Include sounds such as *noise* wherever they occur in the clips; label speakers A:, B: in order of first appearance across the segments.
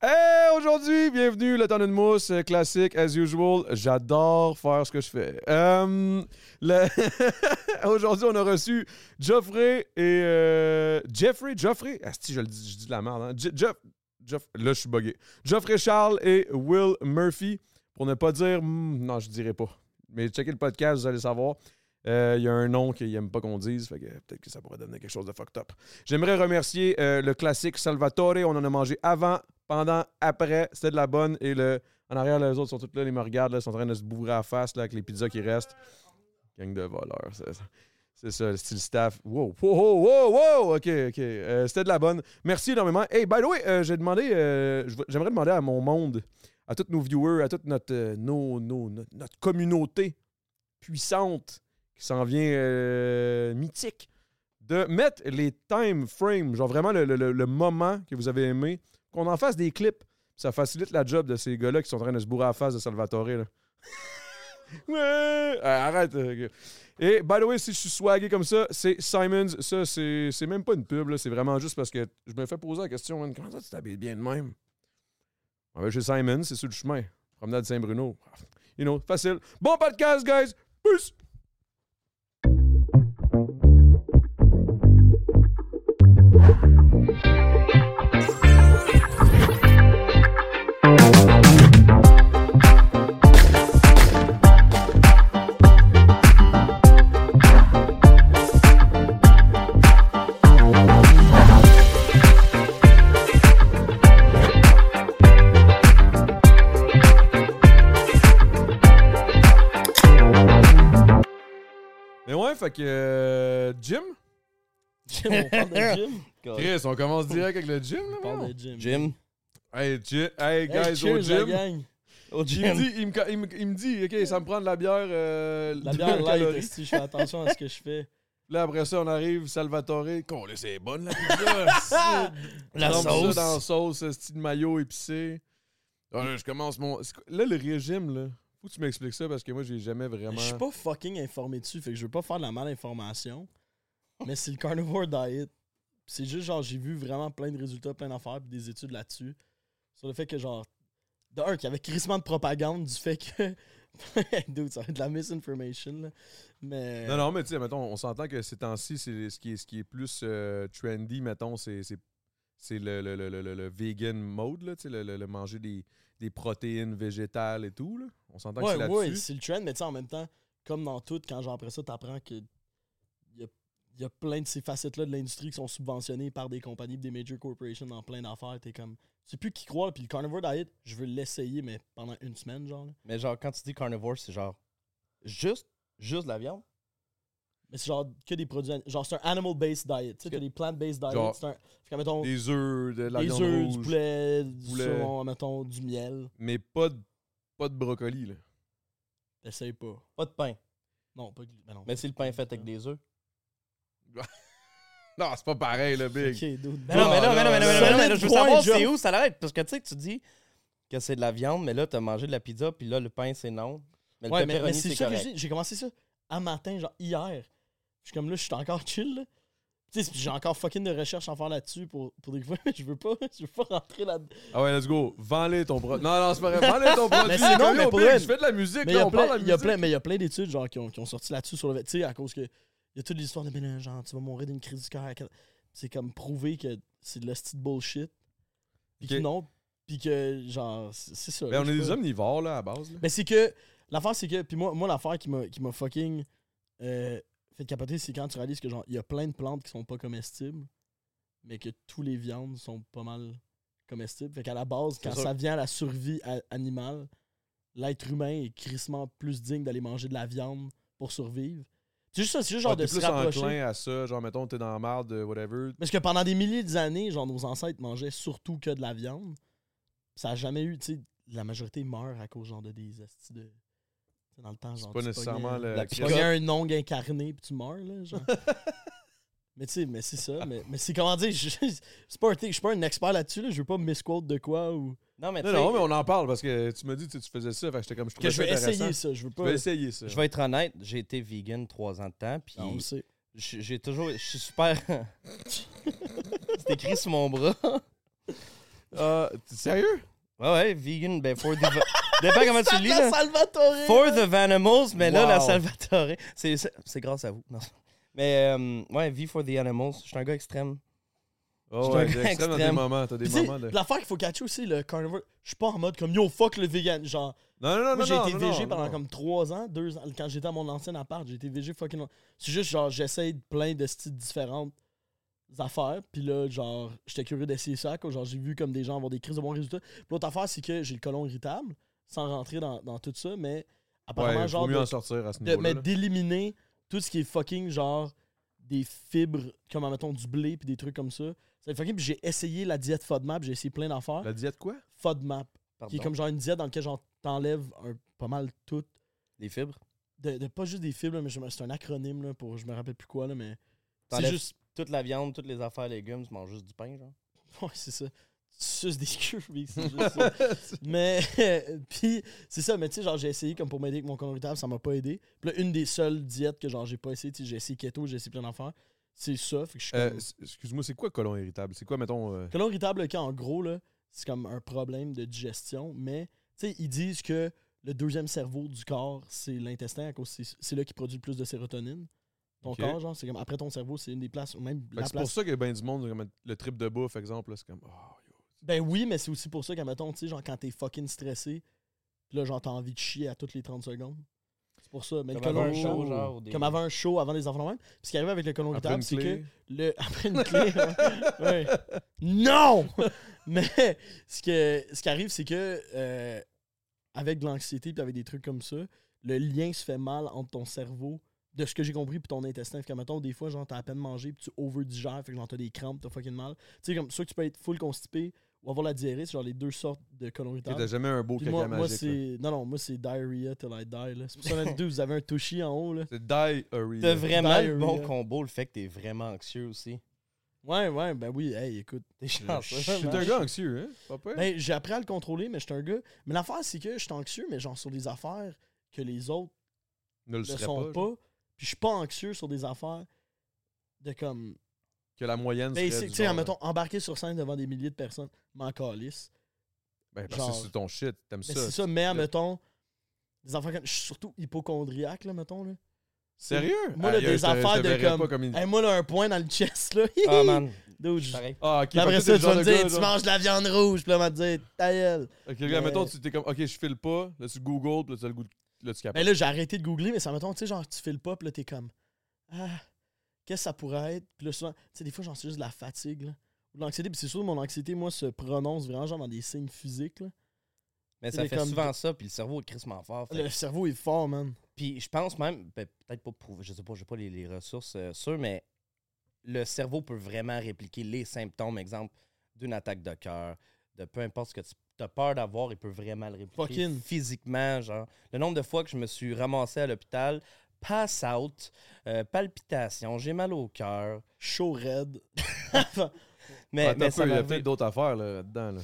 A: Hey, aujourd'hui, bienvenue, le temps d'une mousse, euh, classique, as usual. J'adore faire ce que je fais. Euh, le- *laughs* aujourd'hui, on a reçu Geoffrey et... euh, Jeffrey, Geoffrey? Asti, je, le dis, je dis de la merde. Hein? Je- Jeff, Jeff- là, je suis bugué. Geoffrey Charles et Will Murphy, pour ne pas dire... hmm, non, je dirais pas. Mais checkez le podcast, vous allez savoir. Euh, Il y a un nom qu'ils n'aiment pas qu'on dise, fait que peut-être que ça pourrait donner quelque chose de fucked up. J'aimerais remercier euh, le classique Salvatore. On en a mangé avant, pendant, après. C'était de la bonne. Et le, en arrière, les autres sont tous là, ils me regardent, là, ils sont en train de se bourrer à la face là, avec les pizzas qui restent. Gang de voleurs, c'est ça. C'est ça, le style staff. Wow, wow, wow, wow, wow! OK, OK. Euh, C'était de la bonne. Merci énormément. Hey, by the way, euh, j'ai demandé, euh, je vais- j'aimerais demander à mon monde, à tous nos viewers, à toute notre, euh, nos- nos- notre, notre communauté puissante qui s'en vient euh, mythique de mettre les time frames, genre vraiment le, le- le- le moment que vous avez aimé, qu'on en fasse des clips. Ça facilite la job de ces gars-là qui sont en train de se bourrer à la face de Salvatore. Là. *laughs* ouais! Ah, Arrête! euh, Et by the way, si je suis swagué comme ça, c'est Simons. Ça, c'est c'est même pas une pub, là, c'est vraiment juste parce que je me fais poser la question man, comment ça tu t'habilles bien de même? On va chez Simons, c'est sur le chemin. Promenade Saint-Bruno. You know, facile. Bon podcast, guys! Peace! Mais ouais, fait que. euh, Jim?
B: *laughs* Jim, on parle
A: *laughs*
B: de Jim.
A: Chris, on commence direct avec le gym, là,
B: On parle
A: voyons.
B: de Jim.
C: Jim,
A: Hey, Jim- hey,
B: Hey,
A: guys,
B: cheers,
A: au
B: la
A: gym.
B: gang. Au
A: Il me, *laughs*
B: gym.
A: dit, il, me, ca- il me- il me dit, OK, ça me prend de la bière. euh,
B: La
A: de *laughs*
B: bière light,
A: calories.
B: esti, je fais attention à ce que je fais.
A: Là, après ça, on arrive, Salvatore. Con, là, c'est bonne
B: *laughs*
A: la pizza.
C: la
A: Trempe Ça
C: sauce.
A: dans *laughs* la sauce, euh, style maillot épicé. Ah, là, je commence mon. c'est quoi- Là, le régime, là. Faut que tu m'expliques ça parce que moi, j'ai jamais vraiment.
B: Je suis pas fucking informé dessus, fait que je veux pas faire de la malinformation. Mais c'est le carnivore diet. C'est juste genre j'ai vu vraiment plein de résultats, plein d'affaires, puis des études là-dessus. Sur le fait que genre de un, qu'il y avait crissement de propagande du fait que *laughs* Dude, ça va être de la misinformation là. Mais
A: Non, non, mais tu sais, mettons, on s'entend que ces temps-ci, c'est ce qui est, ce qui est plus euh, trendy, mettons, c'est c'est- c'est le, le, le, le- le- le vegan mode, là, tu sais, le, le- le manger des, des protéines végétales et tout. Là. On s'entend que
B: Ouais,
A: c'est
B: ouais,
A: là-dessus.
B: c'est le trend, mais tu sais, en même temps, comme dans tout, quand genre après ça, t'apprends que y a, y a plein de ces facettes-là de l'industrie qui sont subventionnées par des compagnies, des major corporations dans plein d'affaires, t'es comme. Tu sais plus qui croire, puis le carnivore diet, je veux l'essayer, mais pendant une semaine, genre. là.
C: mais genre quand tu dis carnivore, c'est genre juste, juste de la viande.
B: Mais c'est genre que des produits. an- Genre, c'est un animal-based diet. Tu sais, t'as des plant-based diets.
A: Genre-
B: C'est un. Fait que, mettons, des,
A: Des œufs, de la viande
B: œufs, du
A: rouge,
B: poulet, du
A: poulet.
B: saumon, mettons, du miel.
A: mais pas de, pas de brocoli. Là. *laughs*
B: Essaye pas.
C: Pas de pain.
B: Non, pas. glu- ben non.
C: Mais c'est le pain fait avec des œufs.
A: Non, c'est pas pareil, le big.
B: Ok, dude.
C: Mais Ah non, mais
A: non,
C: là, mais non, mais non, mais non, mais
B: Solide
C: non, mais là, je veux
B: point,
C: savoir
B: John.
C: c'est où ça l'arrête. Parce que tu sais, que tu dis que c'est de la viande, mais là, t'as mangé de la pizza, puis là, le pain, c'est non. Mais le
B: Ouais, mais, mais
C: pepperoni,
B: c'est
C: c'est
B: ça que
C: correct.
B: j'ai j'ai commencé ça à matin, genre hier. Je suis comme là, je suis encore chill, là. Tu sais, j'ai encore fucking de recherches à faire là-dessus pour, pour découvrir, mais *laughs* je veux pas, je veux pas rentrer là-dedans.
A: Ah ouais, let's go. Vends-les ton produit. Non, non, c'est pas vrai. Vends-les
B: *laughs*
A: ton produit.
B: c'est
A: Comme
B: non,
A: yo,
B: mais pour
A: Big,
B: elle-
A: Je fais de la musique,
B: Mais il y
A: là,
B: a
A: on parle de
B: plein,
A: la
B: il y a
A: musique.
B: plein, mais il y a plein d'études genre qui ont, qui ont sorti là-dessus sur le, tu sais, à cause que il y a toute l'histoire de mais là, genre tu vas mourir d'une crise du cœur. à quatre- C'est comme prouver que c'est de la petite bullshit. Puis que
A: Ok.
B: non, puis que genre c'est c'est ça.
A: Mais
B: là,
A: on
B: je
A: est
B: sais
A: des
B: pas.
A: omnivores, là, à base. là.
B: Mais c'est que l'affaire c'est que puis moi moi l'affaire qui m'a qui m'a fucking euh, fait capoter c'est quand tu réalises que genre il y a plein de plantes qui sont pas comestibles, mais que tous les viandes sont pas mal comestibles. Fait qu'à la base quand
C: ça.
B: ça. vient à la survie a- animale, l'être humain est crissement plus digne d'aller manger de la viande pour survivre. C'est juste ça, c'est juste genre
A: Ah,
B: de
A: T'es
B: se
A: plus
B: rapprocher.
A: enclin à ça. Genre, mettons, t'es dans la marde, euh, whatever.
B: Parce que pendant des milliers d'années, genre nos ancêtres mangeaient surtout que de la viande. Ça a jamais eu, tu sais, la majorité meurt à cause genre de des esti de tu sais, dans le temps genre
A: C'est pas
B: tu
A: nécessairement
B: pognais-
A: le.
C: la
B: Tu
C: picote.
B: pognais un ongle incarné puis tu meurs là,
A: *laughs*
B: genre. mais tu sais, mais c'est ça, mais, mais c'est comment dire, je c'est pas un thé- je suis pas un expert là-dessus là, je veux pas misquote de quoi ou
C: Non, mais, tu
A: Non,
C: sais,
A: non, mais on en parle parce que tu me dis que tu faisais ça. Fait que j'étais comme, je
B: que
A: trouvais
B: je
A: ça
B: veux essayer
A: intéressant.
B: ça, je veux
A: Je
B: pas
A: vais essayer ça.
C: je vais être honnête, j'ai été vegan trois ans de temps, puis
B: Non, on le sait.
C: j'ai j'ai toujours. Je suis super. *laughs* C'est écrit sur mon bras.
A: Euh, t'es Sérieux?
C: Ouais, ouais, vegan, ben, for the.
B: *laughs*
C: Dépend comment tu le lis, là.
B: Salvatore.
C: For the Animals, mais là, la
A: Wow.
C: Salvatore. C'est c'est- c'est grâce à vous. Non. Mais, euh, ouais, V for the Animals. Je suis un gars extrême.
A: Oh,
C: Je
A: ouais,
C: suis
A: t'es
C: un
A: extrême dans des
C: extrême.
A: moments. T'as des
B: Puis tu sais,
A: moments de.
B: L'affaire qu'il faut catcher aussi, le carnivore, je suis pas en mode comme yo fuck le vegan. Genre,
A: Non, non, non,
B: moi j'ai
A: non,
B: été
A: non, non,
B: VG
A: non,
B: pendant
A: non.
B: comme 3 ans, 2 ans. Quand j'étais à mon ancien appart, j'ai été VG fucking long. C'est juste genre, j'essaye plein de styles différentes affaires. Puis là, genre, j'étais curieux d'essayer ça. quoi. Genre, j'ai vu comme des gens avoir des crises de bons résultats. Puis l'autre affaire, c'est que j'ai le colon irritable, sans rentrer dans, dans tout ça, mais apparemment,
A: Ouais, faut
B: genre,
A: mieux
B: de-
A: en sortir à ce
B: de- mais
A: niveau-là. là.
B: d'éliminer tout ce qui est fucking genre des fibres comme mettons du blé puis des trucs comme ça. C'est fucking puis j'ai essayé la diète FODMAP, j'ai essayé plein d'affaires.
A: La diète
B: *laughs*
A: quoi?
B: FODMAP qui est
C: Pardon.
B: comme genre une diète dans laquelle genre t'enlèves un- pas mal tout
C: Les fibres.
B: de, de- pas juste des fibres là, mais je me- c'est un acronyme là pour je me rappelle plus quoi là mais *laughs* c'est
C: T'enlèves
B: juste
C: toute la viande, toutes les affaires, légumes, tu manges juste du pain, genre.
B: ouais, c'est ça. C'est juste des *laughs* curvy, c'est juste ça. Mais, *laughs* euh, puis, c'est ça, mais tu sais, genre, j'ai essayé comme pour m'aider avec mon colon irritable, ça m'a pas aidé. Puis là, une des seules diètes que, genre, j'ai pas essayé, tu sais, j'ai essayé keto, j'ai essayé plein d'affaires, c'est ça. Fait que je suis
A: Euh,
B: comme-
A: s- Excuse-moi, c'est quoi colon irritable? C'est quoi, mettons. euh,
B: Colon irritable, quand en gros, là, c'est comme un problème de digestion, mais, tu sais, ils disent que le deuxième cerveau du corps, c'est l'intestin, à cause c'est- c'est là qui produit le plus de sérotonine. Ton
A: Ok.
B: corps, genre, c'est comme après ton cerveau, c'est une des places, ou même
A: fait que
B: la
A: C'est pour
B: place
A: ça que ben du monde, comme le trip de bouffe, exemple, là, c'est comme. oh, yo.
B: Ben oui, mais c'est aussi pour ça qu'à mettons, tu sais, genre quand t'es fucking stressé, pis là, genre t'as envie de chier à toutes les 30 secondes. C'est pour ça. Mais
C: Comme
B: le colon
C: avant un show,
B: irritable-
C: genre. ou des-
B: Comme avant un show, avant les enfants de même. Puis ce qui arrive avec le colon
A: Après une
B: irritable, c'est que
A: clé.
B: le. *laughs* Après une clé. ouais. Ouais. Non! *laughs* mais ce, que, ce qui arrive, c'est que euh, avec de l'anxiété puis avec des trucs comme ça, le lien se fait mal entre ton cerveau, de ce que j'ai compris, puis ton intestin. Fait que, mettons, des fois, genre, t'as à peine mangé puis tu overdigères, fait que, genre, t'as des crampes, t'as fucking mal. Tu sais, comme ça, que tu peux être full constipé ou avoir la diarrhée, c'est genre les deux sortes de colon
A: T'as
B: irritable.
A: jamais un beau
B: Puis
A: caca
B: moi, moi,
A: magique. là.
B: c'est. Non, non, moi, c'est diarrhea till I die, là. C'est pour
A: *laughs*
B: ça, même deux, vous avez un touchy en haut, là.
A: C'est diarrhea.
C: T'as vraiment le bon
B: Diarrhea.
C: combo, le fait que t'es vraiment anxieux
B: *laughs*
C: aussi.
B: Ouais, ouais, ben oui, hey, écoute.
C: T'es
A: C'est
C: chanceux.
A: un gars anxieux, hein? Pas peur?
B: Ben, j'ai appris à le contrôler, mais j'étais un gars. Mais l'affaire, c'est que je suis anxieux, mais genre sur des affaires que les autres
A: ne le
B: ne
A: serait
B: sont
A: pas.
B: pas.
A: genre.
B: Puis je suis pas anxieux sur des affaires de comme.
A: Que la moyenne
B: Ben,
A: serait.
B: c'est-
A: du
B: tu sais,
A: genre,
B: mettons, embarquer sur scène devant des milliers de personnes, m'en calisse.
A: Ben, parce que
B: genre-
A: c'est ton shit, t'aimes
B: Mais
A: ça.
B: c'est ça, mais mettons, des affaires comme. Je suis surtout hypochondriaque, là, mettons, là.
A: Sérieux?
B: Moi,
A: Ah,
B: là,
A: yo, je
B: des
A: te- je te
B: affaires de
A: verrais
B: comme.
A: pas une-
B: Hey, moi, là, un point dans le chest, là.
C: Ah, man.
B: *laughs* Dude, je-
C: Pareil.
A: Ah, ok.
B: Puis après
A: fait que t'es
B: ça, tu
A: le
B: vas
A: genre
B: me
A: de
B: dire,
A: gars,
B: tu
A: genre-
B: manges de la viande rouge, puis là, on va te dire, ta gueule.
A: Ok, là,
B: Mais-
A: mettons, tu t'es comme, ok, je file pas. Là, tu Google, puis là, tu as le goût. de- Là, tu
B: Ben
A: capes.
B: là, j'ai arrêté de googler, mais ça mettons, tu sais, genre, tu fais le pop, là, t'es comme, ah, qu'est-ce que ça pourrait être? Puis là, souvent, tu sais, des fois, j'en suis juste de la fatigue, là. Ou de l'anxiété, puis c'est sûr, mon anxiété, moi, se prononce vraiment, genre, dans des signes physiques, là.
C: Mais
B: C'est
C: ça
B: des
C: fait
B: comme-
C: souvent ça, puis le cerveau est crissement fort. fait
B: Le cerveau est fort, man.
C: Puis je pense même, ben, peut-être pas prouver, je sais pas, j'ai pas les, les ressources euh, sûres, mais le cerveau peut vraiment répliquer les symptômes, exemple, d'une attaque de cœur, de peu importe ce que tu as peur d'avoir, il peut vraiment le répliquer
B: Fucking.
C: physiquement, genre. Le nombre de fois que je me suis ramassé à l'hôpital, pass out, euh, palpitations, j'ai mal au cœur.
B: Chaud, raide.
C: *laughs* Mais,
A: Attends
C: mais
A: un
C: ça
A: peu, il y a
C: m'arrive.
A: peut-être d'autres affaires là, là-dedans. là.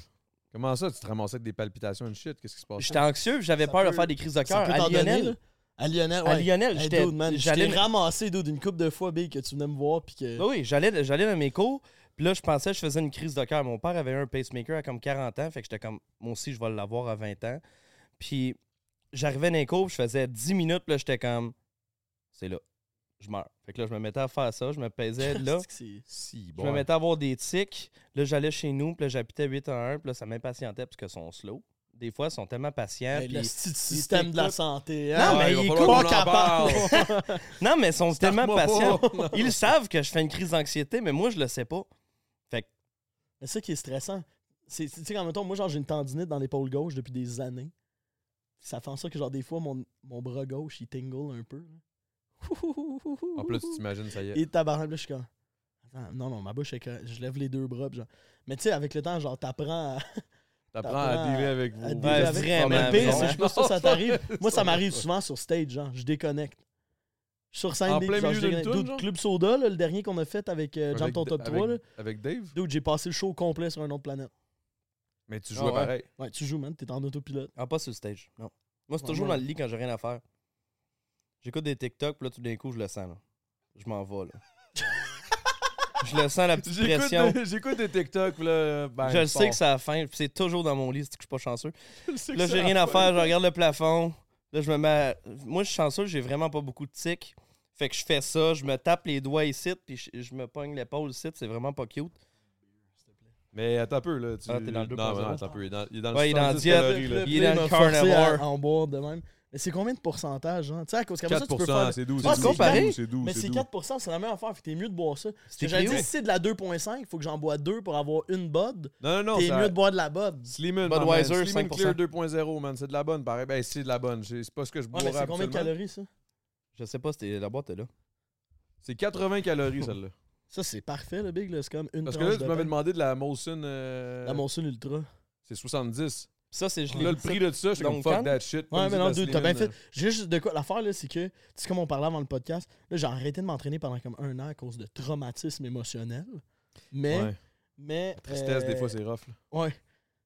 A: Comment ça, tu te ramassais avec des palpitations et shit? Qu'est-ce qui se passe?
C: J'étais anxieux, puis j'avais
B: Ça
C: peur de
B: peut-
C: faire des crises de
B: ça
C: cœur.
B: peut
C: À
B: t'en donner,
C: Lionel,
B: là. À Lionel, ouais.
C: À Lionel,
B: Hey,
C: j'étais-
B: dude, man, je
C: j'allais-
B: t'ai ramassé, dude, une couple de fois, Bill, que tu venais me voir, puis que...
C: Ben oui, j'allais, j'allais dans mes cours, puis là, je pensais que je faisais une crise de cœur. Mon père avait eu un pacemaker à comme 40 ans, fait que j'étais comme, moi aussi, je vais l'avoir à 20 ans. Puis j'arrivais dans les cours, puis je faisais 10 minutes, puis là, j'étais comme, c'est là, je meurs. Fait que là, je me mettais à faire ça, je me pesais
A: *laughs*
C: là.
B: C'est que *laughs* c'est-
A: Si,
C: Je
A: bon.
C: me mettais à avoir des tics. Là, j'allais chez nous, puis là, j'habitais 8 à 1, puis là, ça m'impatientait parce qu'ils sont slow. Des fois, ils sont tellement patients.
B: Hey,
C: puis-
B: le sti- système de la santé.
C: Non,
B: hein?
C: mais
A: Ah, il va
C: ils
A: falloir
C: courent
A: qu'on en
C: qu'à
B: *laughs*
C: part. non, mais ils sont tellement
A: Starte-moi *laughs*
C: patients.
A: pas.
C: Ils savent que je fais une crise d'anxiété, mais moi, je le sais pas.
B: Mais ça qui est stressant, c'est, tu sais, quand mettons, moi, genre, j'ai une tendinite dans l'épaule gauche depuis des années. Ça fait en sorte que, genre, des fois, mon, mon bras gauche, il tingle un peu. là.
A: En plus,
B: *laughs*
A: tu t'imagines, ça y est.
B: Et tabarnak, là, je suis comme. Attends, non, non, ma bouche est correcte. Je lève les deux bras, pis genre. Mais tu sais, avec le temps, genre, t'apprends à.
A: T'apprends à dealer avec vous.
B: à dealer
C: Ouais,
B: avec-
C: vraiment,
B: Mais le pire,
C: vraiment.
B: c'est, je sais pas si
A: *laughs*
B: ça t'arrive. Moi, ça m'arrive souvent sur stage, genre, je déconnecte. Je suis Sur scène,
A: En
B: big,
A: plein
B: genre, je
A: milieu d'une
B: déconnecte.
A: tune,
B: Dude,
A: genre?
B: Club Soda, là, le dernier qu'on a fait avec euh, Jump ton top 3, là.
A: avec, avec Dave?
B: Dude, j'ai passé le show complet sur une autre planète.
A: Mais tu
C: Ah
A: jouais
C: ouais.
A: pareil.
B: Ouais, tu joues, man, t'es en autopilote.
C: Ah, pas sur le stage, non. Moi, c'est
B: Ouais,
C: toujours
B: moi-
C: dans le lit quand j'ai rien à faire. J'écoute des TikTok, puis là, tout d'un coup, je le sens. là. Je m'en vais,
A: *laughs*
C: là. je le sens, la petite
A: J'écoute
C: pression.
A: des- J'écoute des TikTok, puis là, ben,
C: je le sais
A: pars.
C: que ça a faim, puis c'est toujours dans mon lit, c'est que je suis pas chanceux.
A: *laughs* Je le sais que
C: Là,
A: ça
C: j'ai rien à
A: fait.
C: faire, je regarde le plafond. Là, je me mets. à- Moi, je suis chanceux, j'ai vraiment pas beaucoup de tics. Fait que je fais ça, je me tape les doigts ici, puis je, je me pogne l'épaule ici, c'est vraiment pas cute.
A: Mais attends un peu, là. Tu...
C: Ah, t'es dans le
A: Non,
C: 2.0.
A: non, attends un peu. Il est dans, il est dans
C: Ouais,
A: le
C: il est dans
A: 70
C: diète.
A: calories, là.
C: Il est dans le
B: m'a forcé
C: carnivore.
B: à en boire de même. Mais c'est combien de pourcentage, hein? Tu sais, à cause qu'à ça, tu peux
A: 4
B: faire.
A: c'est doux,
C: Ah,
A: c'est
C: c'est
A: doux,
C: comparé?
A: doux, C'est doux,
B: Mais
A: c'est
B: c'est
A: doux.
B: 4 c'est la meilleure affaire, fait que t'es mieux de boire ça. Parce que
C: C'était
B: J'allais
C: cute.
B: dire, si c'est de la 2.5, il faut que j'en bois 2 pour avoir une bod.
A: Non, non, non.
B: T'es
A: ça-
B: mieux de boire de la bod.
A: Slimming,
C: Budweiser,
A: Budweiser, Slimming
C: 5%.
A: Clear 2.0, man. C'est de la bonne, pareil. Ben, c'est de la bonne. C'est c'est pas ce que je
B: Ouais,
A: boirais
B: mais c'est combien de
A: habituellement.
B: calories, ça?
C: Je sais pas, c'était la boîte est là.
A: C'est 80 calories,
B: *laughs*
A: celle-là.
B: Ça, c'est parfait, le big, là. C'est comme une
A: Parce que
B: tranche
A: là, tu
B: de
A: m'avais
B: pain.
A: demandé de la Molson. euh,
B: La Monsoon Ultra.
A: C'est 70.
C: Ça, c'est je l'ai-
A: Là, le prix de ça, je suis comme
C: Donc,
A: fuck
C: quand-
A: that shit.
B: Ouais,
A: Comme
B: mais
A: dit
B: non,
A: la euh.
B: dude, t'as bien
A: Slimming,
B: fait. Juste de quoi. L'affaire, là, c'est que, tu sais, comme on parlait avant le podcast, là, j'ai arrêté de m'entraîner pendant comme un an à cause de traumatisme émotionnel. Mais.
A: Ouais.
B: mais
A: Tristesse, des
B: euh,
A: fois, c'est rough. là.
B: Ouais.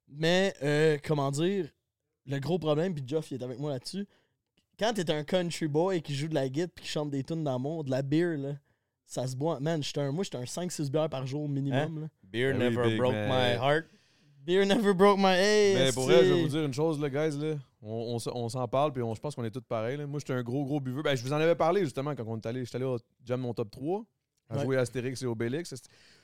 B: Mais, euh, comment dire, le gros problème, puis Geoff, il est avec moi là-dessus, quand t'es un country boy qui joue de la guitare puis qui chante des tunes d'amour, de la bière, là, ça se boit. Man, j'étais un, moi, j'étais un 5-6 bières par jour minimum. Là.
A: Ben
C: Beer
A: oui,
C: never
A: big,
C: broke
A: mais-
C: my heart.
B: Beer never broke my ass.
A: Mais pour vrai, je vais vous dire une chose, là, guys, là. On, on s- on s'en parle, puis on- je pense qu'on est tous pareils. là. Moi, j'étais un gros, gros buveur. Ben, je vous en avais parlé, justement, quand on est allé. J'étais allé au Jam Mon Top 3, à
B: Ouais.
A: jouer Astérix et Obélix. C'est-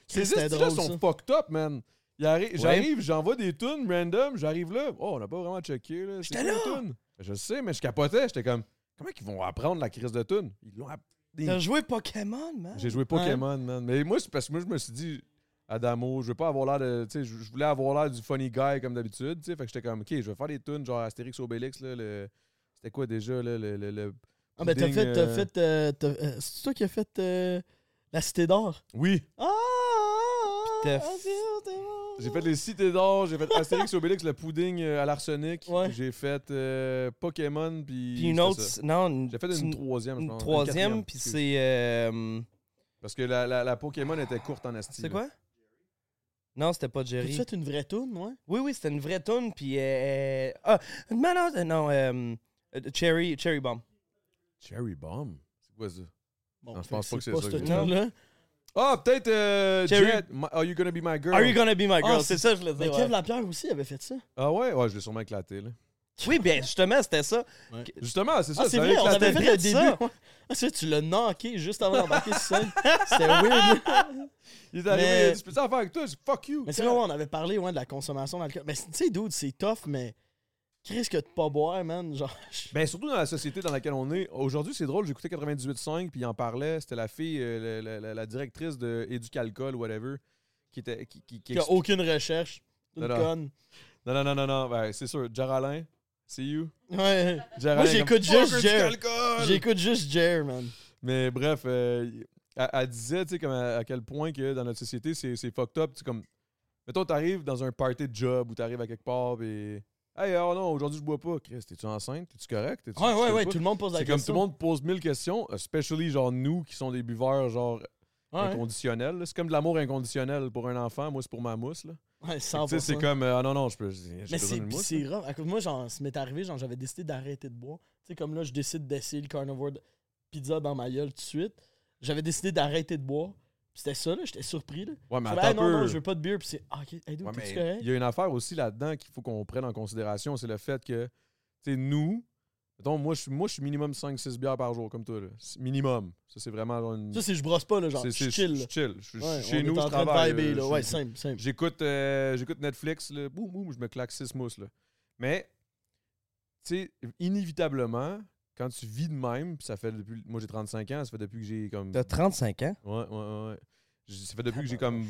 A: Ces
B: c'était
A: estis-là
B: drôle,
A: sont
B: ça.
A: fucked up, man. Il arri- J'arrive, j'envoie des tunes random, j'arrive là. Oh, on n'a pas vraiment checké, là. C'est quoi les tunes? Je sais, mais je capotais. J'étais comme, comment ils vont apprendre la crise de tunes? Ils l'ont app- des
C: T'as joué Pokémon, man?
A: j'ai joué Pokémon, man. Mais moi, c'est parce que moi, je me suis dit, Adamo, je veux pas avoir l'air de. Tu sais, je je voulais avoir l'air du funny guy comme d'habitude. Tu sais, fait que j'étais comme, OK, je vais faire des tunes genre Astérix Obélix, là. Le... C'était quoi déjà, là, le. le, le-
B: Ah, ben, t'as
A: pudding,
B: fait. t'as
A: euh,
B: fait euh, t'as- euh, c'est toi qui as fait euh, la Cité d'Or.
A: Oui,
B: Ah, ah,
C: t'as
B: ah,
C: f-
B: c'est bon, c'est bon.
A: j'ai fait les Cités d'Or, j'ai fait Astérix Obélix, le pudding euh, à l'arsenic.
B: Ouais.
A: J'ai fait euh, Pokémon, puis.
C: Puis une
A: c'était
C: autre,
A: ça.
C: non, une,
A: J'ai fait une troisième, je
C: une
A: pense.
C: troisième,
A: quatrième,
C: puis
A: excuse.
C: c'est. euh,
A: Parce que la, la, la Pokémon était courte en Asti. là.
C: c'est quoi? Non, c'était pas
B: T'as-tu
C: Jerry.
B: fait une vraie toune, ouais?
C: Oui, oui, c'était une vraie toune, puis. euh, ah, non, non, euh, non, euh, euh, Cherry, Cherry Bomb.
A: Cherry Bomb. C'est quoi ça?
B: Bon,
A: Non, Ah, je
B: fait
A: pense pas que c'est ça que
B: cette
A: j'ai fait.
B: toune-là.
A: Ah, peut-être. euh,
C: Cherry-
A: Jet, my- Are You Gonna Be My Girl?
C: Are you gonna be my girl?
B: Ah,
C: c'est ça, que je le dis.
B: Mais
C: ouais.
B: Kev Lapierre aussi avait fait ça.
A: Ah ouais? Ouais, je l'ai sûrement éclaté, là.
C: Oui, ben justement, c'était ça.
A: Justement, c'est ça.
B: Ah,
A: ça
B: c'est
A: avait
B: vrai, on
A: éclaté.
B: avait fait le
C: de
B: début.
C: ça.
B: ouais. Ah, c'est vrai, tu l'as knocké juste avant d'embarquer sur
A: *laughs*
B: scène. C'était weird.
A: Il est arrivé,
B: Mais-
A: il a dit, je peux faire avec toi? Je dis, fuck you.
B: Mais c'est vrai, ouais, on avait parlé ouais, de la consommation d'alcool. Mais c'est- tu sais, dude, c'est tough, mais qu'est-ce que de pas boire, man? Genre, *laughs* je-
A: Ben, surtout dans la société dans laquelle on est. Aujourd'hui, c'est drôle, j'écoutais 98.5, puis il en parlait. C'était la fille, euh, la, la- la- la directrice de Éducalcool, whatever, qui était. Qui, qui- qui
B: qu'il y a
A: expli-
B: aucune recherche. Une
A: Non, non.
B: conne.
A: Non, non, non, non, non. Ben, c'est sûr. Jaralin, c'est you.
B: Ouais.
A: Jaralin,
B: j'écoute
A: comme,
B: juste
A: Fuck
B: Jer.
A: Éducalcool!
B: J'écoute juste Jer, man.
A: Mais bref, euh, elle, elle disait, tu sais, comme à, à quel point que dans notre société, c'est c'est fucked up. Tu sais, comme, mettons, t'arrives dans un party de job ou t'arrives à quelque part, et hey, oh non, aujourd'hui, je bois pas. Chris, t'es-tu enceinte? T'es-tu correct? T'es-tu-
B: Ouais,
A: tu
B: ouais,
A: peux
B: ouais.
A: pas?
B: Tout le monde pose la
A: C'est
B: question.
A: comme tout le monde pose mille questions, euh, especially genre nous qui sont des buveurs genre
B: Ouais, ouais.
A: inconditionnels. là. C'est comme de l'amour inconditionnel pour un enfant. Moi, c'est pour ma mousse. Là.
B: Ouais,
A: Tu
B: 100%.
A: sais, c'est comme, euh, ah non, non, je peux. je- j'ai
B: Mais
A: besoin
B: c'est
A: d'une
B: pis
A: mousse,
B: c'est
A: là.
B: rough. À cause- Moi, genre, ça m'est arrivé, genre, j'avais décidé d'arrêter de boire. Tu sais, comme là, je décide d'essayer le carnivore de- pizza dans ma gueule tout de suite. J'avais décidé d'arrêter de boire. Pis C'était ça, là. J'étais surpris, là.
A: Ouais, Ah, mais
B: Je fais,
A: attends
B: Hey, non,
A: un
B: non,
A: peu.
B: je veux pas de bière. Puis c'est, ah, ok, hey, dude,
A: Ouais,
B: t'es-tu
A: mais
B: correct?
A: il y a une affaire aussi là-dedans qu'il faut qu'on prenne en considération, c'est le fait que, tu sais, nous, mettons, moi, je suis- moi, je suis minimum 5-6 bières par jour, comme toi, là. C'est Minimum. Ça, c'est vraiment genre une.
B: Ça, c'est je brosse pas, là, genre,
A: c'est-
B: je
A: c'est-
B: suis chill.
A: Je
B: là.
A: suis chill. Je suis-
B: Ouais,
A: Chez
B: on
A: nous,
B: est
A: je
B: en train
A: travaille.
B: de viber,
A: euh,
B: là.
A: je-
B: Ouais, simple, simple.
A: J'écoute euh, j'écoute Netflix, là, boum, boum, je me claque six mousses. Là. Mais, tu sais, inévitablement, quand tu vis de même, puis ça fait depuis. Moi, j'ai 35 ans, ça fait depuis que j'ai comme.
C: T'as 35 ans?
A: Ouais, ouais, ouais. ouais. J- Ça fait depuis que j'ai comme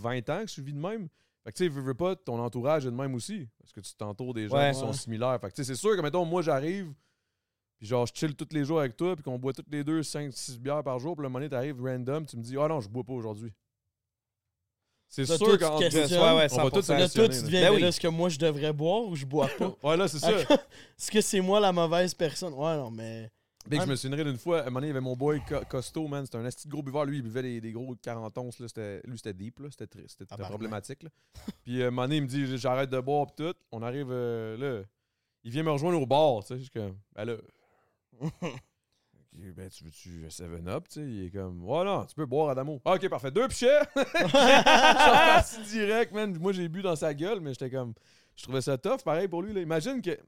A: 20 ans que je vis de même. Fait que tu sais, veux, veux pas, ton entourage est de même aussi. Parce que tu t'entoures des gens
C: Ouais.
A: qui sont
B: Ouais.
A: similaires. Fait que tu sais, c'est sûr que, mettons, moi, j'arrive, puis genre, je chill tous les jours avec toi, puis qu'on boit toutes les deux 5-6 bières par jour, puis le moment donné, t'arrives random, tu me dis, ah non, je bois pas aujourd'hui. C'est
B: Là,
A: sûr
B: toi, tu
A: qu'en
B: te
A: deux,
B: questionnes.
C: Ouais, ouais,
A: on va tous
C: 100%.
A: se
B: Là, toi,
A: questionner, Ben
B: tu deviens,
C: Ben
B: mais
C: oui.
B: là, Ben est-ce que moi, je devrais boire ou
A: *laughs*
B: je bois pas?
A: Ouais, là, c'est ça.
B: Ah, Est-ce que c'est moi la mauvaise personne? Ouais, non, mais.
A: Dès que je me souviendrai d'une fois, à un moment donné, il y avait mon boy Co- Costo, man. C'était un asti de gros buveur. Lui, il buvait des, des gros 40 onces. Là. C'était, lui, c'était deep. Là. C'était, triste, c'était
B: Tabarnak.
A: problématique. Là. Puis, euh, à un moment donné, il me dit J'arrête de boire, pis tout. On arrive euh, là. Il vient me rejoindre au bar. Tu sais, je suis comme Ben
C: *laughs*
A: là. Ok, ben, tu veux-tu 7-up, tu sais? Il est comme, ouais, non, tu peux boire, Adamo. Ah, ok, parfait. Deux pichets! *laughs* Je suis parti direct, man. Moi, j'ai bu dans sa gueule, mais j'étais comme. Je trouvais ça tough, pareil pour lui. Là. Imagine que.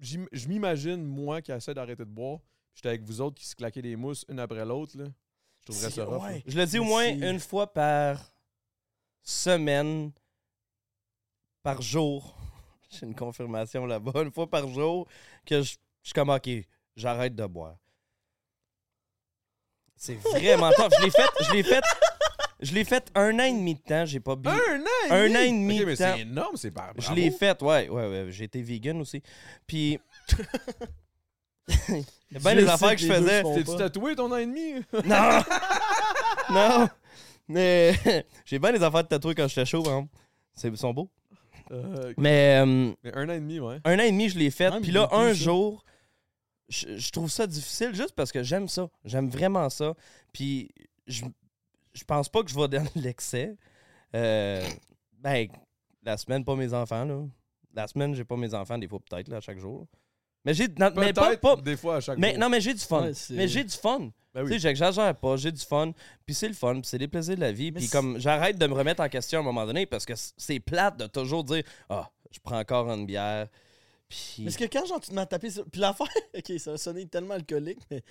A: j'im- Je m'imagine, moi, qui essaie d'arrêter de boire. J'étais avec vous autres qui se claquaient des mousses une après l'autre. là. Je trouverais
B: C'est-
A: ça rough.
B: ouais.
A: là.
C: Je le dis au
B: Mais
C: moins
B: c'est- *laughs*
C: une fois par semaine, par jour. *laughs* J'ai une confirmation là-bas, une fois par jour, que je je suis comme, OK, j'arrête de boire. C'est vraiment top. Je l'ai fait, je l'ai fait, je l'ai fait un an et demi de temps, j'ai pas bu.
A: Un an et
C: Un
A: demi!
C: an et demi
A: Ok,
C: de
A: mais
C: temps.
A: c'est énorme, c'est par
C: Je
A: bravo.
C: l'ai fait, ouais, ouais, ouais. J'ai été vegan aussi. Puis. *laughs* Il y a bien
B: Dieu
C: des
B: sait
C: affaires
B: que
C: que je
B: les deux
C: faisais.
B: se font
A: T'es-tu
B: pas.
A: tatoué ton an et demi?
B: *laughs*
C: Non! *laughs* non! Mais *laughs* j'ai bien des affaires de tatouer quand j'étais chaud, par exemple. C'est- Ils sont beaux.
A: Euh,
C: Mais euh,
A: mais un an et demi, ouais.
C: un an et demi, je l'ai fait.
B: Ouais,
C: Puis
B: mais
C: là,
B: beaucoup,
C: un
B: ça.
C: jour, je, je trouve ça difficile juste parce que j'aime ça. J'aime vraiment ça. Puis je, je pense pas que je vais *laughs* dans l'excès. Euh, ben, la semaine, pas mes enfants, là. La semaine, j'ai pas mes enfants, des fois, peut-être, là, à chaque jour. Mais j'ai. non, Mais pas.
A: Peut-être
C: pas
A: des fois à chaque
C: mais,
A: jour.
C: non, mais j'ai du fun.
B: Ouais, c'est-
C: mais j'ai du fun.
B: Ah
A: Ben oui.
C: Tu sais, j'exagère pas, j'ai du fun, puis c'est le fun, puis c'est les plaisirs de la vie,
B: Mais
C: puis
B: c'est-
C: comme j'arrête de me remettre en question à un moment donné parce que c- c'est plate de toujours dire ah, je prends encore une bière. Puis
B: Parce que quand genre, tu te mets à taper sur. Puis l'affaire, *laughs* ok, ça a sonné tellement alcoolique, mais.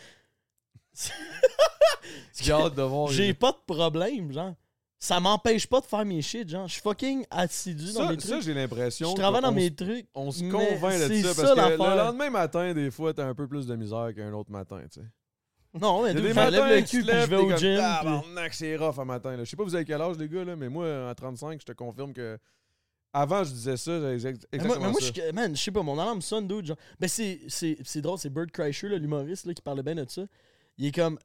A: J'ai hâte de voir.
B: J'ai pas de problème, genre. Ça m'empêche pas de faire mes shit, genre. Je suis fucking assidu dans
A: ça,
B: mes
A: ça
B: trucs.
A: j'ai l'impression.
B: Je travaille dans
A: qu'on
B: mes
A: se-
B: trucs.
A: On se
B: mais
A: convainc de
B: c'est
A: ça, parce que le
B: l'affaire.
A: lendemain matin, des fois, t'as un peu plus de misère qu'un autre matin, tu sais.
B: Non, mais
A: Il y a
B: dude,
A: des
B: je
A: matins,
B: me lève le
A: tu
B: cul,
A: te
B: puis je
A: lèves,
B: vais
A: t'es
B: au
A: comme, Ah,
B: gym. puis-
A: Tabarnak, c'est rough un matin. là. Je sais pas vous avez quel âge, les gars, là, mais moi, à 35, je te confirme que... Avant, je disais ça, j'avais exact-
B: Mais moi,
A: exactement
B: mais moi,
A: ça.
B: je suis- man, je sais pas, mon alarme sonne, dude. Genre, ben, c'est, c'est, c'est drôle, c'est Bird Crusher, là, l'humoriste, là, qui parlait bien de ça. Il est comme,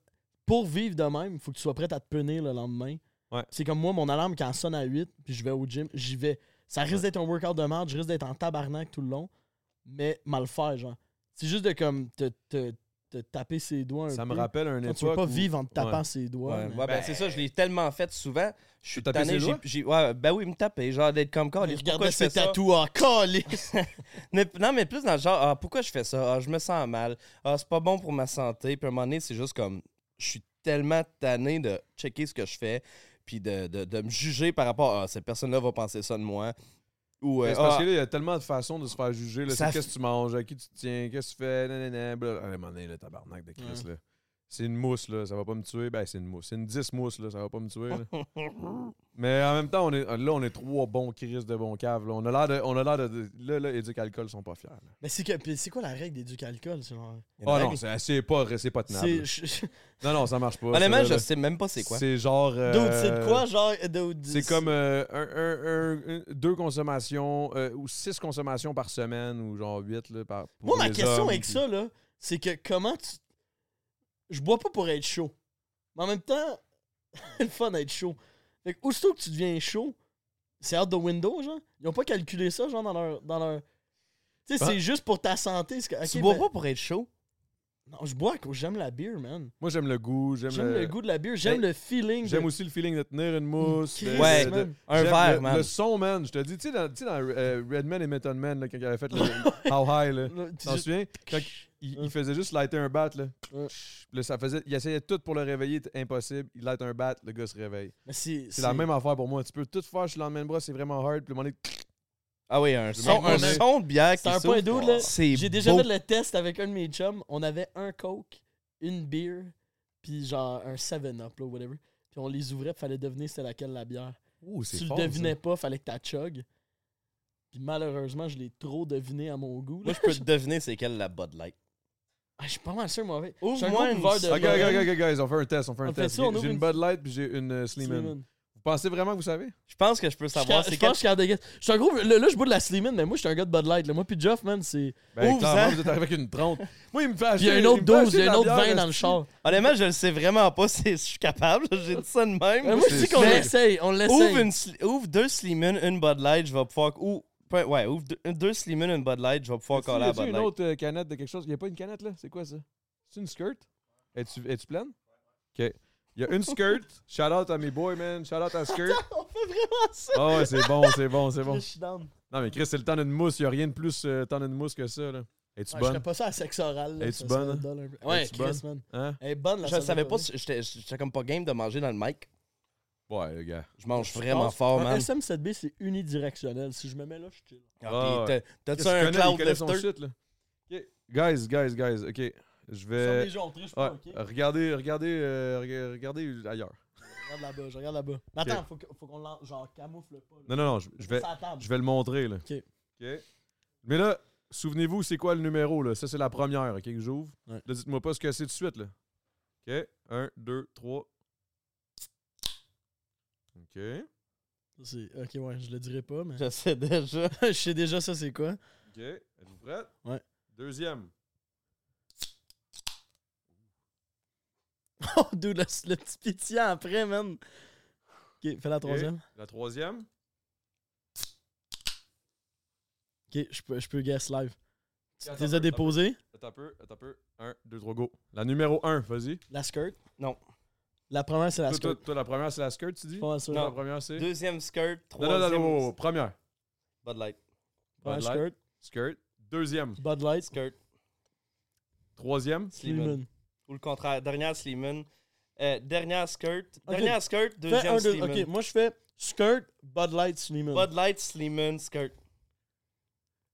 B: pour vivre de même, faut que tu sois prêt à te punir le lendemain.
A: Ouais.
B: C'est comme moi, mon alarme, quand elle sonne à 8, puis je vais au gym, j'y vais. Ça risque d'être un workout de merde, je risque d'être en tabarnak tout le long, mais mal faire, genre. C'est juste de, comme, te, te, te taper ses doigts un
A: Ça me
B: peu.
A: rappelle un époque
B: Tu veux pas
A: où-
B: vivre en te tapant
A: Ouais.
B: ses
C: Ouais,
B: doigts. mais-
C: ouais, ben, c'est ça, je l'ai tellement fait souvent. Je suis
A: Te taper
C: tanné,
A: ses
C: j'ai,
A: doigts?
C: j'ai- ouais, ben oui, me taper, genre d'être comme quand
B: Il
C: pourquoi
B: regardait
C: je fais
B: ses
C: ça.
B: tatouages, calice! *laughs*
C: Mais- non, mais plus dans le genre ah, pourquoi je fais ça? Ah, je me sens mal. Ah, c'est pas bon pour ma santé. Puis à un moment donné, c'est juste comme je suis tellement tanné de checker ce que je fais, puis de, de, de me juger par rapport à ah, cette personne-là va penser ça de moi. Ou euh,
A: C'est parce
C: ah,
A: que là, il y a tellement de façons de se faire juger. là.
C: Ça
A: C'est qu'est-ce
C: f-
A: que tu manges, à qui tu te tiens, qu'est-ce que tu fais, nanana, blablabla. À un moment donné, Ah, le tabarnak de Chris, là. C'est une mousse, là, ça va pas me tuer. Ben, c'est une mousse. C'est une 10 mousses, là, ça va pas me tuer. là.
C: *laughs*
A: Mais en même temps, on est, là, on est trois bons Chris de bons caves. là. On a l'air de. On a l'air de, de- là, là, Éduc Alcool sont pas fiers. là.
B: mais c'est, que, puis c'est quoi la règle des ducs alcool, c'est genre-
A: Ah non, c'est c'est pas, c'est pas tenable.
B: C'est,
A: là.
B: je-
A: Non, non, ça marche pas.
C: Honnêtement,
A: ça,
C: je
A: là,
C: sais même pas c'est quoi.
A: C'est genre.
B: Dude, c'est de
A: euh,
B: quoi, genre? euh, dude,
A: C'est comme euh, un- un- un- un- deux consommations euh, ou six consommations par semaine ou genre huit là, par. pour
B: Moi, ma
A: les
B: question
A: hommes,
B: avec
A: puis-
B: ça, là, c'est que comment tu. Je bois pas pour être chaud. Mais en même temps, *laughs* le fun d'être chaud. Fait que, aussitôt que tu deviens chaud, c'est out the window, genre. Ils ont pas calculé ça, genre, dans leur. Dans leur... Tu sais,
A: Ah.
B: c'est juste pour ta santé. c'est que- ok,
C: tu bois
B: ben-
C: pas pour être chaud?
B: Non, je bois, que j'aime la bière, man.
A: Moi, j'aime le goût. J'aime
B: J'aime le goût de la bière, j'aime
A: Ben,
B: le feeling.
A: J'aime
B: de- Mm,
A: aussi le feeling de tenir une mousse. de-
C: Ouais,
B: ben,
A: de- de-
C: un
A: j'aime
C: verre,
A: le,
C: man.
A: Le son, man. Je te dis, tu sais, dans, tu sais, dans euh, Redman et Method Man, là, quand il avait
B: *laughs*
A: fait le How High, là.
B: Le- tu-
A: T'en souviens? Quand il,
B: Mm.
A: il faisait juste lighter un bat, là.
B: Ouais.
A: Là, ça faisait, il essayait tout pour le réveiller, c'était impossible. Il light un bat, le gars se réveille.
B: Mais c'est
A: C'est la même affaire pour moi. Tu peux tout faire sur l'emmène bras, c'est vraiment hard. Puis le moment donné,
C: Ah oui, un son,
A: m'en-
C: un son de bière qui
B: C'est un
C: s'ouvre.
B: point d'eau, là.
C: C'est
B: J'ai déjà
C: beau.
B: fait le test avec un de mes chums. On avait un Coke, une bière, puis genre un 7-Up, là, whatever. Puis on les ouvrait, puis fallait deviner c'était laquelle la bière.
A: Ouh,
B: Si tu le devinais pas, fallait que t'as chug. Puis malheureusement, je l'ai trop deviné à mon goût. là.
C: Moi, je
B: *laughs*
C: peux te deviner c'est quelle la Bud Light.
B: Ah, je suis pas mal sûr, moi. avec.
C: Ouvre-moi
B: Je suis un gros
C: une-
B: buveur de
A: Ok, ok,
B: Lorraine.
A: ok, ok, guys, on fait un test, on fait un
B: On fait
A: test.
B: ça,
A: J'ai-
B: on ouvre
A: j'ai une
B: une-
A: Bud Light puis j'ai une euh, Sleeman.
B: Slimane.
A: Vous pensez vraiment que vous savez?
C: Je pense que je peux
B: Je suis
C: savoir
B: ca-
C: c'est
B: je pense que
C: quelle.
B: je suis capable de guess. Je suis un gros. Là, là, je bois de la Slimane, mais moi, je suis un gars de Bud Light. là. Moi, puis Jeff, man, c'est.
A: Ben,
C: Ouvre-en.
A: clairement, vous êtes arrivé avec une trente. *laughs* Moi, il me fait
B: Puis
A: acheter.
B: il y a un autre
A: me fait
B: 12,
A: acheter
B: il y a
A: de
B: un
A: la
B: autre
A: bière,
B: 20 dans le
A: esti.
B: char.
C: Honnêtement, je le sais vraiment pas si je suis capable. *laughs* J'ai dit ça de même.
B: Mais Ben, moi, je dis qu'on
C: Mais-
B: l'essaye. On l'essaye.
C: Ouvre, une Sli- ouvre deux Slimane, une Bud Light, je vais pouvoir. Ou, peu- ouais, ouvre deux, deux Slimane, une Bud Light, je vais pouvoir
A: Y
C: coller à
A: a-tu
C: Bud
A: une
C: Light.
A: autre euh, canette de quelque chose? Il a pas une canette, là? C'est quoi, ça? C'est une skirt? Es-tu es-tu pleine? OK. Il y a une
B: *laughs*
A: skirt. Shout-out à mes boys, man. Shout-out à skirt.
B: On fait vraiment ça.
A: Ah ouais, c'est
B: *laughs*
A: bon, c'est bon, c'est bon.
B: Je suis down.
A: Non, mais Chris, c'est le temps d'une mousse. Il n'y a rien de plus euh, temps d'une mousse que ça, là. Es-tu
B: Ouais, Je
A: bonne?
B: ferais pas ça à sexe oral. là,
A: Es-tu
B: ça
A: bonne,
B: serait
A: hein?
B: dull un peu. Ouais,
A: Es-tu
B: Chris,
A: bonne?
B: man.
A: Hein?
B: Elle est bonne, la
C: Je le
B: saveur
C: savais pas,
B: de-
C: si- j'étais j'étais comme pas game de manger dans le mic.
A: Ouais, les gars.
C: Je mange
B: Je
C: vraiment
B: pense- Ah,
C: fort,
B: un
C: man.
B: SM7B, c'est unidirectionnel. Si je me mets là, je suis chill.
C: Ah, puis
A: ouais.
C: t'as-
A: Chris,
C: T'as-tu un
A: il connaît- il
C: cloud
A: connaît son
C: lifter?
A: shit, là. OK. Guys, guys, guys, OK. Je
B: Somme
A: vais...
B: des gens, on triche
A: Euh, Ouais,
B: pas, ok? Je
A: regardez, regardez, euh, rega- regardez ailleurs.
B: regarde là-bas, je regarde là-bas. Mais attends, faut que- faut qu'on l'en- genre camoufle pas. là.
A: Non, non, non, je, je vais,
B: Ça, à la table.
A: je vais le montrer, là.
B: Ok.
A: OK. Mais là, souvenez-vous, c'est quoi le numéro, là? Ça, c'est la première, OK, que j'ouvre.
B: Ouais.
A: Là, dites-moi pas ce que c'est tout de suite, là. OK. Un, deux, trois. OK.
B: Ça, c'est- Ok, ouais, je le dirai pas, mais.
C: Je sais déjà.
B: *laughs* je sais déjà ça, c'est quoi. *laughs*
A: OK. Êtes-vous prête?
B: Ouais.
A: Deuxième.
B: Oh, dude, le, le petit pétillant après, man. Ok, fais la troisième.
A: La troisième.
B: Ok, je peux, je peux guess live. Tu
A: Attends,
B: les
A: attends,
B: as déposés?
A: Attends un peu, attends un peu. Un, deux, trois, go. La numéro un, vas-y.
B: La skirt.
C: Non.
B: La première, c'est la
A: Toi, toi,
B: skirt.
A: toi, la première, c'est la skirt, tu dis?
B: Pas mal sûr.
A: La
B: La
A: première, c'est...
C: Deuxième skirt,
A: Non, non, non,
C: troisième.
A: non, non, non, première.
C: Bud Light.
B: première
A: Bud Light.
B: skirt.
A: Skirt. Deuxième.
B: Bud Light.
C: Skirt.
A: Troisième.
C: Slimane.
B: Slimane.
C: Ou le contraire. Dernière Slimane. Euh, dernière skirt. Dernière skirt,
B: Fais
C: deuxième
B: un, deux-
C: Slimane.
B: Ok, moi je fais skirt, Bud Light, Slimane.
C: Bud Light, Slimane, skirt.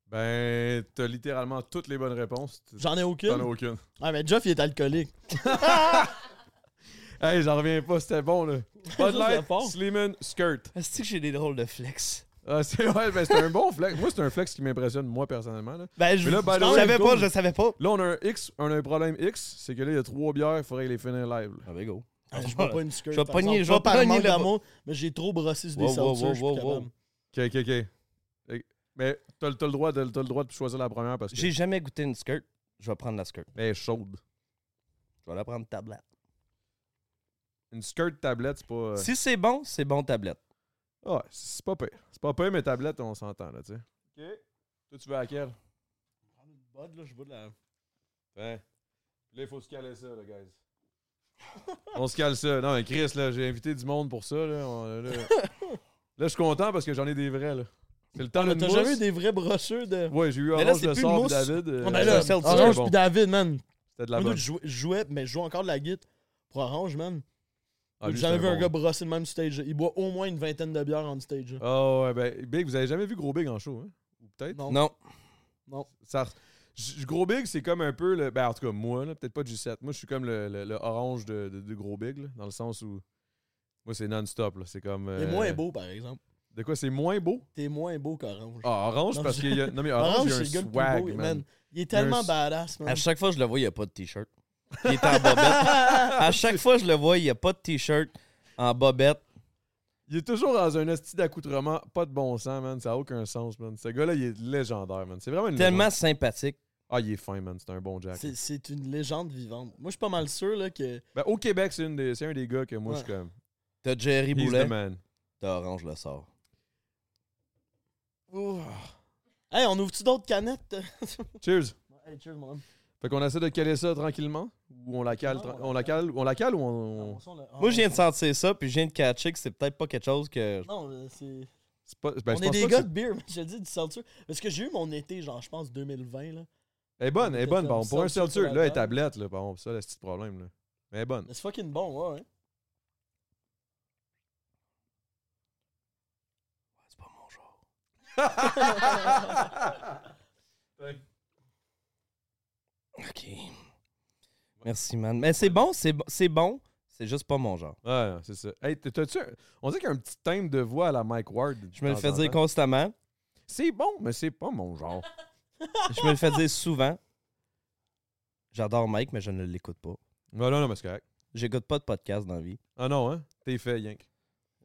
A: Ben, t'as littéralement toutes les bonnes réponses.
B: J'en ai aucune.
A: T'en as aucune.
B: Ah, mais Jeff, il est alcoolique.
A: Hey, j'en reviens pas, c'était bon, là.
B: *laughs* Ça,
A: Bud
B: c'est
A: Light,
B: fort.
A: Sleeman, Skirt.
C: Est-ce que j'ai des drôles de flex?
A: Ah, c'est ouais, ben, c'est un bon flex. Moi, c'est un flex qui m'impressionne, moi, personnellement. Là.
C: Ben, je,
A: Mais là, by the
C: je
A: way,
C: savais
A: go.
C: pas, je savais pas.
A: là, on a un X, on a un problème X, c'est que là, il y a trois bières, il faudrait les finir live. là.
C: Ah, ben, go.
B: Ah, je bois pas une skirt.
C: Je vais
B: par
C: pogner-
B: exemple.
C: je vais
B: Pas par
C: pogner
B: manque
C: le-
B: d'amour, mais j'ai trop brossé sur des
C: Wow, wow,
B: seltzers, je suis
C: wow,
B: plus
C: wow,
B: capable.
A: Ok, ok, ok. Eh, Mais t'as, le- t'as le droit de, t'as le droit de choisir la première parce que.
C: J'ai jamais goûté une skirt. Je vais prendre la skirt.
A: Mais elle est chaude.
C: Je vais la prendre tablette.
A: Une skirt tablette, c'est pas. euh,
C: Si c'est bon, c'est bon tablette.
A: Ouais, c'est pas pire. C'est pas pire, mais tablette, on s'entend, là, tu sais. Ok. Toi, tu veux à quelle?
B: Bud, là, je bois de la.
A: Ouais. Là, il faut se caler ça, là, guys. On se cale ça. Non, mais Chris, là, j'ai invité du monde pour ça, là. On- là, là, je suis content parce que j'en ai des vrais, là. C'est le temps de
B: Ah, T'as
A: mousse.
B: jamais eu des vrais brosseux de.
A: Ouais, j'ai eu
C: là,
A: Orange
C: c'est
A: de
C: plus
A: sort
C: mousse.
A: David. euh,
B: Ah, ben
C: c'est
B: là,
C: un seltzer.
A: c'était
B: Orange
A: bon.
B: puis David, man.
A: C'était de la
B: Moi,
A: bonne.
B: dude, je jouais- je jouais, mais je joue encore de la guite pour Orange, man.
A: Ah, lui,
B: J'avais
A: c'était
B: vu un
A: bon.
B: gars brosser le même stage. Il boit au moins une vingtaine de bières en stage. là.
A: Ah ouais, ben, Big, vous avez jamais vu Gros Big en show, hein? Ou peut-être?
B: Non.
C: Non.
A: Ça res- J- Gros Big, c'est comme un peu le. Ben, en tout cas, moi, là, peut-être pas du 7. Moi, je suis comme le, le- le orange de, de- de Gros Big, là, dans le sens où. Moi, c'est non-stop, là. C'est comme.
B: T'es
A: euh,
B: moins beau, par exemple.
A: De quoi, c'est moins beau?
B: T'es moins beau qu'Orange.
A: Ah, orange,
B: Non,
A: parce
B: je-
A: qu'il y a. Non,
B: *laughs*
A: mais orange,
B: Orange,
A: il y a un
B: c'est le gars le plus
A: swag,
B: beau,
A: man.
B: man. Il
A: Il
B: est
A: y a un
B: tellement
A: s-
B: badass, man.
C: À chaque fois que je le vois, il n'y a pas de t-shirt. Il est
B: *laughs*
C: en bobette. à chaque fois que je le vois, il n'y a pas de t-shirt en bobette.
A: Il est toujours dans un esti d'accoutrement, pas de bon sens, man. Ça n'a aucun sens, man. Ce gars-là, il est légendaire, man. C'est vraiment une
C: Tellement
A: légende.
C: sympathique.
A: Ah, il est fin, man. C'est un bon Jack.
B: C'est- C'est une légende vivante. Moi, je suis pas mal sûr là, que.
A: Ben, au Québec, c'est, une des- c'est un des gars que moi, je suis comme.
C: T'as Jerry
A: He's
C: Boulet.
A: the man.
C: T'as Orange le sort.
B: Hey, on ouvre-tu d'autres canettes? *laughs*
A: Cheers.
B: hey, cheers, mon homme.
A: Fait qu'on essaie de caler ça tranquillement? Ou on la cale, tra- on la cale, on la cale ou
B: Ah,
A: on... on-
B: Oh,
C: Moi, je viens de sentir ça, puis je viens de catcher que c'est peut-être pas quelque chose que.
B: Non, euh, c'est.
A: C'est pas, ben, je
B: on est
A: pense
B: des
A: pas que
B: gars de beer, mais je le dis, du seltzer. Parce que j'ai eu mon été, genre, je pense, 2020, là.
A: c'est- Elle est bonne, elle est
B: T'as
A: bonne,
B: comme
A: par contre. Pour un
B: ça, tu
A: seltzer,
B: fais
A: là, elle est
B: la
A: tablette, là, par contre. Ça, là, c'est le petit problème, là. Mais elle est
C: *laughs*
A: bonne.
B: Mais c'est fucking bon, ouais, ouais.
C: C'est pas mon genre. OK. Merci, man. Mais c'est bon, c'est bon, c'est bon, c'est juste pas mon genre.
A: Ouais, non, c'est ça. Hey, t- t'as-tu un- On dirait qu'il y a un petit thème de voix à la Mike Ward. de
C: Je me le
A: temps
C: fais
A: en
C: dire
A: temps.
C: constamment,
A: C'est bon, mais c'est pas mon genre.
C: je me le fais dire souvent. J'adore Mike, mais je ne l'écoute pas.
A: non, non, non, mais c'est correct.
C: J'écoute pas de podcast dans la vie. *laughs*
A: Ah non, hein? T'es fait, Yank.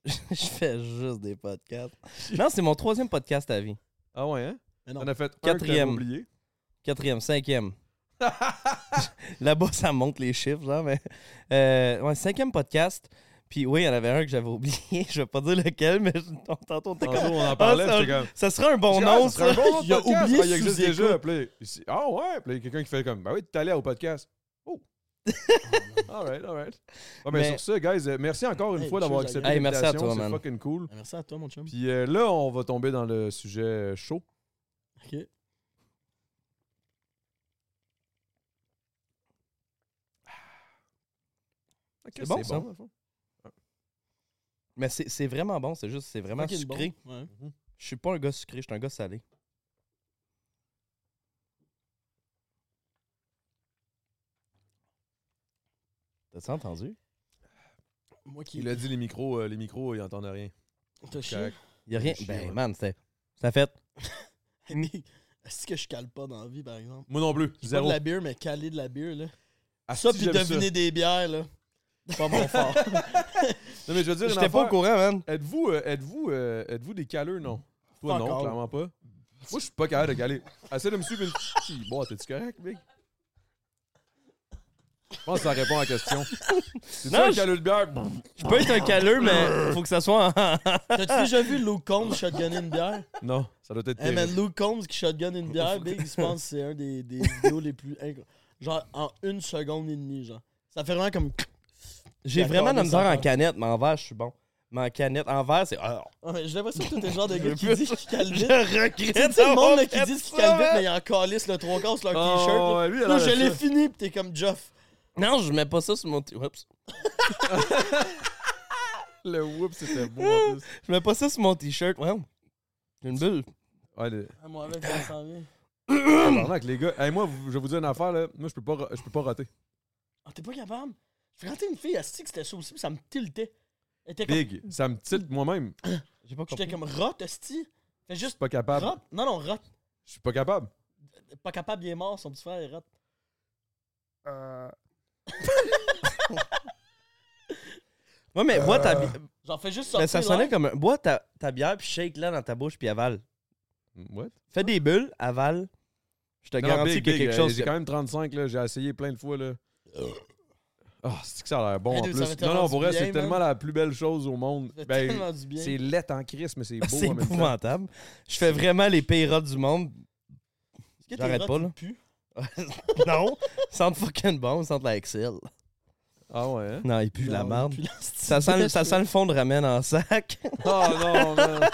C: je fais juste des podcasts. Non, c'est mon troisième podcast à vie.
A: Ah ouais, hein?
B: Mais non.
A: On a fait
C: Quatrième.
A: un que t'avais oublié. *laughs*
C: Quatrième, cinquième. Là-bas, ça monte les chiffres, genre, mais. euh, ouais, cinquième podcast. Puis oui, il y en avait un que j'avais *laughs* oublié. Je vais pas dire lequel, mais je- on- tantôt, on était
A: Tantôt,
C: comme-
A: on en parlait,
C: Ah, ça,
A: j'étais comme-
C: ça serait un bon
A: Ah,
C: nom,
A: ça serait un
C: ça.
A: bon nom de
B: Il a
A: podcast.
B: oublié
A: Ah, il existe
B: sous-écoute.
A: déjà. Puis là, il- il- Ah ouais, puis là, il y a quelqu'un qui fait comme, ben oui, t'es allé au podcast. Oh! alright, alright. Ouais, Ah, mais,
C: Mais-
A: sur ça, guys, euh, merci encore une
B: Hey,
A: fois d'avoir
B: cheers,
A: accepté
B: la
C: gang. Hey, merci à
A: l'invitation.
C: toi,
A: C'est
C: man.
A: fucking cool.
B: Ah, Merci à toi, mon chum.
A: Puis euh, là, on va tomber dans le sujet euh, chaud.
B: Ok.
A: Ok,
C: bon, ça.
A: dans le fond.
C: Mais c'est c'est vraiment bon, c'est juste, c'est vraiment
B: Fucking
C: sucré.
B: bon,
A: Mm-hmm.
B: ouais.
C: Je suis pas un gars sucré, je suis un gars salé. T'as-tu entendu?
B: Moi qui.
A: Il a dit les micros, euh, les micros, ils n'entendent rien.
B: T'as chié.
A: correct.
C: Y a rien.
A: Chier, ouais.
C: Ben, man, c'était. Ça fait.
B: *laughs* Est-ce que je cale pas dans la vie, par exemple?
A: Moi non plus,
B: J'ai pas de
A: zéro.
B: la bière, mais caler de la bière, là.
A: Ah,
B: Ah, Ça,
A: si,
B: puis
A: j'aime
B: deviner des bières, là. C'est
A: *laughs*
B: Pas mon fort.
A: Non, mais je veux dire, une
C: J'étais pas au
A: affaire.
C: courant, man.
A: Êtes-vous euh, êtes-vous euh, êtes-vous des caleux non Toi
B: Fuck
A: non,
B: all.
A: clairement pas. Moi je suis pas capable de caler. Essaie de me suivre une *laughs* Si, bon, t'es tu correct, mec Je pense que ça répond à la question. C'est
C: Non,
A: ça un
C: je-
A: caleux de bière
C: Je peux être un caleux, mais faut que ça soit en.
B: T'as-tu déjà vu Luke Combs shotgunner une bière?
A: Non, ça doit être
B: Hey Eh, man,
A: terrible.
B: Luke Combs qui shotgun une
A: *laughs*
B: bière, Big, je pense que c'est un des, des vidéos les plus. inc- Genre en une seconde et demie, genre. Ça fait vraiment comme.
C: *laughs*
B: *laughs*
C: J'ai
B: D'accord,
C: vraiment de la
B: mais
C: misère
B: ça
C: en
B: va.
C: canette, mais en verre, je suis bon. Mais en canette, en verre, c'est. Ah,
B: Ah, mais J'ai l'impression que t'es le genre de gars
C: veux
B: qui dit qu'il
A: *laughs*
B: cale
C: je
B: vite.
C: regrette.
B: Tu sais, le monde là,
C: d'avoir
B: qui
C: fait
B: dit qu'il
C: ça,
B: cale vite,
C: man.
B: mais il en calisse le trois quarts sur leur
A: Oh,
B: t-shirt.
A: ouais,
B: là.
A: lui, il a
B: là,
A: l'air
B: je
A: de
B: l'ai
A: ça.
B: fini, pis t'es comme Jeff.
C: Non, je mets pas ça sur mon. t- Oups.
A: Le whoop c'était beau en plus.
C: Je mets pas ça sur mon t-shirt. Ouais. J'ai une bulle.
A: Ouais, le-
B: Ah, moi, avec, ça s'en vient.
A: tabarnak, les gars. Hey, moi vous- je vais vous dire une affaire là, moi je peux pas ra- je peux pas rater.
B: Ah, t'es pas capable? Je fréquentais une fille, astique, c'était ça aussi, pis ça me tiltait. Elle était comme-
A: Big, ça me tilte moi-même.
C: J'ai pas
B: J'étais
C: compris.
B: comme rot, hostie. Fais juste.
A: Pas capable.
B: Rot. Non, non, rot.
A: Je suis pas capable.
B: Pas capable, il est mort, son petit frère est rot.
C: Ouais, mais bois
A: Euh.
C: ta bière.
B: Genre, fais juste
C: Mais
B: sortir.
C: ça
B: l'air.
C: sonnait comme un. Bois ta, ta bière, puis shake-la dans ta bouche, puis avale.
A: What
C: Fais des bulles, avale. Je te
A: Non,
C: garantis
A: big,
C: qu'il y a
A: big,
C: quelque
A: euh,
C: chose.
A: J'ai
C: que-
A: quand même 35, là. J'ai essayé plein de fois, là. Ah, c'est que ça a l'air bon
B: Hey,
A: en
B: dude, ça fait
A: plus. Non,
B: tellement
A: non,
B: du
A: pour vrai,
B: bien,
A: c'est
B: man.
A: tellement la plus belle chose au monde.
B: Ça fait
A: Ben,
B: tellement du bien.
A: c'est laid en crise,
B: *laughs*
A: mais c'est beau
C: C'est
A: en même temps.
C: épouvantable. Je fais vraiment les pires du monde. *laughs*
B: Est-ce que tes
C: J'arrête
B: rats,
C: pas,
B: ils
C: là.
B: *laughs* puent?
C: non. Sente fucking bon, sente la Excel.
A: Ah ouais,
B: *laughs*
A: hein?
C: Non, il pue la
B: Non,
C: merde.
B: ils puent, l'hostie. *laughs*
C: Ça sent, le- ça sent le fond de ramen en sac. *laughs*
A: Ah non, man.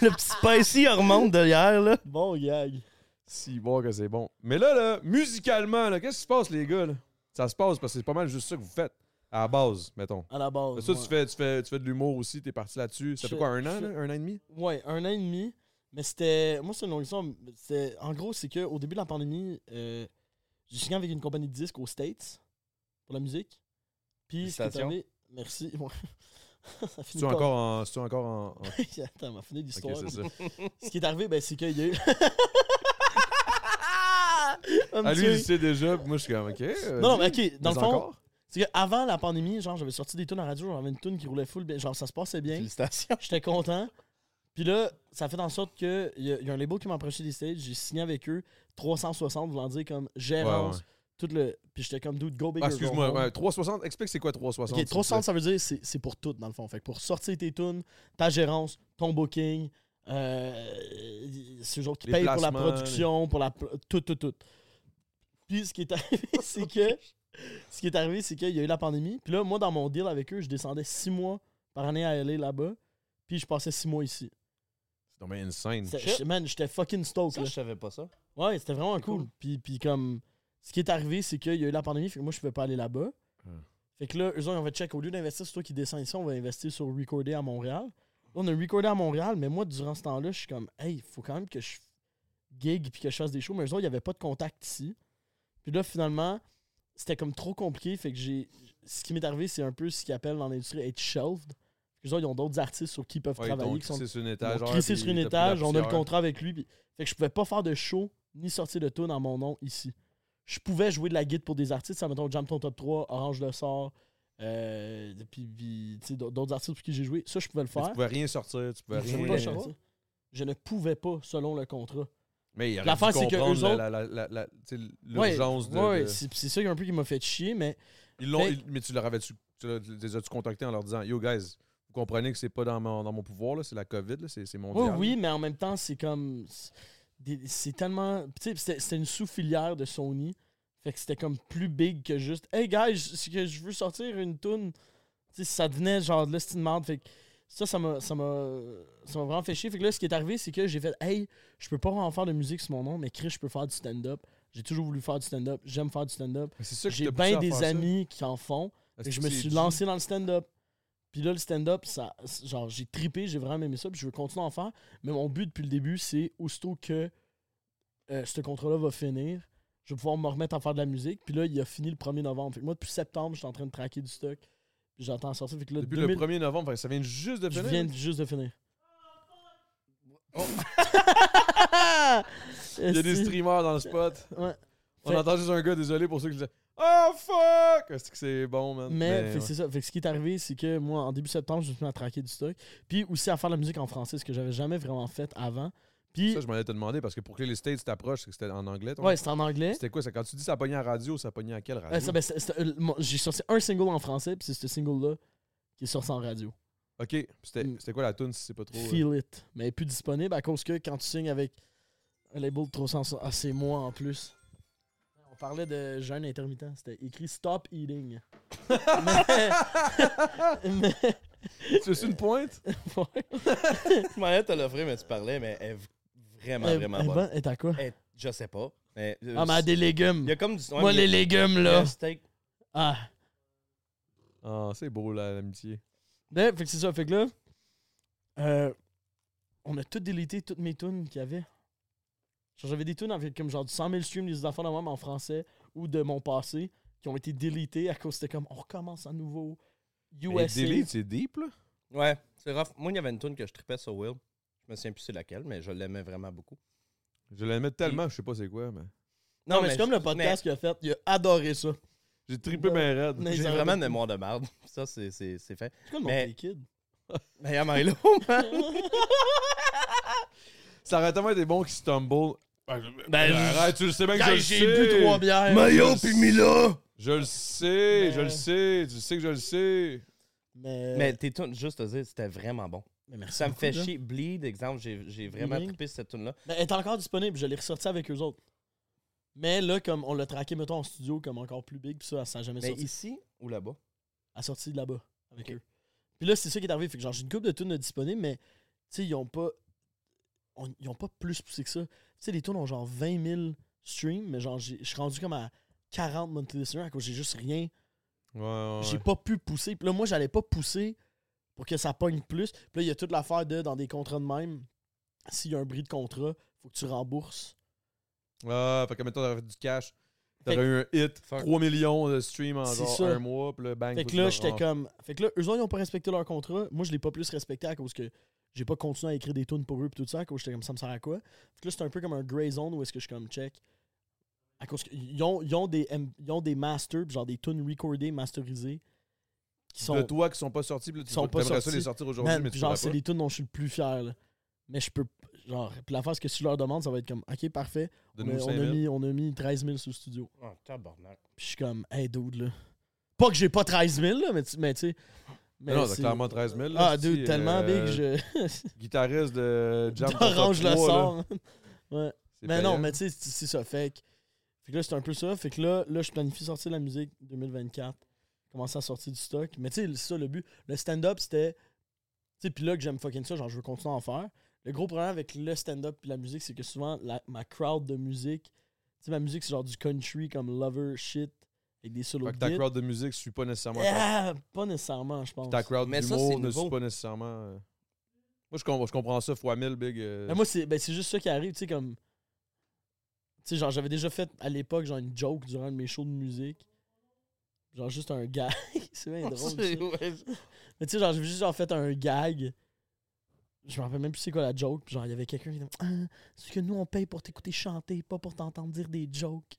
C: le petit spicy il remonte derrière, là.
B: Bon gag.
A: Si bon que c'est bon. Mais là, là, musicalement, là, qu'est-ce qui se passe, les gars, là? Ça se passe parce que c'est pas mal juste ça que vous faites. À la base, mettons.
B: À la base.
A: Ça,
B: ouais.
A: tu fais, tu, fais, tu fais de l'humour aussi, t'es parti là-dessus. Ça
B: Je-
A: fait quoi, un an,
B: je-
A: là? Un an et demi?
B: Ouais, un an et demi. Mais c'était. Moi, c'est une longue histoire. mais c'était- En gros, c'est qu'au début de la pandémie, euh, j'ai signé avec une compagnie de disques aux States pour la musique. Puis, ce qui est
C: Félicitations.
B: arrivé- Merci. *laughs* Ouais. ça finit
A: C'est-tu
B: pas-
A: encore en. C'est-tu encore en. en-
B: *laughs* Attends, m'a fini
A: Ok,
B: *laughs* l'histoire.
A: c'est
B: *laughs*
A: ça.
B: ce qui est arrivé, ben, c'est qu'il
C: *laughs*
B: y a eu. *laughs* Un
A: À lui,
B: petit-
A: il sait déjà, puis moi, je suis comme, OK.
B: Non, non, mais
A: vas-y.
B: ok, dans le
A: Euh, Mais
B: fond,
A: encore?
B: c'est qu'avant la pandémie, genre, j'avais sorti des tunes en radio, j'avais une tune qui roulait full, bien, genre, ça se passait bien.
C: Félicitations.
B: *laughs* J'étais content. Puis là, ça fait en sorte que il y, a- y a un label qui m'a approché des stages, j'ai signé avec eux 360, voulant dire comme gérance,
A: Ouais,
B: tout le. Puis j'étais comme dude, go big.
A: Ah, excuse-moi, ouais, 360, explique c'est quoi 360.
B: Ok, 360, ça veut dire c'est c'est pour tout dans le fond. Fait que pour sortir tes tunes, ta gérance, ton booking, euh, c'est eux autres qui
A: Les
B: payent pour la
A: placements, les-
B: production, pour la. pl- Tout, tout, tout. Puis ce qui
A: *laughs*
B: est arrivé, c'est que. Ce qui est arrivé, c'est qu'il y a eu la pandémie. Puis là, moi, dans mon deal avec eux, je descendais six mois par année à aller là-bas. Puis je passais six mois ici.
A: C'est donc bien insane.
B: C'était- j'étais- Man, j'étais fucking stoked.
C: Ça,
B: là.
C: je savais pas ça.
B: Ouais, c'était vraiment
C: C'est
B: cool.
C: cool.
B: Puis, puis comme, ce qui est arrivé, c'est qu'il y a eu la pandémie, fait que moi, je pouvais pas aller là-bas.
A: Hmm.
B: Fait que là, eux autres, on va check, au lieu d'investir sur toi qui descends ici, on va investir sur recorder à Montréal. Là, on a recordé à Montréal, mais moi, durant ce temps-là, je suis comme, hey, faut quand même que je gig puis que je fasse des shows. Mais eux autres, il n'y avait pas de contact ici. Puis là, finalement, c'était comme trop compliqué. Fait que j'ai. Ce qui m'est arrivé, c'est un peu ce qu'ils appellent dans l'industrie être shelved. Eux autres, ils ont d'autres artistes sur qui ils peuvent
A: Ouais, ils t'ont
B: travailler, qui sont
A: crissé sur un
B: ils m'ont
A: étage. genre,
B: crissé
A: puis
B: sur un
A: t'as pris la
B: étage, on a le
A: poussière.
B: contrat avec lui. puis- Fait que je pouvais pas faire de show ni sortir de tune en mon nom ici. Je pouvais jouer de la guide pour des artistes, ça mettons Jam ton top 3, Orange le sort, euh, puis, puis, tu sais, d'au- d'autres artistes pour qui j'ai joué. Ça, je pouvais le
A: Mais Tu
B: faire.
A: pouvais rien sortir, tu pouvais
B: Je,
A: rien.
B: pouvais pas sortir. Je ne pouvais pas selon le contrat.
A: Mais il aurait
B: L'affaire,
A: dû
B: c'est que
A: comprendre
B: eux
A: la- la-
B: autres-
A: la- la- la- tu sais,
B: Ouais,
A: l'urgence de-
B: ouais,
A: de...
B: c'est c'est ça qui est un peu qui m'a fait chier, mais
A: Ils l'ont-
B: Mais-
A: ils- mais tu leur avais-tu tu leur- tu les as-tu contactés en leur disant Yo, guys, vous comprenez que c'est pas dans mon, dans mon pouvoir, là, c'est la COVID, là, c'est c'est
B: Oui,
A: mondial.
B: oui, mais en même temps, c'est comme. c'est- des- C'est tellement. Tu sais, c'était- c'était une sous-filière de Sony. Fait que c'était comme plus big que juste. Hey, guys, je- c'est que je veux sortir une toune. Tu sais, ça devenait genre de la petite merde. Fait que ça, ça m'a ça m'a- ça m'a vraiment fait chier. Fait que là, ce qui est arrivé, c'est que j'ai fait. Hey, je peux pas en faire de musique sur mon nom, mais Chris, je peux faire du stand-up. J'ai toujours voulu faire du stand-up. J'aime faire du stand-up.
A: Mais C'est ça que
B: J'ai
A: je t'ai poussé
B: bien
A: à faire
B: des
A: ça.
B: amis qui en font.
A: Est-ce
B: Fait que je
A: que
B: me
A: c'est
B: suis
A: dû?
B: lancé dans le stand-up. Puis là, le stand-up, ça, c'est- genre, j'ai trippé, j'ai vraiment aimé ça, puis je veux continuer à en faire. Mais mon but depuis le début, c'est aussitôt que euh, ce contrat-là va finir, je vais pouvoir me remettre à faire de la musique. Puis là, il a fini le 1er novembre. Fait que moi, depuis septembre, je suis en train de traquer du stock. Puis j'attends sortir. Fait que là,
A: Depuis
B: 2000
A: le 1er novembre, fait que ça vient juste de
B: je
A: finir.
B: viens
A: là.
B: juste de finir. *laughs*
A: Il y a des streamers dans le spot.
B: Ouais.
A: On
B: Fait-
A: entend juste un gars, désolé pour ceux qui disaient Oh fuck! Est-ce que c'est bon, man?
B: Mais, fait que
A: Ben, ouais.
B: c'est ça. Fait que ce qui est arrivé, c'est que moi, en début septembre, je me suis mis à traquer du stock. Puis aussi à faire de la musique en français, ce que j'avais jamais vraiment fait avant. Puis,
A: Ça, je m'en allais te demander parce que pour que les States t'approchent, c'est que c'était en anglais. ton-
B: ouais, c'était en anglais.
A: C'était quoi ça? Quand tu dis ça pognait à radio, ça pognait à quelle radio?
B: Euh, ça, ben, c'est- c'est- euh, mon- J'ai sorti un single en français, puis c'est ce single-là qui est sorti en radio.
A: ok, puis c'était
B: Mm.
A: c'était quoi la tune si c'est pas trop. euh,
B: Feel It. Mais elle est plus disponible à cause que quand tu signes avec un label de 300... Ah, c'est moi en plus. On parlait de jeûne intermittent. C'était écrit Stop Eating.
A: *laughs*
B: *laughs* mais...
A: C'est *laughs* juste une pointe?
B: *laughs* Ouais.
C: Je m'en allais te l'offrir, mais tu parlais, mais elle est v- vraiment,
B: Elle-
C: vraiment
B: elle est
C: bonne.
B: bonne. Eh, ben, Elle est à quoi?
C: Elle est- je sais pas. mais, euh,
B: Ah, mais elle a des
C: Il
B: légumes.
C: y a comme du. ouais,
B: Moi,
C: mais
B: les légumes,
C: il y a
B: là.
C: un steak.
B: Ah.
A: Ah, c'est beau là, l'amitié.
B: Ben, fait que c'est ça. Fait que là, euh, on a tout délité, toutes mes tunes qu'il y avait. Genre, j'avais des tunes avec comme genre du 100 000 streams des enfants de moi, mais en français ou de mon passé qui ont été délitées à cause de comme on recommence à nouveau.
A: Mais
B: USA.
A: Delete, c'est deep là?
C: Ouais, c'est rough. Moi, il y avait une tune que je tripais sur Will. Je me souviens plus c'est laquelle, mais je l'aimais vraiment beaucoup.
A: Je l'aimais tellement, je sais pas c'est quoi, mais.
B: Non, mais, c'est comme le podcast qu'il a fait. Il a adoré ça.
A: J'ai trippé bien raide.
B: Mais-
C: J'ai
B: Ils ont-
C: vraiment une mémoire de
B: *laughs*
C: merde. Ça, c'est c'est- c'est fait.
B: C'est comme
C: Mais-
B: mon *laughs* kid.
C: Mais
B: *laughs*
C: à Milo, man.
A: Ça aurait tellement été bon qu'il stumble.
B: Ben,
A: Arrête, tu le sais bien que je
B: Guys,
A: le sais.
B: j'ai bu trois bières.
C: Mayo pis
B: Euh.
C: Mila!
A: Je le sais,
B: Mais- euh,
A: je le sais, tu sais que je le sais.
B: Mais,
C: Mais tes tunes, juste te dire, c'était vraiment bon.
B: mais merci
C: Ça me
B: beaucoup,
C: fait
B: là.
C: chier. Bleed, exemple, j'ai j'ai vraiment
B: Bleed.
C: trippé sur cette tune là
B: Mais Ben, elle est encore disponible, je l'ai ressorti avec eux autres. Mais là, comme on l'a traqué, mettons, en studio, comme encore plus big, puis ça, ça n'a jamais
C: Mais
B: sorti.
C: ici ou là-bas?
B: à sortir de là-bas avec
C: Ben, Ok.
B: eux. Puis là, c'est ça qui est arrivé. Fait que genre, j'ai une couple de tunes de disponibles, mais tu sais, ils ont pas. on- ils ont pas plus poussé que ça. Tu sais, les tunes ont genre 20 000 streams, mais genre, j'ai- je suis rendu comme à 40 monthly listeners à cause j'ai juste rien.
A: Ouais, ouais.
B: J'ai pas pu pousser. Puis là, moi, j'allais pas pousser pour que ça pogne plus. Puis là, il y a toute l'affaire de dans des contrats de même. S'il y a un bris de contrat, faut que tu rembourses.
A: Ah, fait que mettons, t'aurais fait du cash.
B: Fait
A: T'aurais eu un hit,
C: Fuck.
A: 3 millions de streams en
B: C'est
A: genre
B: ça.
A: un mois, puis là, bang.
B: Fait
A: faut
B: que là,
A: tu
B: j'étais
A: leur-
B: comme. Fait que là, eux autres, ils ont pas respecté leur contrat. Moi, je l'ai pas plus respecté à cause que j'ai pas continué à écrire des tunes pour eux et tout ça. À cause j'étais comme ça me sert à quoi. Fait que là, c'est un peu comme un gray zone où est-ce que je suis comme check. À cause qu'ils ont, ils ont, des, M- ils ont des masters, pis genre des tunes recordées, masterisées, qui sont.
A: De toi qui sont pas sortis, puis là, tu
B: sont pas
A: t'aimerais ça
B: sortis.
A: les sortir aujourd'hui,
B: Man,
A: mais
B: pis
A: tu
B: genre,
A: pourrais
B: c'est
A: pas.
B: les tunes dont je suis le plus fier. là. Mais je peux. Genre, puis l'affaire, c'est que si je leur demande, ça va être comme OK, parfait. On a,
A: Donne-nous
B: on a
A: 5 000.
B: mis, on a mis 13 000 sous le studio.
C: Oh, tabarnak.
B: Puis je suis comme, hey, dude, là. Pas que j'ai pas 13 000, là, mais tu mais tu sais. mais
A: non, t'as
B: c'est-
A: clairement 13 000. là,
B: Ah,
A: c'est-tu,
B: dude, tellement
A: euh,
B: big, je.
A: Guitariste de Jam.
B: *laughs* Orange le
A: Top 3, là.
B: sort. man.
A: C'est
B: Mais Ben non,
A: payant.
B: mais tu sais, c'est c'est ça. Fait que, fait Fait que là, c'est un peu ça. Fait que là, là je planifie sortir la musique 2024. Commencer à sortir du stock. Mais tu sais, c'est ça le but. Le stand-up, c'était. Tu sais, puis là que j'aime fucking ça, genre, je veux continuer à en faire. Le gros problème avec le stand-up et la musique, c'est que souvent, la- ma crowd de musique. Tu sais, ma musique, c'est genre du country comme lover shit. Avec des solos
A: Fait
B: de
A: que ta
B: guitare.
A: crowd de musique suit pas nécessairement ta-
B: Ah, pas nécessairement, je pense.
A: ta crowd
C: Mais ça,
A: d'humour
C: c'est
A: ne
C: nouveau.
A: suit pas nécessairement. euh. Moi, je, com- je comprends ça fois mille, Big. euh,
B: Mais moi, c'est ben, c'est juste ça qui arrive, tu sais, comme. Tu sais, genre, j'avais déjà fait à l'époque, genre, une joke durant un de mes shows de musique. Genre, juste un gag. *laughs* c'est
C: *laughs*
B: bien drôle. ça. Mais tu sais, genre, j'ai juste genre, fait un gag. Je me rappelle même plus c'est quoi la joke. Puis genre, il y avait quelqu'un qui était ah, C'est que nous, on paye pour t'écouter chanter, pas pour t'entendre dire des jokes.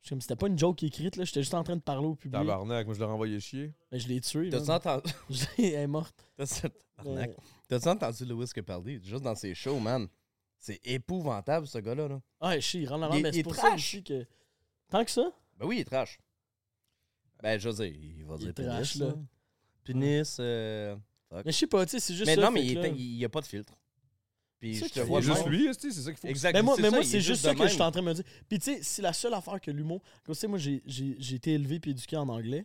B: Je suis comme, c'était pas une joke écrite, là. J'étais juste en train de parler au public.
A: Tabarnak, moi, je l'ai renvoyé chier.
B: Mais je l'ai tué.
C: T'as-tu
B: *laughs* man.
C: *laughs* entendu-
B: Je- Elle est morte.
C: T'as-tu-
B: Mais-
C: Tabarnak. T'as-tu entendu Lewis Capaldi? Juste dans ses shows, man. C'est épouvantable, ce gars-là. là.
B: Ah, je sais, il rentre avant,
C: Il-
B: mais
C: il
B: c'est
C: est
B: pour ça
C: trash.
B: aussi que. Tant que ça,
C: Ben oui, il est trash. Ben, je veux dire, il va
B: il est
C: dire
B: trash, là.
C: pénis. là. Pénis, euh, fuck.
B: Mais je sais pas, tu sais, c'est juste.
C: Mais
B: ça,
C: non,
B: fait
C: mais
B: que
C: il
B: là-
C: est- il n'y a pas de filtre. Puis
B: C'est ça
C: je te
B: qu'il
C: vois
B: fait,
A: juste
B: bon.
A: lui, esti, c'est ça qu'il faut.
C: Exactement.
B: Mais moi, mais moi c'est juste ça que je suis en train de me dire. Puis tu sais, c'est la seule affaire que l'humour. Comme tu sais, moi, j'ai- j'ai j'ai été élevé puis éduqué en anglais.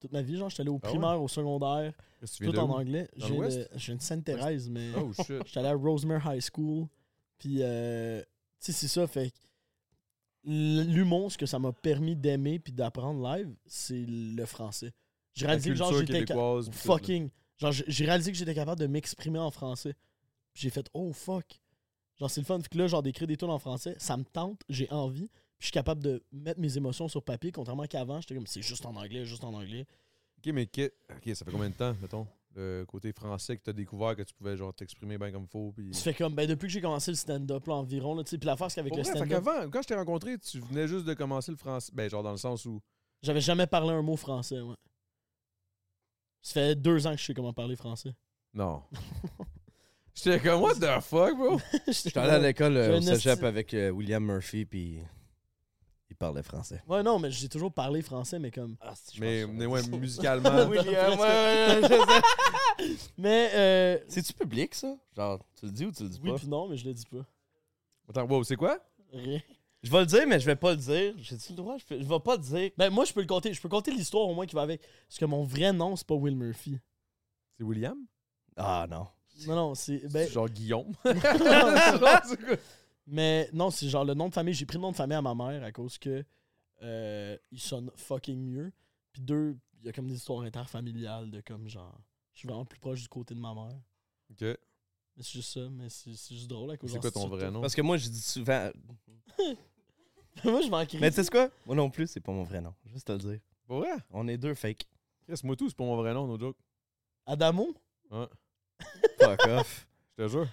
B: Toute ma vie, genre, j'étais allé au
A: Ah ouais?
B: primaire, au secondaire,
A: Qu'est-ce que tu viens
B: tout
A: de
B: en
A: où?
B: anglais.
A: Dans
B: J'ai
A: l'Ouest?
B: de- J'ai une Sainte-Thérèse, mais.
A: Oh shit.
B: J'étais allé à Rosemere High School. Puis, euh, tu sais, c'est ça. Fait que l'humour, ce que ça m'a permis d'aimer puis d'apprendre live, c'est le français. J'ai
A: La
B: réalisé que genre,
A: culture
B: j'étais. ca-
A: québécoise. puis tout, là.
B: Fucking. Genre, j'ai- j'ai réalisé que j'étais capable de m'exprimer en français. Puis j'ai fait, oh fuck. Genre, c'est le fun. Fait que là, genre, d'écrire des tunes en français, ça me tente, j'ai envie. Puis je suis capable de mettre mes émotions sur papier, contrairement qu'avant, j'étais comme, c'est juste en anglais, juste en anglais.
A: Ok, mais que- ok, ça fait combien de temps, mettons, le côté français que t'as découvert que tu pouvais genre t'exprimer bien comme faut, puis.
B: Tu fais comme, ben, depuis que j'ai commencé le stand-up, là, environ, là, tu sais. Puis l'affaire, c'est qu'avec
A: Pour
B: le
A: vrai, fait
B: stand-up,
A: qu'avant, quand je t'ai rencontré, tu venais juste de commencer le français. Ben, genre dans le sens où.
B: j'avais jamais parlé un mot français, ouais. Ça fait deux ans que je sais comment parler français. *laughs*
A: Non. J'étais comme, what the fuck, bro?
C: Je suis allé à l'école
B: J'ai
C: euh, au
B: un esti-
C: cégep avec euh, William Murphy, puis il parlait français.
B: Ouais, non, mais j'ai toujours parlé français, mais comme. *laughs*
C: Ah,
A: mais, mais ouais, musicalement.
C: *laughs* William,
B: Presque.
C: ouais, je sais.
B: Mais, euh.
C: *laughs* C'est-tu public, ça? Genre, tu le dis ou tu le dis
B: Oui,
C: pas?
B: puis non, mais je le dis pas.
A: Attends, wow, c'est quoi?
B: Rien.
C: Je vais le dire, mais je vais pas le dire. J'ai-tu le droit? Je, peux- je vais pas le dire.
B: Ben moi je peux le compter, je peux compter l'histoire au moins qui va avec. Parce que mon vrai nom c'est pas Will Murphy.
A: C'est William?
C: Ah non.
B: Non non c'est ben,
A: C'est genre Guillaume. *laughs* C'est quoi?
B: mais non c'est genre le nom de famille. J'ai pris le nom de famille à ma mère à cause que euh, il sonne fucking mieux. Puis deux il y a comme des histoires interfamiliales de comme genre je suis vraiment plus proche du côté de ma mère.
A: Ok.
B: Mais c'est juste ça mais c'est c'est juste drôle à cause
A: C'est quoi
B: genre,
A: ton vrai nom?
C: Parce que moi, je dis souvent.
B: *laughs* moi je m'en crie.
C: *laughs* Mais tu sais quoi? Moi non plus, c'est pas mon vrai nom. Juste te le dire.
A: Pour vrai?
C: On est deux fake.
A: Chris, moi tout, c'est pas mon vrai nom, no joke.
B: Adamo.
A: Ouais,
C: Fuck off.
A: je te jure.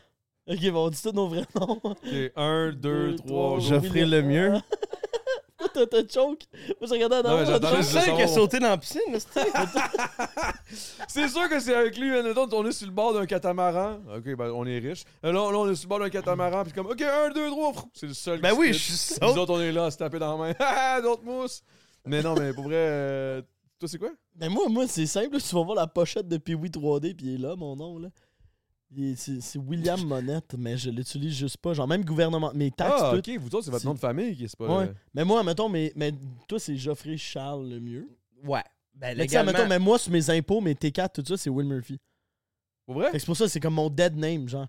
B: Ok bon on dit tous nos vrais *laughs* noms.
A: Ok, un, deux, trois.
C: Je- Geoffrey Lemieux.
B: *laughs* Pourquoi t'as- t'as choke? Moi j'ai regardé Adamo.
A: mais
B: t'as
A: j'attendais
B: choke.
A: juste
C: C'est
A: de
C: ça qui a
A: savoir.
C: sauté dans la piscine, là, c'est-
A: *laughs* C'est sûr que c'est avec lui, man. Mettons, on est sur le bord d'un catamaran. Ok, ben on est riche. Là, là, on est sur le bord d'un catamaran, puis comme, ok, un, deux, trois. frou, C'est le seul.
C: Ben
A: qui
C: oui,
A: se
C: je
A: fit.
C: suis
A: Nous
C: saute.
A: autres, on est là à se taper dans la main. *laughs* Ah, d'autres mousses. Mais non, mais pour vrai, euh, toi, c'est quoi?
B: Ben moi, moi c'est simple, là, tu vas voir la pochette de Pee-Wee 3D, puis il est là, mon nom, là. Il est- C'est
A: *laughs*
B: c'est William Monette, mais je l'utilise juste pas. Genre, même gouvernement, mes taxes,
A: Ah,
B: tout.
A: ok, vous autres, c'est votre
B: C'est-
A: nom de famille qui est pas. euh,
B: Ouais. Mais moi, mettons, mais, mais toi, c'est Geoffrey Charles le mieux.
C: Ouais. Ben,
B: Mais tu sais,
C: légalement,
B: mettons, mais moi, sur mes impôts, mes T4, tout ça, c'est Will Murphy.
A: Pour vrai?
B: Fait que c'est pour ça, c'est comme mon dead name, genre.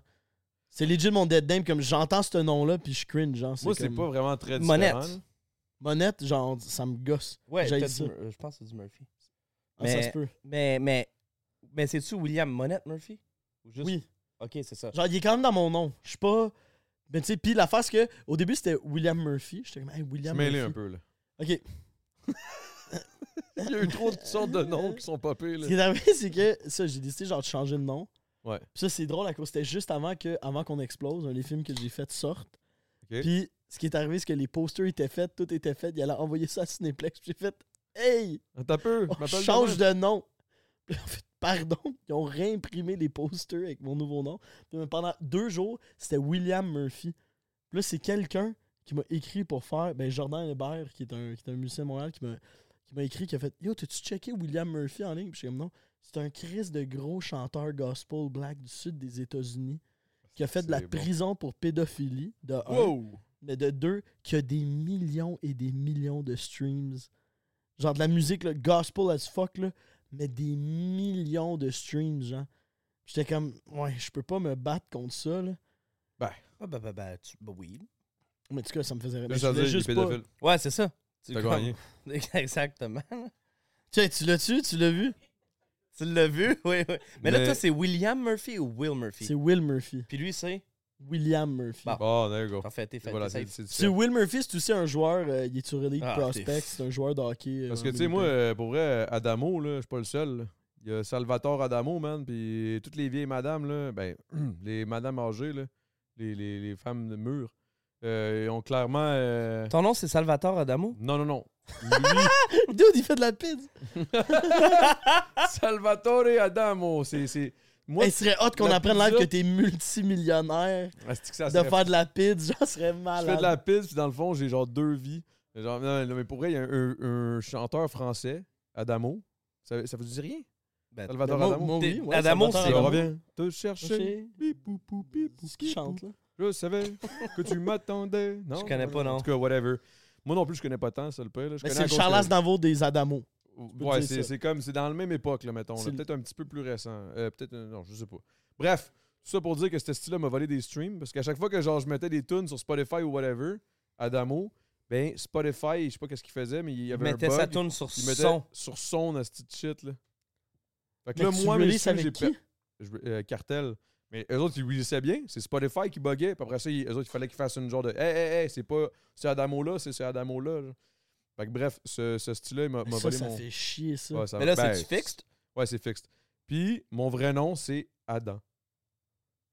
B: C'est legit mon dead name, comme j'entends ce nom-là, puis je cringe, genre.
A: Moi, c'est
B: comme-
A: pas vraiment très différent.
C: Monette.
A: là.
B: Monette, genre, ça me gosse.
C: Ouais,
B: J'haïs
C: t'as
B: ça.
C: dit Mur- euh, je pense que c'est du Murphy.
B: Ah, ça
C: Mais-
B: se peut.
C: Mais, mais, mais c'est-tu William Monette Murphy? Ou juste-
B: Oui.
C: Ok, c'est ça.
B: Genre, il est quand même dans mon nom. Je suis pas. Mais tu sais, puis l'affaire, c'est que au début, c'était William Murphy. J'étais comme, hey,
A: Je
B: William
A: suis mêlé
B: Murphy.
A: un peu, là.
B: Ok.
A: Il y a eu trop de toutes sortes de noms qui sont popés,
B: Ce
A: là.
B: *laughs* qui est arrivé, c'est que ça, j'ai décidé genre de changer de nom.
A: Ouais.
B: Puis ça, c'est drôle à cause c'était juste avant que avant qu'on explose, un des films que j'ai fait sortent.
A: Ok.
B: Puis ce qui est arrivé, c'est que les posters étaient faits, tout était fait. Il allait envoyer ça à Cinéplex. Puis j'ai fait Hey!
A: T'as peu,
B: On change de nom! *laughs* Puis en fait, Pardon, ils ont réimprimé les posters avec mon nouveau nom. Puis pendant deux jours, c'était William Murphy. Puis là, c'est quelqu'un qui m'a écrit pour faire. Ben, Jordan Hébert, qui est un, qui est un musicien de Montréal, qui m'a qui m'a écrit, qui a fait Yo, t'as-tu checké William Murphy en ligne Puis je suis comme non. C'est un Chris de gros chanteur gospel black du sud des États-Unis qui a fait de la
A: C'est bon.
B: prison pour pédophilie de un.
A: Wow!
B: mais de deux, qui a des millions et des millions de streams. Genre de la musique, là, gospel as fuck, là, mais des millions de streams, genre. J'étais comme, ouais, je peux pas me battre contre ça, là.
C: Ah,
B: ben,
C: bah, bah, bah, tu- bah oui.
B: Mais en tout cas, ça me faisait rire. Mais
A: Ça
B: je
A: veut
B: voulais
A: dire, il
B: juste
A: est
B: pas-
A: pédophile.
C: Ouais, c'est ça. Tu
A: T'as
C: comme-
A: gagné.
C: *laughs* Exactement.
B: Tiens, tu l'as tué, tu l'as vu?
C: Tu l'as vu? *laughs* Oui, oui. Mais, là,
A: Mais-
C: toi, c'est William Murphy ou Will Murphy?
B: C'est Will Murphy.
C: Puis lui, c'est.
B: William Murphy.
C: Bah,
A: Oh, there you go.
C: En fait, t'es fait.
A: Voilà, c'est
C: t'es safe.
A: c'est-
B: C'est
A: c'est-
B: Will Murphy, c'est aussi un joueur, euh, il est sur Elite
C: Ah, t'es
B: Prospect,
C: fou.
B: c'est un joueur de hockey. euh,
A: Parce que,
B: en
A: tu sais, moi,
B: militaire.
A: euh, pour vrai, Adamo, là, je suis pas le seul. là. Il y a Salvatore Adamo, man, puis toutes les vieilles madames, là, ben, *clears throat* les madames âgées, là, les, les, les femmes de mur, euh, ils ont clairement... euh,
C: Ton nom, c'est Salvatore Adamo?
A: Non, non, non.
B: *laughs* *laughs* Dude, il fait de la pide.
A: Salvatore Adamo, c'est... c'est- Moi,
B: il serait hot qu'on
A: la
B: apprenne live
A: pizza-
B: que t'es multimillionnaire
A: Asti que ça
B: de
A: serait
B: faire de la pide, *laughs* genre, serait
A: Je fais
B: malade.
A: de la piste, puis dans le fond, j'ai genre deux vies. Genre, non, non, mais pour vrai, il y a un, un- un chanteur français, Adamo. Ça, ça vous dit rien?
C: Ben,
A: Salvatore
B: ben, moi-
A: Adamo.
B: moi, oui,
C: T'es-
B: ouais,
C: Adamo,
B: Salvatore
C: c'est-
A: on
B: Adamo.
A: revient. Te chercher.
B: Chercher.
A: Bip, bou, bou, bip, bou,
B: C'est ce qu'il
A: bip,
B: chante,
A: bou.
B: là.
C: *laughs*
A: Je savais que tu m'attendais. Non?
C: Je connais pas,
A: En
C: non.
A: tout cas, whatever. Moi non plus, je connais pas tant, ça le pire. là. Je
B: Mais
A: connais
B: c'est
A: à
B: le
A: cause
B: Charles
A: que-
B: Navo des Adamo. peux
A: Ouais,
B: dire
A: c'est
B: ça.
A: c'est comme. C'est dans la même époque, là, mettons. là.
B: C'est le-
A: Peut-être un petit peu plus récent. Euh, Peut-être. euh, non, je sais pas. Bref, tout ça pour dire que ce style-là m'a volé des streams. Parce qu'à chaque fois que genre, je mettais des tunes sur Spotify ou whatever, Adamo, ben Spotify, je sais pas qu'est-ce qu'il faisait, mais il y
C: Il
A: avait un
C: mettait
A: bug.
C: sa tourne sur
A: il mettait
C: son.
A: sur son à cette shit là. Fait que
B: Mais
A: là,
B: tu
A: moi, mes
B: releases
A: streams,
B: avec
A: j'ai
B: qui?
A: per- je- euh, cartel. Mais eux autres, ils releasaient bien. C'est Spotify qui buguait. Puis après ça, ils- eux autres, il fallait qu'ils fassent une genre de Hey, hey, hey, c'est pas c'est Adamo là, c'est ce Adamo là. genre. Fait que bref, ce, ce style-là, il m'a m'a
B: Ça,
A: volé
B: ça
A: Ah, bah, mon.
B: fait chier, ça.
A: Ouais, ça-
C: Mais là,
A: ben,
C: c'est-tu fixe?
A: Ouais, c'est fixe. Puis, mon vrai nom, c'est Adam.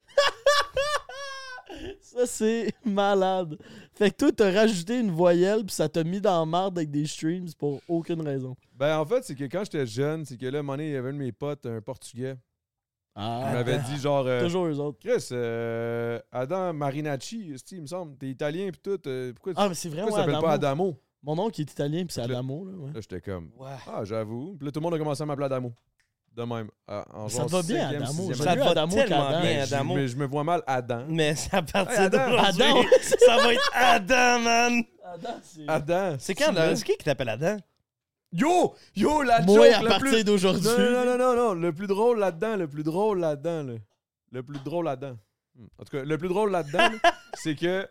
B: *laughs* Ça, c'est malade. Fait que toi, t'as rajouté une voyelle, puis ça t'a mis dans la marde avec des streams pour aucune raison.
A: Ben, en fait, c'est que quand j'étais jeune, c'est que là, monnaie, il y avait un de mes potes, un portugais. Il
B: Ah,
A: m'avait dit genre. ben, euh,
B: toujours eux autres.
A: Chris, euh, Adam Marinacci, esti, il me semble. T'es italien pis tout. euh, pourquoi tu
B: Ah, mais c'est vrai,
A: pourquoi tu
B: ouais,
A: t'appelles pas
B: Adamo.
A: Adamo?
B: Mon oncle est italien, puis c'est
A: Fait que là-
B: Adamo, là, ouais.
A: Là, j'étais comme.
C: Ouais.
A: Ah, j'avoue. Puis là, tout le monde a commencé à m'appeler Adamo. De même. à- en
B: Ça te va
A: genre
B: bien,
A: cinquième,
B: Adamo. euh,
A: sixième
B: Ça
A: année.
B: te va tellement
A: Ben,
B: bien,
A: je- Mais je me vois mal Adam.
C: Mais *laughs* ça partir
A: Hey, Adam,
C: d'aujourd'hui,
B: Adam, ouais,
C: ça va
B: *laughs*
C: être Adam, man.
B: Adam, c'est...
A: Adam.
C: C'est quand, là? C'est qui qui t'appelle Adam?
A: Yo! Yo, la
B: Moi,
A: joke
B: à
A: la
B: partir
A: plus-
B: d'aujourd'hui.
A: Non, non, non, non, non. Le plus drôle là-dedans, le plus drôle là-dedans, là. Le plus drôle là-dedans. Hmm. En tout cas, le plus drôle là-dedans,
B: *laughs*
A: là, c'est que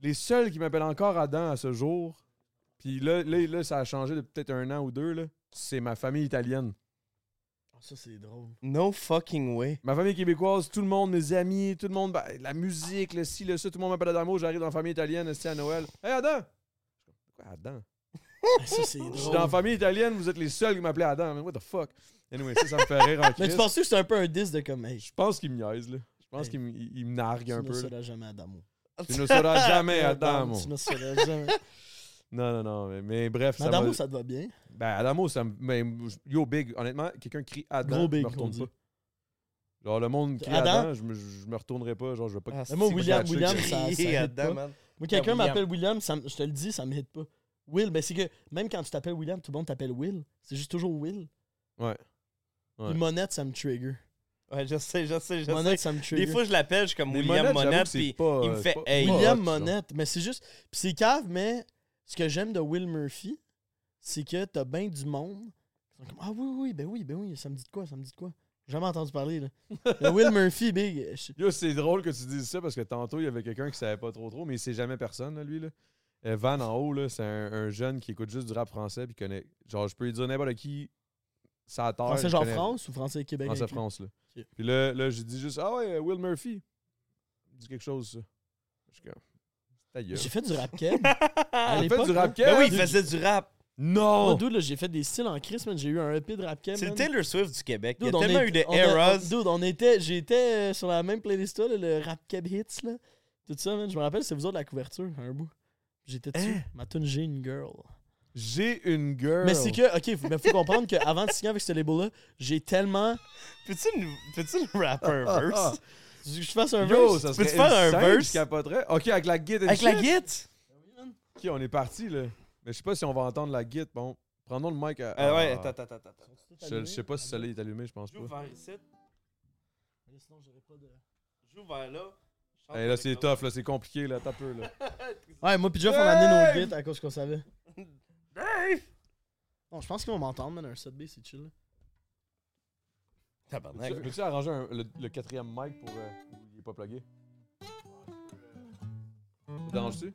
A: les seuls qui m'appellent encore Adam à ce jour, puis là, là, là, ça a changé de peut-être un an ou deux, là, c'est ma famille italienne.
B: Ah, Ça, c'est drôle.
C: No fucking way.
A: Ma famille québécoise, tout le monde, mes amis, tout le monde, bah, la musique, le ci, le ça, tout le monde m'appelle Adamo, j'arrive dans la famille italienne, c'est à Noël. Hey Adam! Quoi, Adam?
B: Ah, Ça, c'est
A: *laughs* Je suis dans la
B: drôle.
A: famille italienne, vous êtes les seuls qui m'appelaient Adam. Man, What the fuck? Anyway, ça, ça me fait rire en
B: *laughs* Mais tu
A: Christ.
B: penses que c'est un peu un disque de comme, hey,
A: Je pense qu'il me niaise, là. Je pense
B: Hey.
A: qu'il me- il- il me nargue
B: tu
A: un
B: ne
A: peu. là.
B: seras jamais Adamo.
A: Tu ne sauras
B: *laughs*
A: jamais, Adamo.
B: Tu ne seras jamais.
A: Non, non, non. Mais, mais bref, ça
B: Adamo,
A: m'a-
B: ça te va bien.
A: Ben, Adamo, ça me. mais, yo, big. Honnêtement, quelqu'un crie Adam.
B: Gros big,
A: Je me
B: on
A: retourne
B: dit.
A: pas. Genre, le monde crie
B: Adam?
A: Adam, je, me, je me retournerai pas. Genre, je veux pas.
C: Ah,
A: que-
C: c'est-
B: moi,
C: c'est
B: William-
C: pas
B: William,
C: catché.
B: ça- ça
C: Yeah,
B: hit
C: Adam,
B: pas.
C: man.
B: Moi, quelqu'un
C: William.
B: m'appelle William, ça me- je te le dis, ça me hit pas. Will, mais c'est que même quand tu t'appelles William, tout le monde t'appelle Will. C'est juste toujours Will.
A: Ouais. Ouais.
B: Puis Monette, ça me trigger.
C: Ouais, je sais, je sais, je
B: Monette,
C: sais.
B: ça me
C: Des
B: trigger.
C: fois, je l'appelle, je suis comme
A: Mais
C: William
A: Monette, j'avoue
C: Monette,
A: que c'est
C: puis
A: pas,
C: il me
A: euh,
C: fait
A: c'est pas-
C: Hey.
B: William
A: hot,
B: Monette, mais c'est juste. Puis c'est cave, mais ce que j'aime de Will Murphy, c'est que t'as bien du monde. Ils sont comme Ah oui, oui, ben oui, ben oui, ça me dit de quoi, ça me dit de quoi. J'ai Jamais entendu parler, là. Le
C: *laughs*
B: Will Murphy, big. je-
A: Yo, c'est drôle que tu dises ça parce que tantôt, il y avait quelqu'un qui savait pas trop trop, mais il sait jamais personne, là, lui. Là. Euh, Van en haut, là, c'est un, un jeune qui écoute juste du rap français puis connaît. Genre, je peux lui dire n'importe qui. Ça
C: Ah,
A: terre.
B: Français
A: il
B: genre
A: connaît-
B: France ou français Québec?
A: France à
B: inclus?
A: France, là.
B: Ok.
A: Puis là, là j'ai dit juste, ah ouais, euh, Will Murphy. Dis quelque chose, ça. Je suis comme, ta gueule.
B: J'ai fait du rap
C: *laughs*
B: keb.
A: T'as
B: À
A: fait
B: l'époque, hein.
A: du rap
C: Ben oui,
A: Kev?
C: il faisait du rap.
B: Moi,
A: Non!
B: dude, là, j'ai fait des styles en Chris, man. J'ai eu un EP de rap keb.
C: Oh! C'est le
B: man.
C: Taylor Swift du Québec. Il y a
B: Dude, on
C: tellement
B: est-
C: eu de
B: on a-
C: eras.
B: Dude, on était, j'étais euh, sur la même playlist, là, le rap keb hits, là. Tout ça, man. Je me rappelle, c'est vous autres la couverture, un bout. J'étais dessus. Ma tune, j'ai une girl.
A: J'ai une gueule.
B: Hein? Mais c'est que, ok, faut- mais faut comprendre qu'avant de signer avec ce label-là, j'ai tellement.
C: Peux-tu nous peux-tu nous rapper
A: Ah,
C: un verse?
B: Tu veux que Je fasse un
A: Yo,
B: verse.
A: ça
C: Peux-tu
A: serait
C: faire un
A: insane,
C: verse?
A: Je capoterais. Ok, avec la guide.
C: Avec la guite?
A: Ok, on est parti, là. Mais je sais pas si on va entendre la guide. Bon, prenons le mic. À,
C: Ah
A: à-
C: ouais, attends, attends, attends. attends.
A: Je, je sais pas si ça est allumé, je pense pas.
C: J'ouvre vers ici.
B: Sinon, j'aurais pas de-
C: J'ouvre vers là.
A: Hey, Eh, là, c'est tough, là, c'est compliqué, là, t'as peu,
C: *laughs*
A: là.
B: Ouais, moi pis Jeff, on a
A: Dave!
B: amené nos guides à cause qu'on savait.
C: *laughs*
B: Bon, je pense qu'ils vont m'entendre, man. Un 7B, c'est chill. là.
C: Tabarnak.
A: Peux-tu peux-tu arranger un- le, le quatrième mic pour. euh, il est pas plugué? Ça te dérange-tu?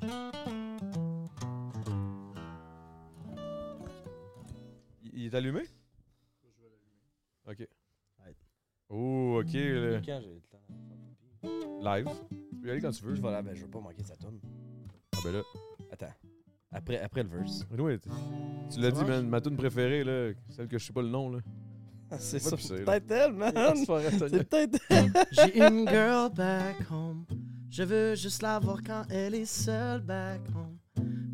A: Il, il est allumé? Ok.
B: Arrête.
A: Oh, ok. le-
C: Quand j'ai le temps de faire pipi?
A: live. Tu peux y aller quand tu veux.
C: Je vais là, ben, je veux pas manquer sa tourne.
A: Ah, ben là.
C: Attends. Après, après le verse.
A: Anyway, t- tu l'as dit,
B: marche?
A: man, ma tune préférée, là, celle que je sais pas le nom, là.
B: *laughs*
C: Ah, c'est
A: ça,
C: ça.
A: puis c'est-
C: C'est peut-être elle, man.
A: Tu vas rester-
B: Ben,
C: C'est peut-être
B: J'ai une girl back home. Je veux juste la voir quand elle est seule back home.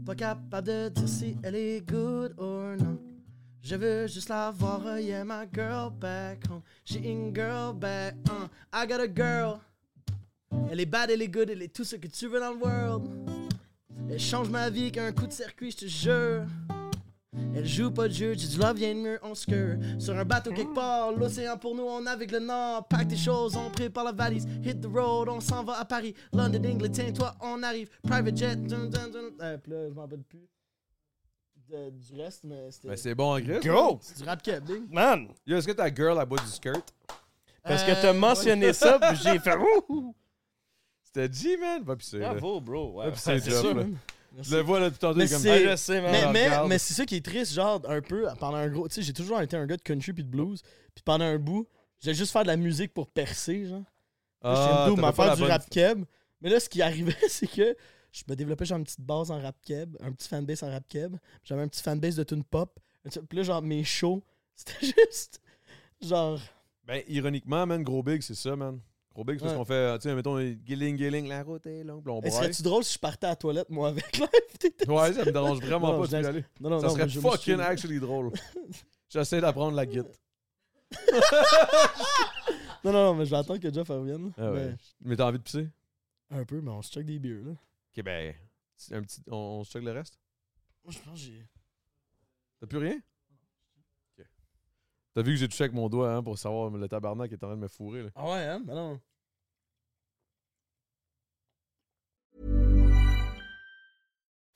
B: Pas capable de dire si elle est good or non. Je veux juste la voir, oh yeah, my girl back home. J'ai une girl back home. I got a girl. Elle est bad, elle est good, elle est tout ce que tu veux dans le world. Elle change ma vie qu'un coup de circuit, je te jure. Elle joue pas de jeu, j'ai du love, vient de mieux, on se queue. Sur un bateau quelque part, l'océan pour nous, on navigue le nord. Pack des choses, on prépare la valise. Hit the road, on s'en va à Paris. London, England, tiens-toi, on arrive. Private jet, dun, dun, dun. Euh, pis là, je m'en rappelle plus. de- du reste, mais c'était.
A: Ben, c'est bon en gris.
C: Go!
B: C'est du rap cabling.
C: Man!
A: Yo, est-ce que ta girl, elle boit du skirt?
C: Parce
B: Euh,
C: que t'as mentionné ça, puis j'ai *laughs* fait ouh!
A: C'était G, man! Va pisser, là.
C: Bravo, bro.
A: Va
C: Ouais,
A: pisser,
C: c'est
A: Jeff,
C: sûr.
A: là. Je le vois, là, tout tantôt,
B: Mais
A: il est comme...
B: c'est-
A: Ah, je sais, man.
B: Mais,
A: Alors,
B: mais,
A: regarde.
B: mais c'est ça qui est triste, genre, un peu, pendant un gros. Tu sais, j'ai toujours été un gars de country puis de blues. Puis pendant un bout, j'allais juste faire de la musique pour percer, genre. Là,
A: Ah,
B: j'étais une
A: t'avais
B: doom à
A: pas la
B: faire du
A: bonne-
B: rap keb. Mais là, ce qui arrivait, *laughs* c'est que je me développais, genre, une petite base en rap keb, un petit fanbase en rap keb. J'avais un petit fanbase de tune pop. Puis là, genre, mes shows, *laughs* c'était juste. Genre.
A: Ben, ironiquement, man, gros big, c'est ça, man. Gros big, c'est ce
B: Ouais.
A: qu'on fait, euh, tu sais, mettons, gilling, gilling, la route est longue, puis on
B: Hey,
A: braille.
B: Serais-tu drôle si je partais à la toilette, moi, avec *laughs* là?
A: Ouais, ça me dérange vraiment
B: Non,
A: pas
B: je
A: d'y
B: laisse-
A: aller.
B: Non, non,
A: Ça
B: non,
A: serait
B: mais je me suis-
A: fucking actually
B: *laughs*
A: drôle. J'essaie d'apprendre la guite.
B: Non, non, non, mais je vais attendre que Jeff revienne.
A: Ah ouais. Mais t'as envie de pisser?
B: Mais un peu, mais on se check des bières, là.
A: Ok, ben, c'est un petit... on- on se check le reste?
B: Moi, je pense que j'ai.
A: T'as plus rien? Ok. T'as vu que j'ai touché avec mon doigt hein, pour savoir le tabarnak qui est en train de me fourrer. Là.
B: Ah ouais, hein? Ben non.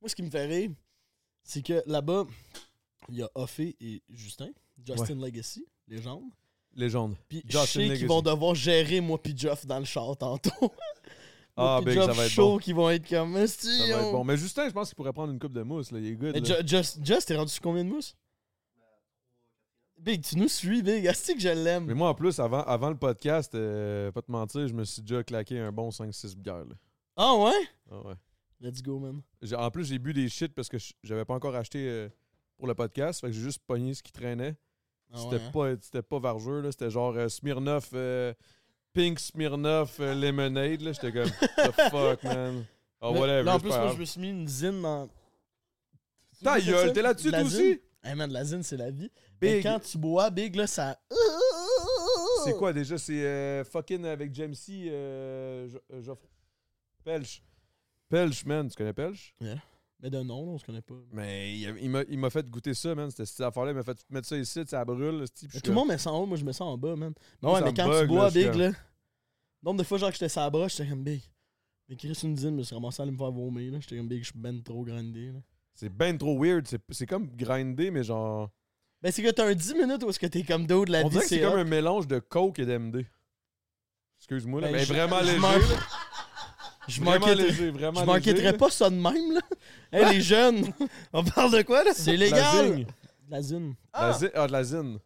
B: Moi, ce qui me fait rire, c'est que là-bas, il y a Offé et Justin, Justin Legacy, légende.
A: Légende.
B: Puis je
A: Justin
B: sais
A: Legacy.
B: qu'ils vont devoir gérer moi puis Jeff dans le char tantôt. *laughs* Moi
A: Ah,
B: puis
A: ben,
B: Jeff
A: ça va être
B: chaud
A: bon.
B: qui vont être comme. Esti,
A: Ça va être
B: on-
A: bon. Mais Justin, je pense qu'il pourrait prendre une coupe de mousse. Là. Il est good.
B: Mais
A: là.
B: Ju- Just, Just, t'es rendu sur combien de mousse Big, tu nous suis, Big. Asti que je
A: Mais
B: l'aime.
A: moi, en plus, avant, avant le podcast, euh, pas te mentir, je me suis déjà claqué un bon 5-6 bières. là.
B: Ah ouais
A: Ah ouais.
B: Let's go, man.
A: J'ai- En plus, j'ai bu des shit parce que je- j'avais pas encore acheté euh, pour le podcast. Fait que j'ai juste pogné ce qui traînait.
B: Ah
A: C'était
B: ouais, hein?
A: pas, c'était pas vargeux, là. C'était genre euh, Smirnoff, euh, Pink Smirnoff euh, Lemonade, là. J'étais comme,
B: *laughs*
A: the fuck, man. Oh,
B: Mais-
A: whatever.
B: là, en
A: c'est
B: plus,
A: pas
B: moi,
A: grave.
B: je me suis mis une zine dans.
A: Ta gueule, t'es là-dessus,
B: De la
A: toi
B: zine?
A: aussi?
B: Hey man, de la zine, c'est la vie. Mais
A: Big.
B: quand tu bois, Big, là, ça.
A: C'est
B: oh!
A: quoi déjà? C'est euh, fucking avec James C. Euh, Jo- euh, Joffre- Pelch. Pelch, man. Tu connais Pelch?
B: Mais de nom, là, on se connaît pas.
A: Mais il, il m'a- il m'a fait goûter ça, man. C'était cette affaire-là. Il m'a fait mettre ça ici, ça brûle. c'est- puis je suis
B: Mais tout le
A: comme-
B: monde met ça en haut, moi je mets ça en bas, man. Mais
A: Moi,
B: ouais,
A: ça
B: mais
A: me
B: quand
A: bug,
B: tu
A: là,
B: bois,
A: je
B: Big,
A: suis
B: là. Nombre de fois, genre, que j'étais sa broche, j'étais comme Big. Mais Chris, une dîne, je me suis ramassé à aller me faire vomir, là. J'étais comme Big, je suis ben trop grindé, là.
A: C'est ben trop weird. C'est- C'est comme grinder, mais genre.
B: Ben, c'est que t'as un 10 minutes où est-ce que t'es comme d'eau de la
A: On
B: vie.
A: dirait que c'est
B: hot.
A: comme un mélange de coke et d'MD. Excuse-moi, là,
B: Ben,
A: mais
B: je-
A: vraiment
B: je
A: léger.
B: m'en-
A: là.
B: Je
A: Vraiment
B: m'inquiéterais-
A: léger, vraiment
B: Je
A: léger,
B: m'inquiéterais
A: là.
B: pas ça de même, là. Hey, les jeunes, *laughs*
C: On parle de quoi, là?
B: c'est
A: De la
B: légal.
A: zine.
B: De la zine.
A: La zi- Ah, de la zine.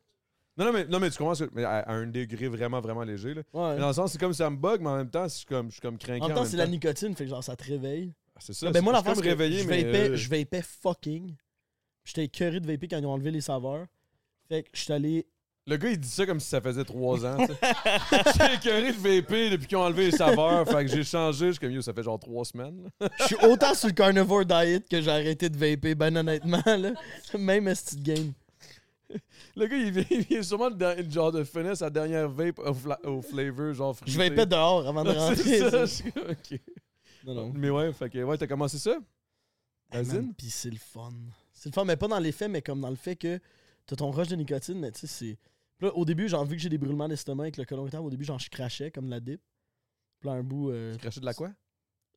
A: Non, non, mais, non, mais tu commences mais à, à un degré vraiment, vraiment léger. Là.
B: Ouais.
A: Mais dans le sens, c'est comme ça me bug, mais en même temps, je suis comme, je suis comme craquant.
B: En même temps, c'est la nicotine, fait que genre ça te réveille.
A: Ah, C'est ça.
B: ben
A: c'est-
B: moi,
A: je
B: la
A: suis comme réveillé,
B: je
A: mais.
B: vapais,
A: euh,
B: je vapais fucking. J'étais curé de vaper quand ils ont enlevé les saveurs. Fait que je suis allé.
A: Le gars, il dit ça comme si ça faisait trois ans. tu sais.
B: *laughs*
A: J'ai écœuré de VP depuis qu'ils ont enlevé les saveurs. fait que j'ai changé. Je suis comme, yo, ça fait genre trois semaines.
B: *laughs*
A: là.
B: Je suis autant sur le carnivore diet que j'ai arrêté de vaper, ben honnêtement, là. *laughs* Même à cette game.
A: Le gars, il vient, il vient sûrement de, de- genre de finir sa dernière vape au, fla- au flavor, genre fruité. *laughs*
B: Je vapais dehors avant de
A: Ah,
B: rentrer.
A: C'est ça.
B: ça.
A: je suis comme, ok.
B: *laughs* Non, non.
A: Mais ouais, fait que, ouais, t'as commencé ça? La
B: Hey, man,
A: zine?
B: Puis c'est le fun. C'est le fun, mais pas dans l'effet, mais comme dans le fait que t'as ton rush de nicotine, mais tu sais, c'est. Puis Là, au début, genre, vu que j'ai des brûlements d'estomac avec le colon irritable, au début, genre, je crachais comme de la dip. Puis là, un bout, euh,
A: Tu crachais de la quoi?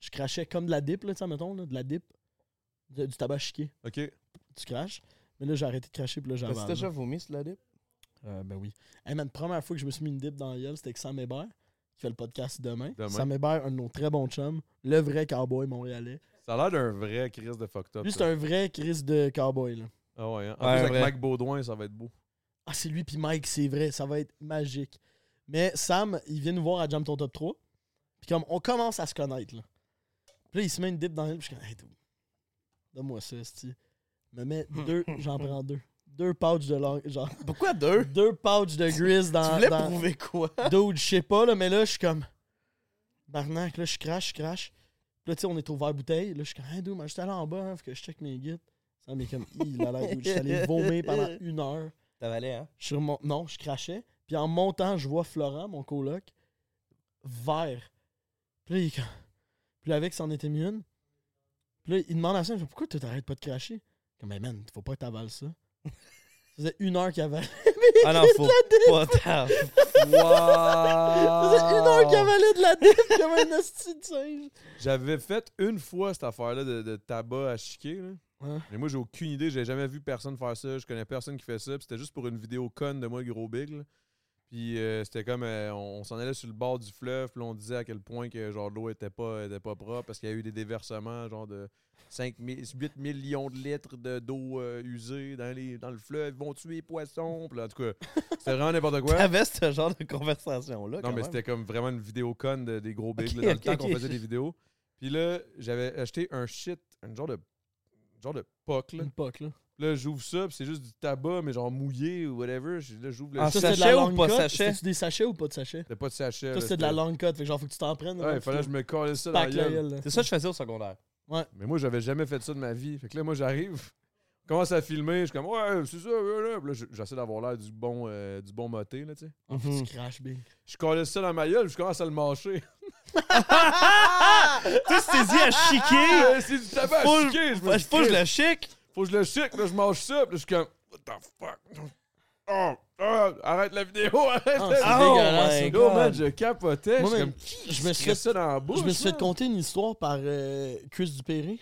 B: je crachais comme de la dip, là, tu sais, mettons, là, de la dip, de- du tabac chiqué.
A: Ok.
B: Tu craches. Mais là, j'ai arrêté de cracher, puis là, j'avais.
C: T'as déjà vomi sur la dip?
B: Euh, ben oui. Hey, man, première fois que je me suis mis une dip dans la gueule, c'était avec Sam Hébert, qui fait le podcast demain.
A: Demain.
B: Sam Hébert, un de nos très bons chums, le vrai cowboy montréalais.
A: Ça a l'air d'un vrai crise de fucked up.
B: Lui, c'est
A: ça.
B: un vrai Chris de cowboy, là.
A: Ah ouais, hein? En
C: Ouais,
A: plus, avec
C: vrai.
A: Mike Baudouin, ça va être beau.
B: Ah, c'est lui puis Mike, c'est vrai, ça va être magique. Mais Sam, il vient nous voir à Jam ton top 3. Puis comme on commence à se connaître là. Puis là, il se met une dip dans le puis je suis comme hey, dude, Donne-moi ça, c'ti. Il Me met
C: *laughs*
B: deux, j'en prends deux. Deux pouches de langue, genre
C: Pourquoi *laughs* deux?
B: deux pouches de gris dans
C: Tu voulais
B: dans-
C: prouver quoi?
B: Dude, je sais pas, là, mais là, je suis comme. Barnac, là, je crache, je crache. Puis là, tu sais, on est au verre bouteille. Là, je suis comme, hey, dude, moi, j'étais allé en bas, hein, faut que je check mes guides. Ça m'est comme, il a l'air, dude. J'étais allé vomir pendant une heure.
C: T'avalais, hein?
B: Je suis remon- Non, je crachais. Puis en montant, je vois Florent, mon coloc, vert. Puis là, il est comme- Puis là, avec, c'en était mieux une. Puis là, il demande à ça, il fait, pourquoi tu t'arrêtes pas de cracher? Comme, mais man, faut pas que t'avales
C: *laughs*
B: ça. Ça faisait une heure qu'il avalait. *laughs*
C: Ah non, faut pas
B: Ça
C: t'en-
B: faisait une heure qu'il
A: Wow!
B: avalait de la dip comme un hostie de singe.
A: J'avais fait une fois cette affaire-là de, de tabac à chiquer. Là.
B: Ouais.
A: Mais moi, j'ai aucune idée. J'ai jamais vu personne faire ça. Je connais personne qui fait ça. Puis C'était juste pour une vidéo conne de moi, gros big. là. Puis euh, c'était comme euh, on, on s'en allait sur le bord du fleuve. Puis là, on disait à quel point que genre l'eau était pas, était pas propre parce qu'il y a eu des déversements genre de 5 000 8 millions de litres de- d'eau euh, usée dans, les, dans le fleuve. Ils vont tuer les poissons. Puis là, en tout cas, c'était vraiment n'importe quoi.
C: *laughs* T'avais ce genre de conversation-là.
A: Non,
C: quand
A: mais
C: même.
A: c'était comme vraiment une vidéo conne de- des gros bigs, là,
C: Ok,
A: dans
C: ok,
A: le temps
C: ok.
A: qu'on faisait des vidéos. Puis là, j'avais acheté un shit, un genre de genre de puck, là.
B: Une poque, là.
A: Là, j'ouvre ça, puis c'est juste du tabac, mais genre mouillé ou whatever. J'ai- Là, j'ouvre le
C: Ah,
A: shit.
B: c'était de la
C: sachet ou
B: long
C: pas
B: cut?
C: sachet?
B: C'était-tu des sachets ou pas de sachets?
A: C'était pas de sachet.
B: Toi,
A: là,
B: c'était de la longue cut, fait que genre, faut que tu t'en prennes.
A: Ouais, il fallait que je me colle ça dans la
B: pack la
A: gueule.
B: gueule, là.
C: C'est ça que je faisais au secondaire.
A: Mais moi, j'avais jamais fait ça de ma vie. Fait que là, moi, j'arrive, *laughs* commence à filmer, je suis comme « Ouais, c'est ça, ouais, ouais. Puis là, je- j'essaie d'avoir l'air du bon euh, du bon moté, là, tu sais.
B: Ah, faut que Tu craches bien.
A: Je colle ça dans ma gueule, puis je commence à le mâcher.
C: *laughs*
A: *laughs*
C: Tu sais, c'est dit à chiquer.
A: Euh, c'est du tabac
C: Faut
A: à chiquer! Je me
C: que-
A: suis
C: faut que Ah, je
A: dit,
C: le chic.
A: faut que je le chic, là, je mange ça, puis là, je suis comme, what the fuck? Oh, oh, arrête la vidéo, *laughs* arrête
B: Ah,
A: la
B: c'est
A: vidéo.
B: dégueulasse,
C: my
B: ça.
A: Yo, man,
C: God.
A: je capotais.
B: Moi,
A: je suis
B: man,
A: comme, qui
B: je me
A: se
B: suis
A: crée
B: fait-
A: ça dans la bouche?
B: Je me suis fait
A: man?
B: conter une histoire par euh, Chris Dupéré,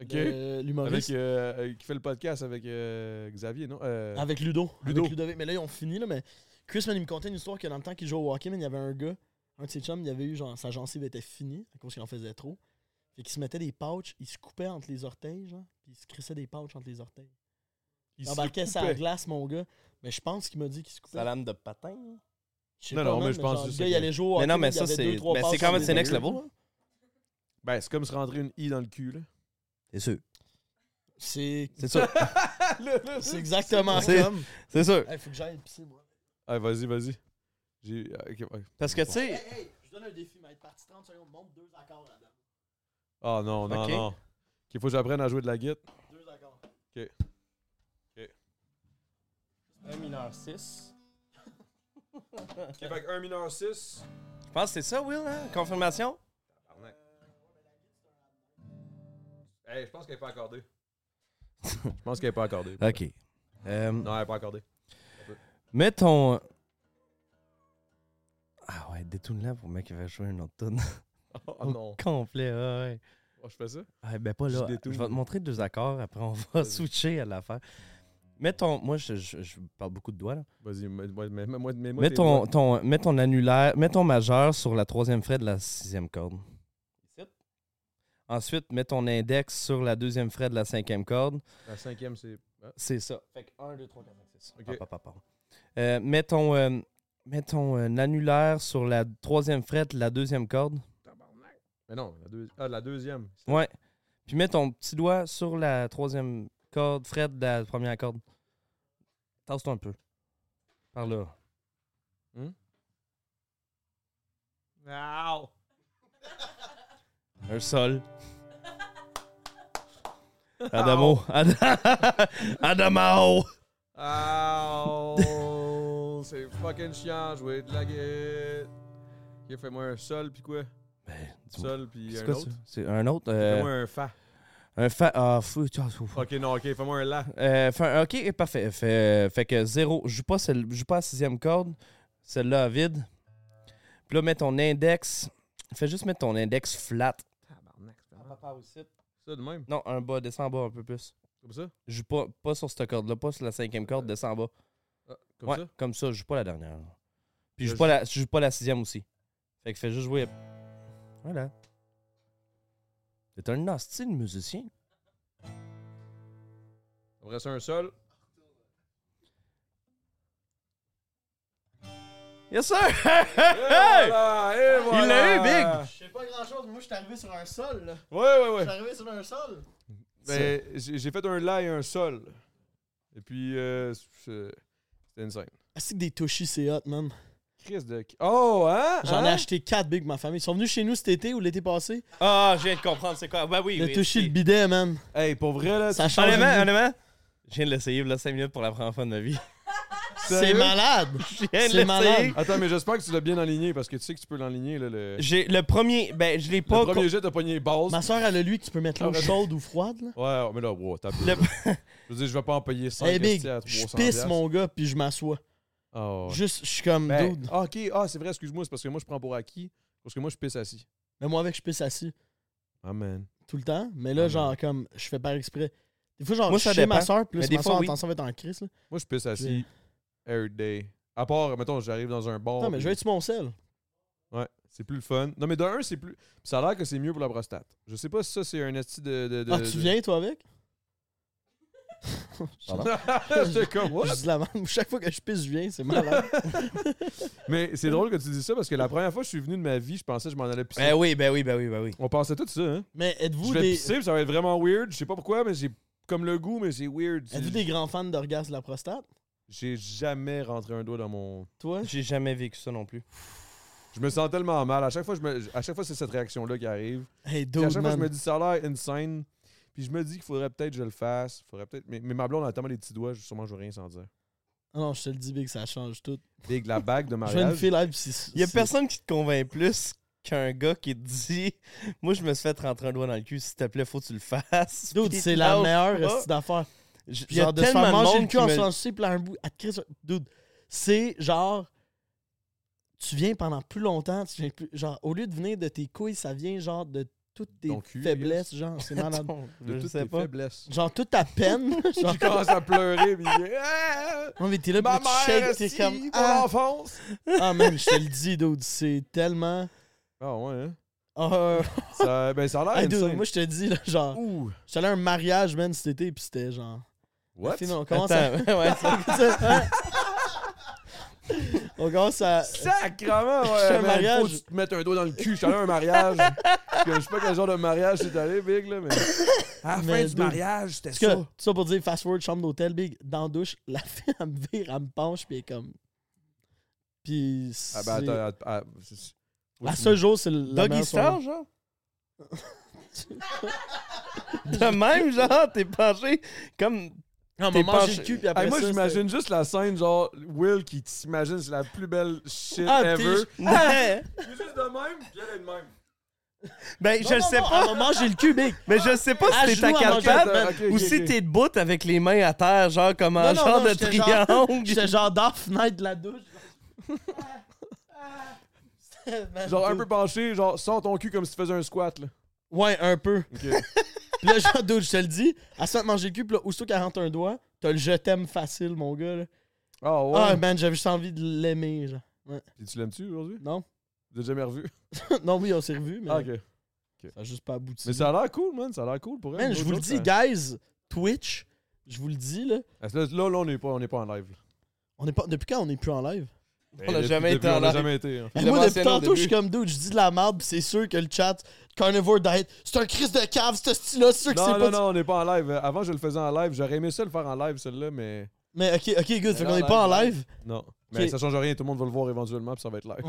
A: Ok.
B: le- l'humoriste,
A: Avec, euh, euh, qui fait le podcast avec euh, Xavier, non? Euh,
B: avec Ludo.
A: Ludo.
B: Avec Ludovic. Mais là, ils ont fini, là, mais Chris, man, il me contait une histoire que dans le temps qu'il jouait au hockey, man, il y avait un gars, un de ses chums, il avait eu, genre, sa gencive était finie à cause qu'il en faisait trop. Fait qu'il se mettait des pouches, il se coupait entre les orteils, genre, puis il se crissait des pouches entre les orteils.
A: il
B: Il
A: se
B: embarquait sa
A: coupait.
B: glace, mon gars. Mais je pense qu'il m'a dit qu'il se coupait.
C: Ça lame de patin. là.
B: Je sais
A: Non,
B: pas,
A: non,
B: man,
A: mais je pense
B: genre,
A: juste
B: Le gars,
A: que-
B: il allait jouer au
C: Mais
B: hockey,
C: non, mais
B: man, il
C: ça,
B: avait
C: c'est-
B: deux, trois
C: ben,
B: passes
C: c'est quand
B: sur
C: même-
B: les
C: c'est next
B: deux.
C: level. hein.
A: Ben, c'est comme se rentrer une i dans le cul, là.
C: C'est sûr.
B: C'est
C: C'est *laughs* sûr.
B: c'est exactement
C: C'est-
B: comme.
C: C'est sûr.
B: Hey, faut que j'aille pisser, moi.
A: Ah, vas-y, vas-y. J'ai... ah, ok, ouais.
C: Parce que, tu sais,
B: Je donne un défi, mais être parti 30 secondes, monte deux accords là-dedans.
A: Ah, non, non,
C: Ok.
A: non. Qu'il faut que j'apprenne à jouer de la guitare.
B: Deux accords.
A: Ok.
C: 1 mineur 6.
A: Ok, fait 1 mineur 6.
C: Je pense que c'est ça, Will, hein? Confirmation?
A: Hey, je pense qu'elle est pas accordée.
C: *laughs*
A: Je pense qu'elle est pas accordée.
C: OK. Euh,
A: Non, elle est pas accordée.
C: Mets ton. Ah ouais, détourne-la pour le mec qui va jouer un autre tonne. Ah
A: Oh
C: *laughs*
A: non.
C: Complet, ouais,
A: Oh, je fais ça?
C: ouais. Ouais, ben pas là.
A: Je détourne.
C: Je vais te montrer deux accords, après on va switcher à l'affaire. Mets ton. Moi, je, je- je parle beaucoup de doigts, là.
A: Vas-y, mets- mets- mets- mets- mets- mets-moi
C: Mets
A: tes
C: ton,
A: doigts.
C: ton, mets ton annulaire, mets ton majeur sur la troisième fret de la sixième corde. Ensuite, mets ton index sur la deuxième fret de la cinquième corde.
A: La cinquième, c'est. Ah,
C: C'est ça. Fait que 1, 2, 3, 4, 5, 6.
A: Ok.
C: Mets ton, Ah, euh, mets ton, euh, annulaire sur la troisième fret de la deuxième corde.
A: tabarnak. Mais non, la, deux- ah, la deuxième.
C: Ouais. Puis mets ton petit doigt sur la troisième corde, fret de la première corde. Tasse-toi un peu. Par là.
A: *laughs*
C: Un sol. Adamo. Ad- *laughs* Adamao.
A: Ow! c'est fucking chiant jouer de la guitare. Ok, fais-moi un sol, puis quoi?
C: Ben, dis-moi,
A: Sol, puis
C: c'est
A: un
C: quoi
A: autre.
C: ça? C'est un autre. euh,
A: Fais-moi un fa.
C: un fa. Ah, fou. tiens, fou.
A: Ok, non, ok, fais-moi un la.
C: Euh, fin- ok, parfait. Fait, fait que zéro. Joue pas, celle, joue pas à sixième corde. Celle-là à vide. Puis là, mets ton index. Fais juste mettre ton index flat.
A: Ça, de même.
C: Non, un bas, descends en bas un peu plus.
A: Comme ça?
C: Joue pas, pas sur cette corde-là, pas sur la cinquième corde, descends en bas.
A: Ah, comme
C: ouais,
A: ça?
C: comme ça, joue pas la dernière. là. Puis
A: Là,
C: joue pas, la, joue pas la sixième aussi. Fait que fais juste jouer. Voilà. T'es un hostile musicien.
A: Après ça, un sol.
C: Yes, sir! *laughs*
A: Et voilà, et
C: Il l'a eu,
A: voilà!
C: Big!
B: Je sais pas grand chose, moi je suis arrivé sur un sol là.
A: Ouais, ouais, ouais.
B: Je suis arrivé sur un sol.
A: Ben, j'ai j'ai fait un la et un sol. Et puis, euh, c'est- c'était une scène.
B: Ah, c'est que des Toshi, c'est hot, man.
A: Chris de. Oh, hein?
B: J'en ai
A: Hein?
B: acheté 4 big, ma famille. Ils sont venus chez nous cet été ou l'été passé.
C: Ah, je viens de comprendre, c'est quoi? Ben oui,
B: Le
C: oui,
B: Toshi,
C: c'est-
B: le bidet, man.
A: Hey, pour vrai, là,
B: Ça change.
C: Honnêtement, honnêtement, je viens de l'essayer, là, 5 minutes pour la première fois de ma vie.
B: C'est malade.
C: viens de
B: C'est malade.
C: l'essayer.
A: Attends, mais j'espère que tu l'as bien enligné parce que tu sais que tu peux l'enligner. Là, le...
C: J'ai le premier, ben je l'ai pas.
A: le
C: co-
A: premier jet, t'as pogné les bases.
B: Ma soeur, elle a lui que tu peux mettre l'eau
A: Ah, ouais.
B: chaude ou froide, là.
A: Ouais, mais là, wow, t'as
C: le- *laughs*
A: Je veux dire, je vais pas en payer 5
B: Hey, big,
A: à 300
B: je pisse, mon gars, puis je m'assois.
A: Oh,
B: Juste, je suis comme dude.
A: ah, ok, ah, c'est vrai, excuse-moi, c'est parce que moi, je prends pour acquis. Parce que moi, je pisse assis. Ah,
B: Mais moi, avec, je pisse assis
A: Amen.
B: tout le temps. Mais là,
A: Ah,
B: genre, comme, je fais par exprès. Des fois, genre,
C: Moi,
B: je
C: ça
B: suis chez ma
C: dépend.
B: soeur, puis là,
C: Mais
B: si
C: des
B: ma
C: fois,
B: soeur
C: oui.
B: entend ça, va être en crise, là.
A: Moi, je pisse assis every day. À part, mettons, j'arrive dans un bar.
B: Attends, mais
A: puis-
B: je vais être sur mon sel.
A: Ouais, c'est plus le fun. Non, mais de un, c'est plus. Puis ça a l'air que c'est mieux pour la prostate. Je sais pas si ça, c'est un esti de, de, de-
B: Ah, tu
A: de-
B: viens, toi,
C: *laughs*
B: avec?
A: *laughs* J'étais comme, what?
B: *laughs* Je dis la même. *laughs* Chaque fois que je pisse, je viens, c'est
C: *laughs*
B: malade.
A: Mais c'est drôle que tu dis ça parce que la première fois que je suis venu de ma vie, je pensais que je m'en allais pisser.
C: Ben oui, ben oui, ben oui, ben oui.
A: On pensait tout ça, hein?
B: Mais
A: je
B: êtes-vous
A: vais
B: des.
A: pisser, puis ça va être vraiment weird. Je sais pas pourquoi, mais j'ai comme le goût, mais c'est weird.
B: Êtes-vous
A: C'est-
B: des grands fans d'orgasme de la prostate?
A: J'ai jamais rentré un doigt dans mon.
B: Toi?
C: J'ai jamais vécu ça non plus.
A: Je me sens tellement mal. À chaque fois, je me... à chaque fois c'est cette réaction-là qui arrive.
B: Hey,
A: Puis à
B: dude,
A: chaque fois, je me
B: man.
A: dis, ça a l'air insane. Puis je me dis qu'il faudrait peut-être que je le fasse. Faudrait peut-être... Mais, mais ma blonde a tellement des petits doigts, sûrement, je vais rien sans dire.
B: Ah non, je te le dis, Big, ça change tout.
A: Big, la bague de
B: Je vois une
A: mariage.
B: fille live, pis c'est.
C: Il y a
B: c'est-
C: personne qui te convainc plus qu'un gars qui te dit Moi, je me suis fait rentrer un doigt dans le cul, s'il te plaît, faut que tu le fasses.
B: Dude,
C: Puis
B: c'est
C: il
B: la
C: lâche
B: meilleure
C: pas.
B: esti d'affaire.
C: J- Il y a
B: Genre de se faire
C: tellement de
B: manger
C: monde
B: le
C: qui
B: cul en
C: me...
B: se lancer, puis là, un bout, à te créer sur- Dude, c'est genre. Tu viens pendant plus longtemps, tu viens plus. Genre, au lieu de venir de tes couilles, ça vient genre de toutes tes
A: Ton cul, hein.
B: faiblesses,
A: *laughs*
B: genre, c'est malade.
A: De
C: je
A: toutes
C: sais
A: tes
B: *laughs*
C: pas.
A: faiblesses.
B: genre, toute
A: *laughs*
B: ta peine. genre,
A: Tu commences à pleurer, puis Ah!
B: non, mais t'es là, puis
A: ma
B: là, tu
A: mère,
B: shakes,
A: c'est
B: t'es comme.
A: ah.
B: Ah,
A: l'enfance.
B: ah, man, je te le dis, dude, c'est tellement.
A: Ah ouais, hein?
B: Ah,
A: Ça, ben, ça a l'air
B: hey, dude,
A: insane.
B: moi, je te dis, là, genre,
A: Ouh!
B: j'allais à un mariage, man, cet été, puis c'était genre.
A: What?
B: Fine, on commence à. *laughs*
C: Attends, ouais, ça-
B: on commence à.
A: Sacrement, ouais!
B: *laughs* Je suis à un
A: man,
B: mariage.
A: Faut que tu te mettes un doigt dans le cul. Je suis allé à un mariage. Que je sais pas quel genre de mariage c'est allé, Big, là, mais. À la
B: Mais,
A: fin du
B: dude,
A: mariage, c'était
B: En tout cas,
A: ça.
B: tout ça pour dire fast forward, chambre d'hôtel, big, dans la douche, la fille, elle me vire, elle me penche, puis elle est comme. Puis.
A: Ah, ben, attends,
B: c'est-
A: attends. ah, c'est- c'est-
B: la seule jour, c'est le.
C: Doggy style, genre *laughs* De même, genre, t'es penché comme.
B: Non,
C: T'es
B: mais mangé
C: penché-
B: le cul, puis après.
A: Hey, moi,
B: ça,
A: j'imagine juste la scène, genre, Will qui s'imagine c'est la plus belle shit
B: Ah,
A: ever.
B: t'es-
C: *laughs* ben,
A: Il est juste de même, puis elle est de même.
C: je
B: c'est-
C: le sais
B: Non, non,
C: pas.
B: Elle m'a mangé le cul, big.
C: Mais je sais pas
B: À
C: si t'es à
B: genoux, à manger,
C: quatre
A: man.
C: pattes
A: Ok, ok,
C: ou si
A: ok.
C: t'es debout avec les mains à terre, genre comme
B: Non,
C: en
B: non,
C: genre
B: non,
C: de
B: j'étais genre-
A: *laughs*
B: *laughs*
C: triangle.
B: J'étais genre dans la fenêtre de la
C: *laughs*
B: douche. C'était- man,
A: Genre, un
B: dude. *laughs*
A: peu penché, genre, sors ton cul comme si tu faisais un squat, là.
B: Ouais, un peu. Puis là, genre, dude, je te le dis, à se faire manger le cul, puis là, aussitôt qu'elle rentre un doigt, t'as le je t'aime facile, mon gars. là.
A: Ah ouais.
B: Ah, man, j'avais juste envie de l'aimer, genre. Ouais.
A: Puis tu l'aimes-tu aujourd'hui?
B: Non? *laughs*
A: Tu l'as jamais revu?
B: non, oui, on s'est revus, mais
A: Ah, ok.
B: ça a juste pas abouti.
A: Mais ça euh, a l'air cool, man. Ça a l'air cool pour elle.
B: Man, je vous le dis, guys, Twitch, je vous le dis, là,
A: Parce que Là, là, là, on n'est pas, on est pas en live. là.
B: on est pas, depuis quand on est plus en live?
C: On n'a
A: Depuis-
C: jamais
A: depuis,
C: été en
A: On n'a
C: live.
A: jamais été. hein.
C: Il l'a
B: Moi, depuis
C: mentionné au
B: tantôt, je suis
C: début.
B: comme dude, je dis de la merde, pis c'est sûr que le chat Carnivore Diet, c'est un Christ de cave, ce style-là, *laughs* c'est sûr que
A: Non,
B: c'est
A: non,
B: pas.
A: non, on n'est pas en live. Euh, Avant, je le faisais en live. J'aurais aimé ça le faire en live, celle-là, mais
B: Mais ok, ok, good, fait
C: là,
B: qu'on est
C: en
B: pas en
C: live,
B: live.
A: non. Mais
B: Ok.
A: ça change rien. Tout le monde va le voir éventuellement, puis ça va être live.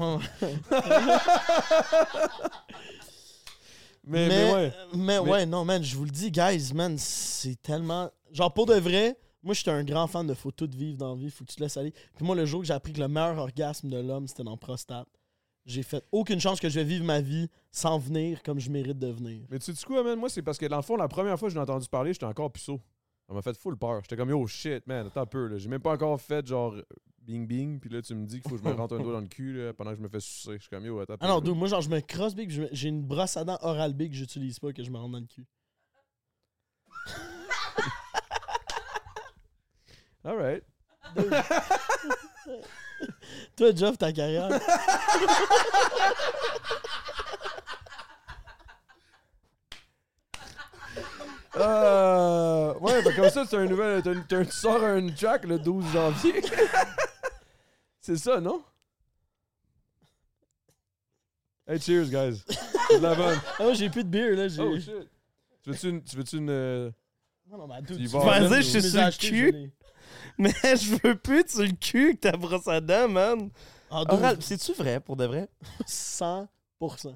A: Mais,
B: mais,
A: mais ouais.
B: mais ouais, non, man, je vous le dis, guys, man, c'est tellement. Genre, pour de vrai, moi, j'étais un grand fan de faut tout vivre dans la vie, faut que tu te laisses aller. Puis moi, le jour que j'ai appris que le meilleur orgasme de l'homme, c'était dans prostate, j'ai fait aucune chance que je vais vivre ma vie sans venir comme je mérite de venir.
A: Mais tu sais quoi, man? Moi, c'est parce que dans le fond, la première fois que j'ai entendu parler, j'étais encore puceau. Ça m'a fait full peur. J'étais comme, yo, shit, man, attends un peu. là. J'ai même pas encore fait genre bing bing. Puis là, tu me dis qu'il faut que
B: *laughs*
A: je me rentre un doigt dans le cul là, pendant que je me fais sucer. Je suis comme, yo, attends. un peu,
B: Ah non,
A: là.
B: dude, moi, genre, je me crosse big, puis je me- j'ai une brosse à dents oral big que j'utilise pas, que je me rends dans le cul.
A: All right.
B: Toi, Jeff, ta carrière.
A: Euh, ouais, ben comme ça, c'est un nouvel. t'as une- t'as un- tu sors un track le 12 janvier. *laughs* c'est ça, non? Hey, cheers, guys. C'est de la bonne.
B: Ah, moi, j'ai plus de bière, là. J'ai...
A: Oh, shit. Tu veux-tu une. Tu veux-tu une euh,
B: non, non, mais dude,
A: Tu y
B: tu
A: vas.
B: vas
A: Vas-y,
B: me-
C: je suis
B: me les
C: sur le
B: acheter,
C: cul.
B: je les-
C: Mais *laughs* je veux plus sur le cul que ta brosse à dents, man.
B: Ah, dude,
C: Oral, c'est-tu vrai, pour de vrai?
B: 100%.
C: Tu m'as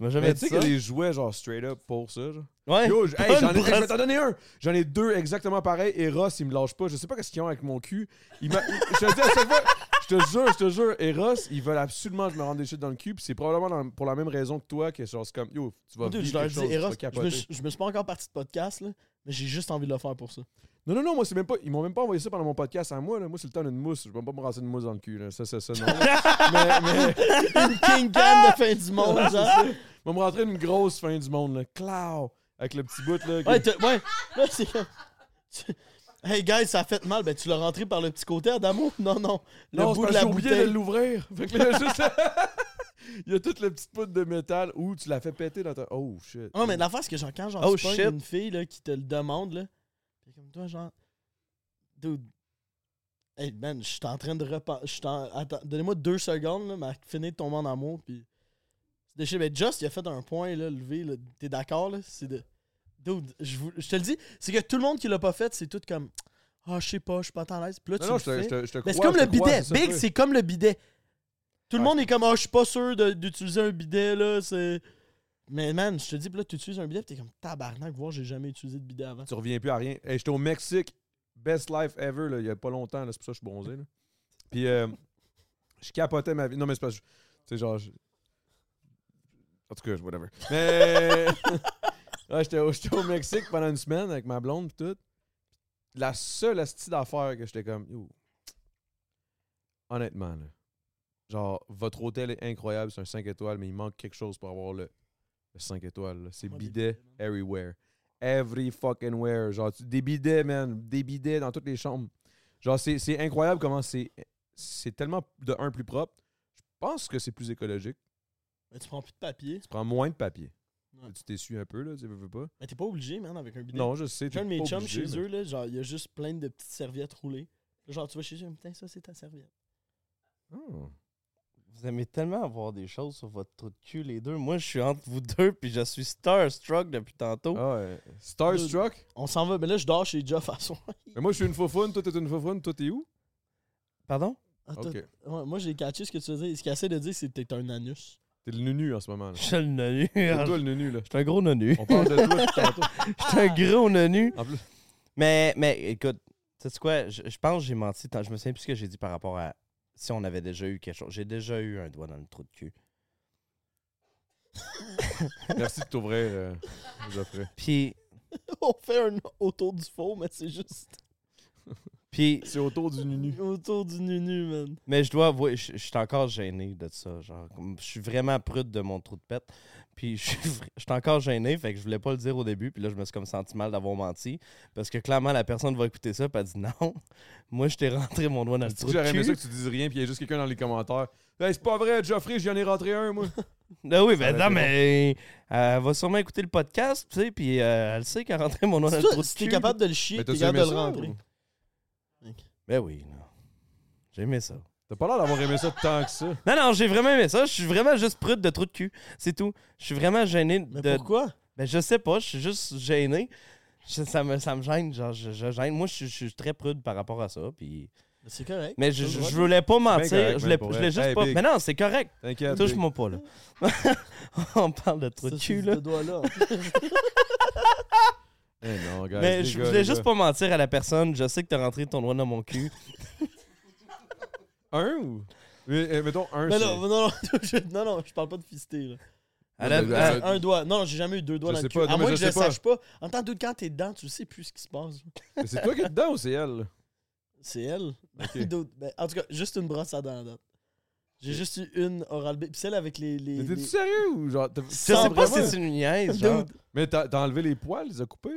A: Mais
C: jamais
A: tu
C: dit
A: sais
C: ça?
A: qu'il y a des jouets genre straight up pour ça, genre.
C: Ouais.
A: Yo, j- hey,
C: Bonne
A: j'en ai, hey, je vais
C: brosse-
A: t'en donner un. J'en ai deux exactement pareils. Et Ross, il me lâche pas. Je sais pas qu'est-ce qu'ils ont avec mon cul. Il m'a- il- je te dis à chaque fois, je te jure, je te jure. Et Ross, ils veulent absolument que je me rende des shit dans le cul. Puis c'est probablement dans- pour la même raison que toi, que genre, c'est comme, yo, tu vas
B: Dude,
A: vivre
B: je leur
A: quelque
B: dis,
A: chose, tu
B: Eros,
A: vas
B: je me,
A: capoter.
B: suis- je me suis pas encore parti de podcast, là, mais j'ai juste envie de le faire pour
A: *laughs*
B: ça.
A: Non, non, non, moi, c'est même pas. Ils m'ont même pas envoyé ça pendant mon podcast à moi. Là. Moi, c'est le temps d'une mousse. Je vais pas me brasser une mousse dans le cul. Là. Ça, c'est
B: *laughs*
A: ça, non. mais, mais,
B: Une King Cam de fin du monde,
A: Ah,
B: genre.
A: ils vont me rentrer une grosse fin du monde. Là. Clau! Avec le petit bout, là. qui-
B: Ouais, t'as- ouais. Là, c'est comme. tu- Hey, guys, ça a fait mal. Ben, tu l'as rentré par le petit côté, Adamo? Non, non. Le
A: non, c'est
B: bout de
A: parce
B: la
A: que j'ai oublié de
B: bouteille.
A: l'ouvrir. *laughs* Fait que là, juste. Il y a toute la petite poudre de métal où tu l'as fait péter dans ta. Oh shit.
B: Non, mais l'affaire, c'est que genre, quand j'en
C: Oh,
B: suis
C: shit.
B: une fille là, qui te le demande, là, t'es comme toi, genre, dude, hey man, je suis en train de repenser. je suis en- Attends, donnez-moi deux secondes, là, mais finir de tomber en amour, puis. C'est déchiré. Ben, Just, il a fait un point, là, levé, là. T'es d'accord, là? C'est de. Dude, je vous- je te le dis, c'est que tout le monde qui l'a pas fait, c'est tout comme. Ah, je sais pas, je suis pas tant à l'aise. Puis là,
A: Non,
B: tu
A: non,
B: le
A: je te,
B: fais.
A: je te, je te
B: Mais c'est
A: crois,
B: comme
A: je
B: le
A: te crois,
B: bidet.
A: ça,
B: Big,
A: toi.
B: c'est comme le bidet. Tout le
A: Ouais.
B: monde est comme, ah, je suis pas sûr de- d'utiliser un bidet, là. c'est... Mais man, je te dis, puis là, tu utilises un bidet, puis t'es comme, tabarnak, voir, j'ai jamais utilisé de bidet avant.
A: Tu reviens plus à rien. Hey, J'étais au Mexique. Best life ever, là, il y a pas longtemps. là, C'est pour ça que je suis bronzé. Là. Puis, euh, je capotais ma vie. Non, mais c'est parce que. je- Tu sais, genre. je- En tout cas, je- whatever. Mais. *laughs* ouais, J'étais au, *laughs* j'étais au Mexique pendant une semaine avec ma blonde et tout. La seule astuce d'affaires que j'étais comme. Yo. Honnêtement, là, genre, votre hôtel est incroyable, c'est un 5 étoiles, mais il manque quelque chose pour avoir le, le 5 étoiles. là. C'est
B: Ouais, des
A: bidet
B: bidets,
A: everywhere. Every fucking where. Genre, tu- des bidets, man. Des bidets dans toutes les chambres. Genre, c'est c'est incroyable comment c'est c'est tellement de un plus propre. Je pense que c'est plus écologique.
B: Mais tu prends plus de papier.
A: Tu prends moins de papier.
B: Ouais.
A: Tu t'essuies un peu, là, tu veux, veux pas.
B: Mais t'es pas obligé, man, avec un bidet.
A: Non, je sais.
B: J'ai un
A: t'es
B: de mes
A: pas
B: chums
A: obligé,
B: chez
A: mais-
B: eux, là, genre, il y a juste plein de petites serviettes roulées. Genre, tu vas chez eux, putain, ça, c'est ta serviette.
A: Oh.
C: Vous aimez tellement avoir des choses sur votre trou de cul, les deux. Moi, je suis entre vous deux, puis je suis starstruck depuis tantôt.
A: Ah ouais. Starstruck.
B: On s'en va, mais là, je dors chez Jeff à soir.
A: Mais moi, je suis une faufoune, toi, t'es une faufoune, toi, t'es où?
C: Pardon?
B: Attends,
A: Ok.
B: Ah, ouais, moi, j'ai catché ce que tu veux dire. Ce qu'il essaie de dire, c'est que t'es un anus.
A: T'es le nunu en ce moment. là.
C: Je suis le
A: *laughs*
C: nonu.
A: C'est Ah. toi,
C: Je
A: le nunu, là.
C: suis un gros nonu.
A: On parle de toi depuis tantôt.
C: *laughs* Je suis un gros nonu.
A: En plus.
C: Mais, mais écoute, tu sais quoi, je, je pense que j'ai menti. tant- Je me souviens plus ce que j'ai dit par rapport à si on avait déjà eu quelque chose. J'ai déjà eu un doigt dans le trou de cul.
A: *laughs* Merci de
B: *laughs*
A: t'ouvrir, euh, Geoffrey.
C: Puis,
B: On fait un autour du faux, mais c'est juste.
C: Puis,
A: C'est autour du nunu.
B: Autour du nunu, man.
C: mais je dois avouer, je je suis encore gêné de ça. Genre, comme, je suis vraiment prude de mon trou de pète. Puis, je suis vra- je suis encore gêné, fait que je voulais pas le dire au début. Puis là, je me suis comme senti mal d'avoir menti. Parce que clairement, la personne va écouter ça, puis elle dit *laughs* non. Moi, je t'ai rentré mon doigt dans le trou de
A: J'aurais aimé ça
C: cul.
A: que tu dises rien, puis il y a juste quelqu'un dans les commentaires. Hey, c'est pas vrai, Geoffrey, j'en ai rentré un, moi.
C: Ah oui,
A: Ça
C: ben
A: aurait
C: non,
A: été
C: mais euh, elle va sûrement écouter le podcast, tu sais, puis euh, elle sait qu'elle rentrait mon nom dans
B: Si
C: le
B: toi-
C: trou de
B: si t'es
C: cul.
B: capable de le chier,
A: Mais
B: t'es
A: t'as-tu
B: capable
A: aimé
B: de le
A: ça,
B: rentrer.
A: ou?
B: Ok.
C: Ben oui, non. J'ai aimé ça.
A: T'as pas l'air d'avoir aimé ça tant que ça.
C: Non, non, j'ai vraiment aimé ça. Je suis vraiment juste prude de trou de cul. C'est tout. Je suis vraiment gêné
B: Mais
C: de.
B: pourquoi?
C: Ben je sais pas, je suis juste gêné. Je- ça, me, ça me gêne, genre, je, je gêne. Moi, je, suis- je suis très prude par rapport à ça. Puis...
B: Ben, C'est correct.
C: Mais je,
B: T'as
C: je,
B: le
C: je
B: droit.
C: voulais pas mentir.
A: correct, man,
C: je voulais,
A: pour
C: je
A: vrai.
C: voulais juste
A: Hey,
C: pas.
A: Big.
C: Mais non, c'est correct.
A: T'inquiète.
C: Touche-moi pas, là. *laughs* On parle de trou
B: Ça,
C: de
B: c'est
C: cul,
B: ce
C: là.
B: doigt-là.
A: Big. Eh non, guys,
C: Mais
A: les
C: je
A: gars,
C: voulais
A: les
C: juste
A: gars.
C: pas mentir à la personne. Je sais que t'as rentré ton doigt dans mon cul.
A: Un ou. Mais, eh, mettons un.
B: Mais
A: c'est-
B: non, non, non, je, non, non, je parle pas de fister. Là.
C: À la-
A: mais-
C: à-
A: Euh,
B: un doigt. Non, j'ai jamais eu deux doigts
A: je
B: dans
A: sais
B: le cul.
A: pas,
B: à
A: non, mais
B: moins
A: je
B: que je le
A: sais pas.
B: sache pas. En tant que quand t'es dedans, tu sais plus ce qui se passe.
A: Mais c'est toi qui es dedans ou c'est elle?
B: C'est elle.
A: Ok.
B: *laughs* D'autres- ben, en tout cas, juste une brosse à dents à date. J'ai juste eu une oral B. Puis celle avec les. les,
A: Mais
B: les-
A: t'es-tu sérieux ou genre. t'as-
C: Je sais
B: Sans
C: pas
B: vraiment.
C: si c'est une niaise, genre.
B: Dude,
A: Mais t'as t'as enlevé les poils, les as coupés?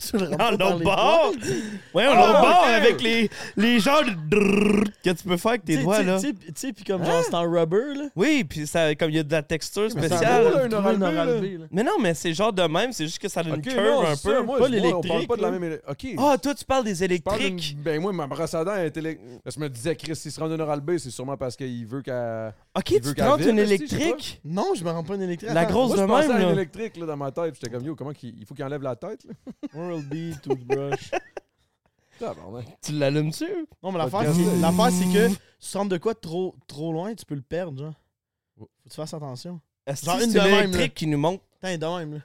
B: tu le rentres pas par
C: Dans le
B: les
C: bord!
B: doigts.
C: Ouais, on
A: Ah,
C: le bord
A: ok.
C: avec les, les genres de drrrr que tu peux faire avec
B: Tu
C: tes
B: sais,
C: doigts,
B: tu sais,
C: là.
B: Tu sais, puis- tu sais, puis comme genre, c'est en rubber, là.
C: Oui, puis ça, comme il y a de la texture
A: Mais c'est
C: spéciale.
A: beau, là, un oral
B: Une
A: B, là.
B: B, là.
C: Mais non, mais c'est genre de même, c'est juste que ça a
A: *laughs*
C: une
A: Ok,
C: curve
A: non,
C: un
A: c'est ça, moi,
B: pas
C: peu.
A: je- moi, on parle
B: l'électrique,
A: pas de la
B: là.
A: même. Ok.
C: Ah, toi, tu parles des
A: Je parle d'une-
C: électriques.
A: Ben moi, ma brosse à dents est élec- Parce que je me disais, Chris, s'il se rend une oral B, c'est sûrement parce qu'il veut qu'elle.
C: Ok,
A: Il
C: tu
A: veut
C: te
A: qu'elle
C: rentres une
A: vive, est-ce que je sais
C: électrique.
B: Non, je me rends pas une électrique.
C: La
B: Attends,
C: grosse
A: Moi, je
C: de
A: pensais à
C: même,
A: une
C: là.
A: électrique là, dans ma tête. puis J'étais comme, yo, comment qu'il- il faut qu'il enlève la tête? Là? *laughs*
B: Oral B, toothbrush.
A: Tabarnak.
C: Tu l'allumes-tu?
B: Non, mais
A: Podcast,
B: l'affaire, c'est,
A: là.
B: l'affaire, c'est que tu sens de quoi trop, trop loin, tu peux le perdre, genre. Faut que tu fasses attention.
C: Est-ce
B: Genre
C: que
B: une
C: c'est
B: de même,
C: l'électrique qui nous montre?
B: Putain, de même, là.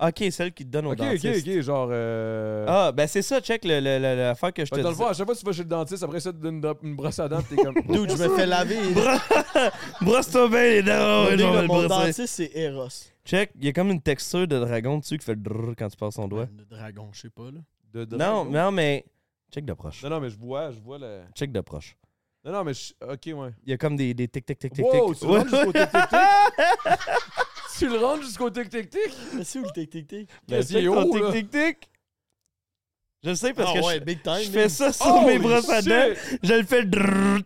C: Ok, celle qui te donne au
A: Ok, ok,
C: dentiste.
A: ok. Genre. Euh...
C: Ah, ben c'est ça, check le- le- le- l'affaire que je te
A: fait que dans le
C: dis. *laughs*
A: fond, à chaque fois que tu vas chez le dentiste, après ça, tu te donnes une, une brosse à dents, pis t'es comme.
B: Dude, je me fais laver.
C: Brosse-toi bien les darons,
B: Mon
C: ils vont
B: dé-
C: me le
B: mon
C: brosser.
B: dentiste, c'est Eros.
C: Check, il y a comme une texture de dragon dessus qui fait le drrrr quand tu passes ton doigt.
B: Le dragon, je sais pas,
C: *laughs*
B: là.
A: De, de-
C: Non, non, mais. Check de proche.
A: Non, non, mais je vois, je vois le.
C: Check de proche.
A: Non, non, mais je. Ok, ouais.
C: Il y a comme des, des tic tic tic tic
A: Wow,
C: tic.
A: tu le rentres
C: Ouais.
A: jusqu'au
C: *laughs*
A: tic-tic-tic. tu le rentres jusqu'au tic-tic-tic.
B: Mais c'est où le tic-tic-tic?
C: *laughs* Ben,
A: Qu'est-ce qu'il est
C: check ton
A: haut, là?
C: tic tic tic. Je le sais parce
B: Ah
C: que
B: ouais,
C: je-
B: big time.
C: je, fais ça sur
A: Holy
C: mes brosses à
A: shit!
C: dents. Je le fais le drrrr.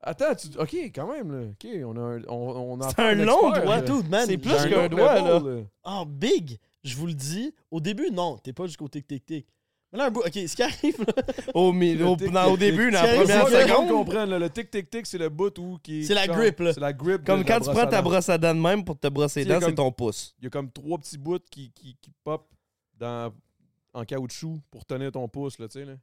A: Attends, tu... ok, quand même, là. Ok, on a un. On, on a
C: C'est un long doigt,
B: Ouais, dude, man.
C: C'est plus
B: j'ai un
C: que- qu'un
B: autre-
C: doigt, là.
B: Ah, big! Je vous le dis, au début, non, t'es pas jusqu'au tic-tic-tic. Mais là, un bout. Ok, ce qui arrive, là,
C: Au, mi-
A: Le
C: au,
A: tic,
C: dans-
A: tic,
C: au début,
A: tic.
C: dans la
B: Sérieux,
C: première
A: Première
B: c'est
C: seconde.
A: seconde, comprendre, là, le tic-tic-tic, c'est le bout où qui.
B: C'est la
A: genre,
B: grip, là.
A: C'est la grip. de
C: Comme
A: la
C: quand tu
A: brosse
C: prends
A: à
C: ta
A: dents.
C: brosse à dents de même pour te brosser les
A: Tu sais,
C: dents, c'est
A: comme-
C: ton pouce.
A: Il y a comme trois petits bouts qui, qui, qui pop dans, en caoutchouc pour tenir ton pouce, là, tu sais, là.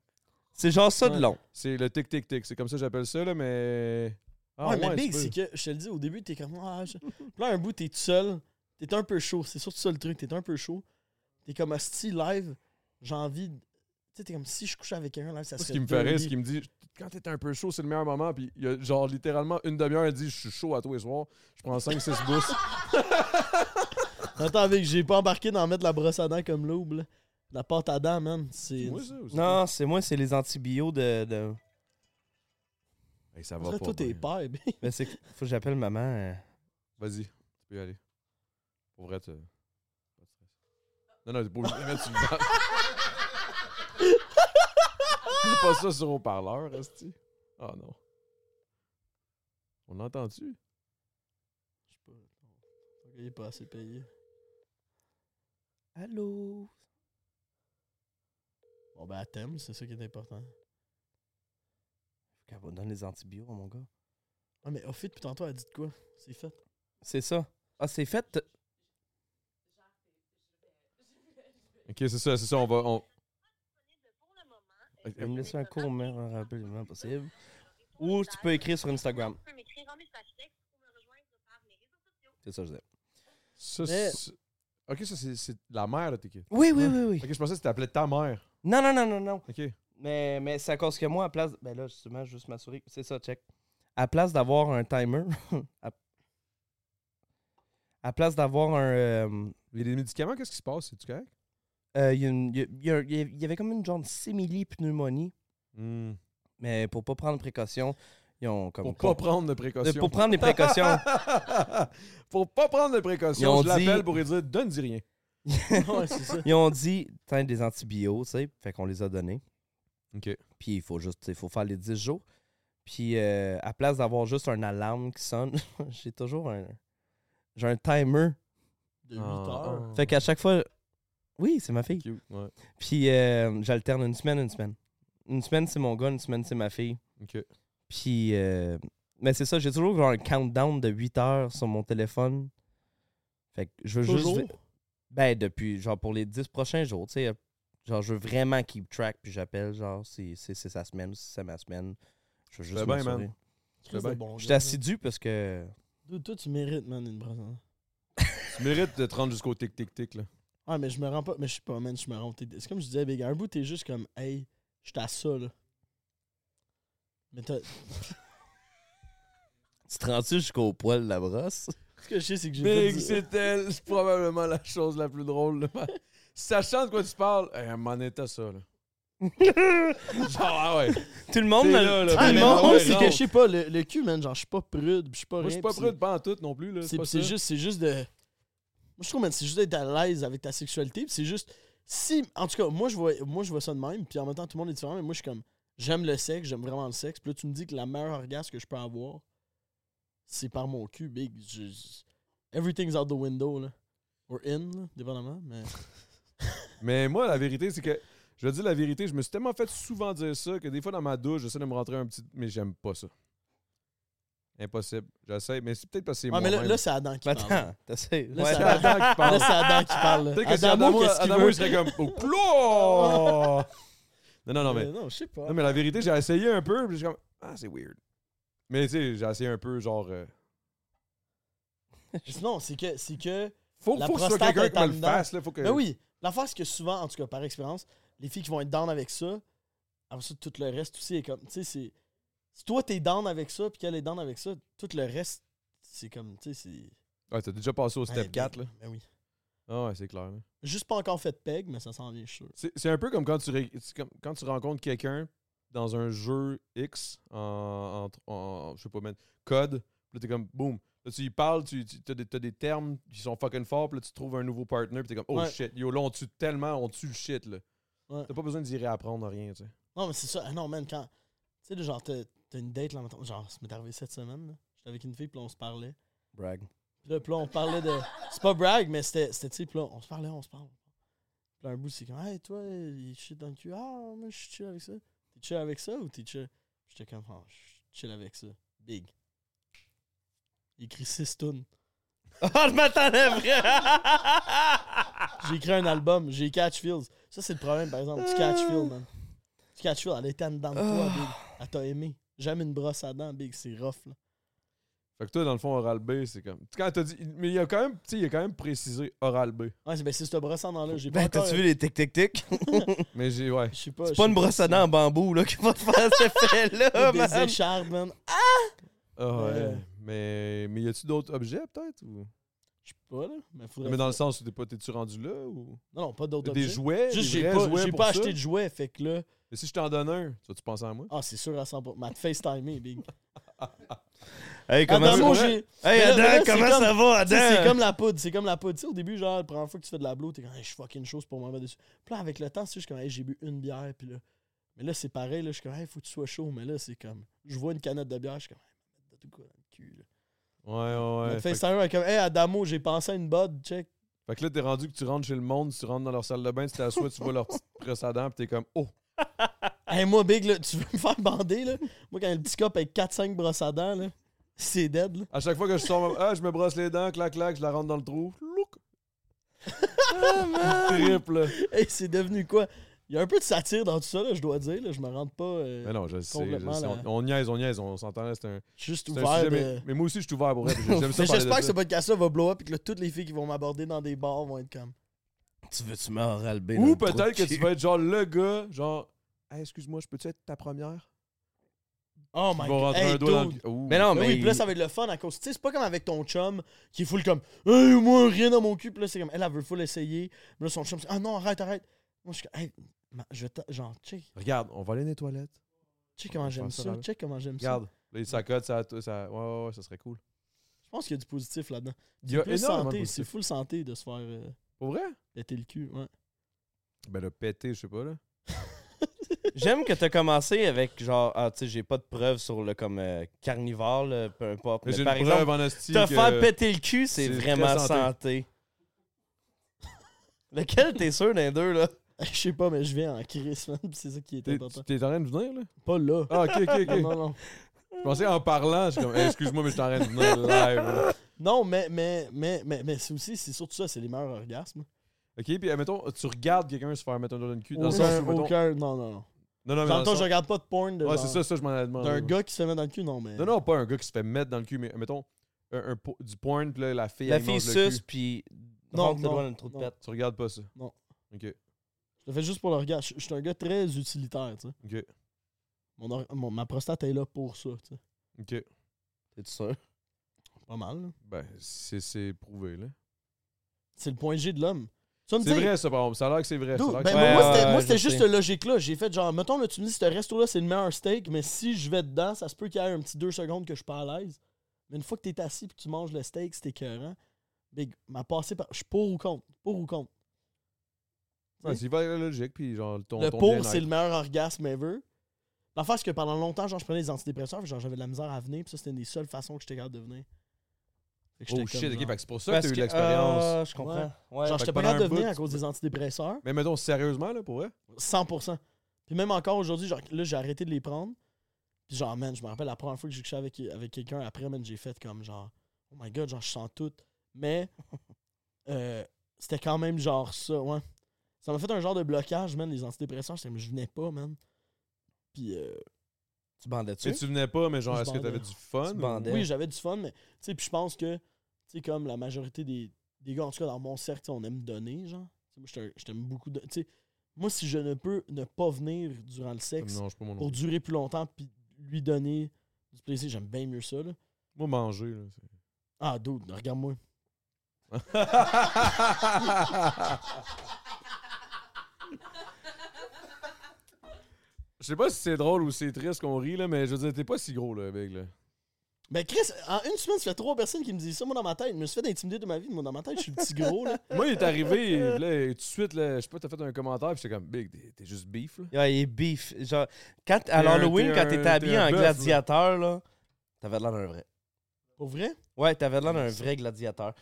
C: C'est genre ça de
B: Ouais.
C: long.
A: C'est le tic-tic-tic. C'est comme ça que j'appelle ça, là, mais. Ah,
B: ouais, mais
A: tu
B: big,
A: peux.
B: c'est que, je te le dis, au début, t'es comme. Ah, je- Puis là, un bout, t'es tout seul. T'es un peu chaud. C'est surtout ça le truc. T'es un peu chaud. T'es comme un style live. J'ai envie. de- Tu sais, t'es comme si je couchais avec quelqu'un live, ça
A: Moi,
B: serait.
A: ce qui me fait rire,
B: dirty.
A: c'est qu'il me dit quand t'es un peu chaud, c'est le meilleur moment. Puis, il y a, genre, littéralement, une demi-heure, elle dit Je suis chaud à tous les soirs. Je prends
C: *laughs*
A: 5-6 bousses.
B: Attends, big, j'ai pas embarqué d'en mettre la brosse à dents comme l'aube, là. La pâte à dents, man. C'est.
A: C'est moi, ça, ou c'est toi?
C: Non, c'est moi, c'est les antibiotiques de. de...
A: Hey, ça
B: En
A: va
B: vrai,
A: pas.
B: toi, t'es eh
A: bien. *laughs*
B: père, big.
C: Mais c'est faut que j'appelle maman. euh.
A: Vas-y, tu peux y aller. Pour vrai, tu. Non, non, t'es pas obligé de mettre sur le *laughs* bas. Mets pas ça sur haut-parleur, Resti. Ah non. On entend-tu?
B: Je sais pas. Il est pas assez payé.
C: Allô?
B: Bon, ben, à thème, c'est ça qui est important.
C: Faut qu'elle va donner les antibiotiques, mon gars.
B: Ah, mais Offit, puis tantôt, elle dit de quoi C'est fait.
C: C'est ça. Ah, c'est fait.
A: Ok, c'est ça, c'est ça, on va. On...
C: Elle me laisse un court mais un rapidement possible. Ou tu peux écrire sur Instagram. C'est ça, je disais.
A: Ça,
B: Mais-
A: c'est- Ok, ça, c'est c'est la mère de tes kids.
C: Oui, oui, oui, oui.
A: Ok, je pensais que tu t'appelais ta mère.
C: Non, non, non, non, non.
A: Ok.
C: Mais, mais c'est à cause que moi, à place. Ben là, justement, juste m'assurer. C'est ça, check. À place d'avoir un timer. *laughs* à... à place d'avoir un. euh,
A: Il y a des médicaments, qu'est-ce qui se passe? C'est-tu correct?
C: euh, il y a une- il y a- il y a- il y avait comme une genre de simili-pneumonie.
A: Hmm.
C: Mais pour pas prendre précaution, ils ont comme.
A: Pour pas prendre de précautions.
C: De- pour prendre des précautions.
A: *laughs* pour pas prendre de
C: Ils
A: précautions.
C: ont
A: Je l'appelle
C: dit-
A: pour lui dire donne dis rien.
B: *laughs* ouais, c'est ça.
C: ils ont dit, tiens, des antibiotiques, tu sais, fait qu'on les a donnés.
A: OK.
C: Puis il faut juste, tu sais, faut faire les 10 jours. Puis euh, à place d'avoir juste un alarme qui sonne, *laughs* j'ai toujours un. J'ai un timer.
B: De 8
A: Ah,
B: heures.
C: Fait qu'à chaque fois. Oui, c'est ma fille.
A: Cute. Ouais.
C: Puis euh, j'alterne une semaine, une semaine. Une semaine, c'est mon gars, une semaine, c'est ma fille.
A: OK.
C: Puis. euh, Mais c'est ça, j'ai toujours genre un countdown de 8 heures sur mon téléphone. Fait que je veux
B: Toujours.
C: juste. Ben, depuis, genre, pour les 10 prochains jours, tu sais. euh, Genre, je veux vraiment keep track, puis j'appelle, genre, si si c'est sa semaine, si c'est ma semaine. Je veux juste.
A: fais bien,
C: m'assurer.
A: man.
B: Chris
A: bien.
B: de bon
C: Je
B: gars,
C: suis
B: man.
C: assidu parce que.
B: Dude, toi, tu mérites, man, une brosse. hein.
A: Tu mérites de te rendre jusqu'au tic-tic-tic, là.
B: Ouais, mais je me rends pas. Mais je suis pas, man, je me rends. T'es- C'est comme je disais, Big, à un bout, t'es juste comme, hey, je à ça, là. Mais t'as.
C: Tu te rends-tu jusqu'au poil de la brosse? *laughs*
B: Ce que je sais, c'est que j'ai fait
A: Big,
B: du-
A: c'est elle, c'est probablement la chose la plus drôle. là. *laughs* Sachant de quoi tu parles, eh, elle m'en était ça,
B: *laughs*
A: là. Genre, ah ouais.
C: Tout le monde,
A: T'es
C: me-
A: là, là,
C: tout
B: Ah,
C: le
B: mais
A: vraiment,
C: monde-
B: moi,
A: ouais,
B: c'est
A: non.
B: que je sais pas, le, le cul, man, genre, je suis pas prude, pis je suis pas
A: Moi, je suis
B: rien,
A: pas
B: pis
A: prêt de en tout non plus, là.
B: c'est-
A: pas
B: C'est c'est
A: ça.
B: juste, c'est juste de. Moi, je trouve, man, c'est juste d'être à l'aise avec ta sexualité, pis c'est juste. Si. En tout cas, moi, je vois, moi, je vois ça de même, puis en même temps, tout le monde est différent, mais moi, je suis comme, j'aime le sexe, j'aime vraiment le sexe, pis là, tu me dis que la meilleure orgasme que je peux avoir, c'est par mon cul, big. Je- je- Everything's out the window, là. Or in, là, dépendamment, mais.
A: Mais moi, la vérité, c'est que, je dis la vérité, je me suis tellement fait souvent dire ça que des fois, dans ma douche, j'essaie de me rentrer un petit. Mais j'aime pas ça. Impossible. J'essaie, mais c'est peut-être parce que c'est
B: Ouais, Ah, mais là,
A: moi-même.
B: là c'est Adam qui
C: Mais
B: parle.
C: attends, t'essayes.
B: Là,
C: Ouais.
A: c'est
B: ça-
A: Adam qui
B: Là,
A: parle.
B: c'est Adam qui parle.
A: Peut-être
B: là.
A: que si
B: Adamo,
A: Adamo,
B: qu'est-ce qu'il
A: Adamo,
B: veut?
A: il serait comme
B: *laughs*
A: au clos! Non, non, non, mais.
B: Euh, Non, je sais pas.
A: Non, mais la vérité, j'ai essayé un peu, puis j'ai comme, ah, c'est weird. Mais tu sais, j'ai essayé un peu, genre. euh,
B: Non, c'est que. C'est que
A: faut
B: La
A: faut que ce soit
B: prostate
A: quelqu'un
B: est
A: qui me le
B: en dedans.
A: fasse, là. Faut que.
B: Ben oui, l'affaire, c'est que souvent, en tout cas, par expérience, les filles qui vont être down avec ça, après ça, tout le reste aussi est comme. Tu sais, c'est. Si toi, t'es down avec ça, puis qu'elle est down avec ça, tout le reste, c'est comme. Tu sais, c'est.
A: Ouais, Ah, t'as déjà passé au
B: Ouais,
A: step
B: ben,
A: 4, là.
B: Ben oui.
A: Ah, ouais, c'est clair. là.
B: Juste pas encore fait de peg, mais ça s'en vient, je suis sûr.
A: C'est c'est un peu comme quand tu, ré- c'est comme quand tu rencontres quelqu'un dans un jeu X, en, en- en- je sais pas, man, code, puis là, t'es comme, boum. Là, tu y parles, tu, tu- t'as, des, t'as des termes qui sont fucking forts, puis là, tu trouves un nouveau partner, puis t'es comme, oh
B: Ouais.
A: shit, yo, là, on tue tellement, on tue le shit, là.
B: Ouais.
A: T'as pas besoin d'y réapprendre rien, tu sais.
B: Non, mais c'est ça. Ah non, man, quand. Tu sais, là, genre, t'as t'as une date, là, mettons, Genre, ça m'est arrivé cette semaine, là. J'étais avec une fille, puis là, on se parlait.
C: Brag.
B: Puis là, puis là, on parlait de. C'est pas brag, mais c'était, c'était, tu sais, puis là, on se parlait, on se parle. Puis là, un bout, c'est comme, hey, toi, il shit dans le cul. Ah, moi, je suis chill avec ça. T'es chill avec ça ou t'es chill? J'étais comme, oh, je suis chill avec ça. Big. J'ai écrit 6 tunes. *laughs* Ah,
C: Oh, je m'attendais vrai!
B: J'ai écrit un album, j'ai Catchfields. Ça, c'est le problème, par exemple, du Catchfield, man. Du Catchfield, elle était en dedans de
C: Ah.
B: toi, Big. Elle t'a aimé. J'aime une brosse à dents, Big, c'est rough, là.
A: Fait que toi, dans le fond, oral B, c'est comme. Quand t'as dit. Mais il a quand même, tu sais, il a quand même précisé oral
B: *laughs*
A: B.
B: Ouais, c'est, ben, c'est cette brosse à dents-là, j'ai
C: Ben,
B: pas encore...
C: t'as-tu vu les tic-tic-tic?
A: Mais j'ai, ouais.
B: Je sais pas.
C: C'est pas une brosse à dents en bambou, là, *laughs* qui va te faire cet
B: *laughs*
C: effet-là,
B: Des
C: man.
B: écharpes, man.
A: Ah ouais.
B: Euh.
A: Mais, mais y a-tu d'autres objets, peut-être ou...
B: Je sais pas, là. Mais faudrait.
A: Mais dans le sens où t'es pas, t'es-tu rendu là ou.
B: Non, non, pas d'autres
A: Des
B: objets.
A: jouets des
B: Juste, j'ai
A: vrais
B: pas,
A: jouets
B: j'ai
A: pour
B: pas
A: ça?
B: acheté de jouets, fait que là.
A: Mais si je t'en donne un, tu vas-tu penser à moi
B: Ah, c'est sûr à 100%. M'a FaceTimé, Big.
C: Hey, *laughs* comment
B: Adamo,
C: ça va?
B: j'ai.
C: Hey,
B: Mais là, mais là,
C: Adam,
B: c'est comme-
C: comment ça va,
B: tu sais,
C: Adam?
B: C'est comme la poudre, c'est comme la poudre. Tu sais, au début, genre, la première fois que tu fais de la blow, t'es comme, Hey, je suis fucking chose pour m'en mettre dessus. Puis là, avec le temps, c'est juste comme, Hey, j'ai bu une bière, puis là. Mais là, c'est pareil, là, je suis comme, hey, faut que tu sois chaud. Mais là, c'est comme, je vois une canette de bière, je suis comme, hey, mets tout quoi dans le cul, là.
A: Ouais, ouais, ouais.
B: Notre
A: Fait, que-
B: FaceTimer est comme, hey, Adamo, j'ai pensé à une bod, check.
A: fait que là, t'es rendu que tu rentres chez le monde, tu rentres dans leur salle de bain, tu t'assois, tu vois leur
B: *laughs*
A: petite brosse à dents, pis t'es comme, oh.
B: Hey, moi, Big, là, tu veux me faire bander, là? Moi, quand il y a le petit cop avec 4-5 brosses à dents, là, c'est dead, là.
A: À chaque fois que je
B: *laughs*
A: sors, ah, je me brosse les dents, clac, clac, je la rentre dans le trou. Look.
B: Ah,
A: Triple.
B: Hey, c'est devenu quoi? Il y a un peu de satire dans tout ça, là, je dois dire. Là, je me rends pas. euh,
A: Mais non, je le sais. je
B: Complètement,
A: le sais.
B: là.
A: On, on niaise, on niaise, on s'entend, là, c'est un.
B: je suis juste
A: c'est un
B: ouvert.
A: sujet,
B: de-
A: mais, mais moi aussi, je suis ouvert pour elle.
B: *laughs*
A: puis J'aime ça. parler
B: Mais
A: de
B: j'espère que
A: ça.
B: ce podcast-là va blow up et que là, toutes les filles qui vont m'aborder dans des bars vont être comme.
C: Tu veux-tu m'en B?
A: Ou peut-être que tu vas être genre le gars, genre, Hey, excuse-moi, je peux-tu être ta première?
B: Oh
A: Ils
B: my
A: vont
B: god.
A: rentrer
B: Hey,
A: un doigt dans
B: dude.
A: le. Ouh.
C: Mais non,
B: Mais
C: mais...
B: oui, puis là,
C: il-
B: ça va être le fun à cause. Tu sais, c'est pas comme avec ton chum qui est full comme. Hey, moi, rien dans mon cul. Puis là, c'est comme. Elle, elle veut full essayer. Mais là, son chum, c'est. Ah non, arrête, arrête. Moi, je suis comme. Hey, ma- je vais. t'a- Genre, check.
A: Regarde, on va aller dans les toilettes.
B: Check comment
A: Je
B: j'aime
A: pense ça,
B: ça.
A: là.
B: Check comment j'aime ça.
A: Regarde, les sacottes, ça, ça, ouais, ouais, ouais, ça serait cool.
B: Je pense qu'il y a du positif là-dedans.
A: Il y a
B: Plus
A: énormément de
B: santé, c'est
A: positifs.
B: full santé de se faire euh,
A: Pour vrai?
B: péter le cul, ouais. *laughs*
A: Ben, le pété, je sais pas, là.
C: J'aime que t'as commencé avec genre, ah, tu sais, j'ai pas de preuves sur le comme euh, carnivore, là, peu importe.
A: Mais
C: Mais
A: j'ai une
C: par
A: preuve
C: exemple,
A: en hostie
C: te
A: que-
C: faire péter le cul, c'est
A: c'est
C: vraiment
A: très santé.
C: santé. Lequel t'es sûr d'un deux, là?
B: Je sais pas, mais je viens en crise, man. pis C'est ça qui est
A: T'es,
B: important.
A: t'es en train de venir,
B: *laughs*
A: là?
B: Pas là.
A: Ah, ok, ok,
B: Non,
A: ok.
B: non, non.
A: Je pensais en parlant, je suis comme, eh, excuse-moi, mais je suis en train de venir live. là.
B: Non, mais, mais, mais, mais, mais c'est aussi, c'est surtout ça, c'est les meilleurs orgasmes.
A: Ok, puis admettons, tu regardes quelqu'un se faire mettre un doigt dans le cul. Dans le sens
B: Aucun,
A: où, mettons-
B: aucun, non, non, non.
A: Non, non, mais.
B: Dans
A: Dans
B: le
A: le
B: temps, je
A: sens-
B: regarde pas de porn de
A: Ouais,
B: genre-
A: c'est ça, ça, je m'en ai demandé.
B: d'un
A: ouais.
B: gars qui se fait mettre dans le cul, non, mais.
A: Non, non, pas un gars qui se fait mettre dans le cul, mais euh, mettons, un, un po- du porn, puis là, la fille.
C: La
A: elle
C: fille
A: mange le
C: suce,
A: cul.
C: puis
B: Non,
C: rentre le
B: non,
C: doigt dans le trou de
B: non.
C: pète.
A: Tu regardes pas ça?
B: Non.
A: Ok,
B: Je le fais juste pour l'orgasme. Je, je suis un gars très utilitaire, tu sais.
A: ok,
B: Mon or- mon- ma prostate est là pour ça, tu sais.
A: ok.
C: T'es sûr?
B: Pas mal, là.
A: Ben, c'est, c'est prouvé, là.
B: C'est le point G de l'homme. Ça me
A: C'est
B: dit-
A: vrai, ça, par exemple. Ça a l'air que c'est vrai. ça a
B: Dude,
A: l'air que
B: ben,
A: c'est
C: Ouais,
A: vrai.
B: moi, c'était-
C: ouais,
B: moi,
C: ouais,
B: c'était
C: je
B: juste
C: sais.
B: cette logique-là. J'ai fait genre, mettons, là, tu me dis, ce resto-là, c'est le meilleur steak, mais si je vais dedans, ça se peut qu'il y ait un petit deux secondes que je suis pas à l'aise. Mais une fois que t'es assis puis que tu manges le steak, c'est écœurant. Big, m'a passé par. Je suis pour ou contre. Pour ou contre.
A: Ouais, c'est hyper logique, puis genre, ton.
B: le
A: ton
B: pour,
A: bien-être.
B: c'est le meilleur orgasme ever. L'affaire, c'est que pendant longtemps, genre, je prenais des antidépresseurs, puis genre, j'avais de la misère à venir, puis ça, c'était une des seules façons que j'étais capable de venir. Fait que j'étais
A: Oh
B: comme, euh,
A: shit, ok,
B: genre-
A: fait que c'est pour ça que t'as eu l'expérience.
C: Ah, je comprends. Ouais.
B: Genre,
A: fait que
B: j'étais pas
A: pendant
B: capable de
A: un bout,
B: venir à
A: tu
B: cause des antidépresseurs.
A: Mais mettons, sérieusement, là, pour vrai?
B: 100%. Puis même encore aujourd'hui, genre, là, j'ai arrêté de les prendre. Puis genre, man, je me rappelle la première fois que j'ai couché avec, avec quelqu'un, après, man, j'ai fait comme genre, oh my god, genre, je sens tout. Mais euh, c'était quand même genre ça, ouais. Ça m'a fait un genre de blocage, man, les antidépresseurs. J'étais, mais je venais pas, man. Puis euh,
C: Tu bandais-tu?
A: Tu sais, tu venais pas, mais genre,
B: Je
A: est-ce que t'avais
B: bandais.
A: du fun?
C: Tu
A: ou-
C: bandais.
B: oui, j'avais du fun, mais tu sais, puis je pense que, tu sais, comme la majorité des, des gars, en tout cas dans mon cercle, tu sais, on aime donner, genre. Tu sais, Moi, je t'aime beaucoup. don- Tu sais, moi, si je ne peux ne pas venir durant le sexe,
A: Non, je suis pas mon
B: pour durer plus longtemps puis lui donner du plaisir. J'aime bien mieux ça. Là.
A: Moi, manger, là. c'est-
B: Ah, dude, regarde-moi.
A: Je sais pas si c'est drôle ou c'est triste qu'on rit, là, mais je veux dire, t'es pas si gros, là, avec, là.
B: Ben, Chris, en une semaine, ça fait trois personnes qui me disent ça, moi, dans ma tête. Je me suis fait intimider de ma vie, moi, dans ma tête, je suis le petit gros, là.
A: Moi, il est arrivé, et là, et tout de suite, là, je sais pas, t'as fait un commentaire, puis j'étais comme, Big, t'es- t'es juste beef, là.
C: Ouais, il est beef. Genre, quand, à l'Halloween,
A: un-
C: quand
A: t'es
C: t'étais
A: un
C: habillé en
A: bœuf, là.
C: gladiateur, là, t'avais l'air d'un vrai.
B: Pour vrai?
C: Ouais, t'avais l'air d'un vrai gladiateur.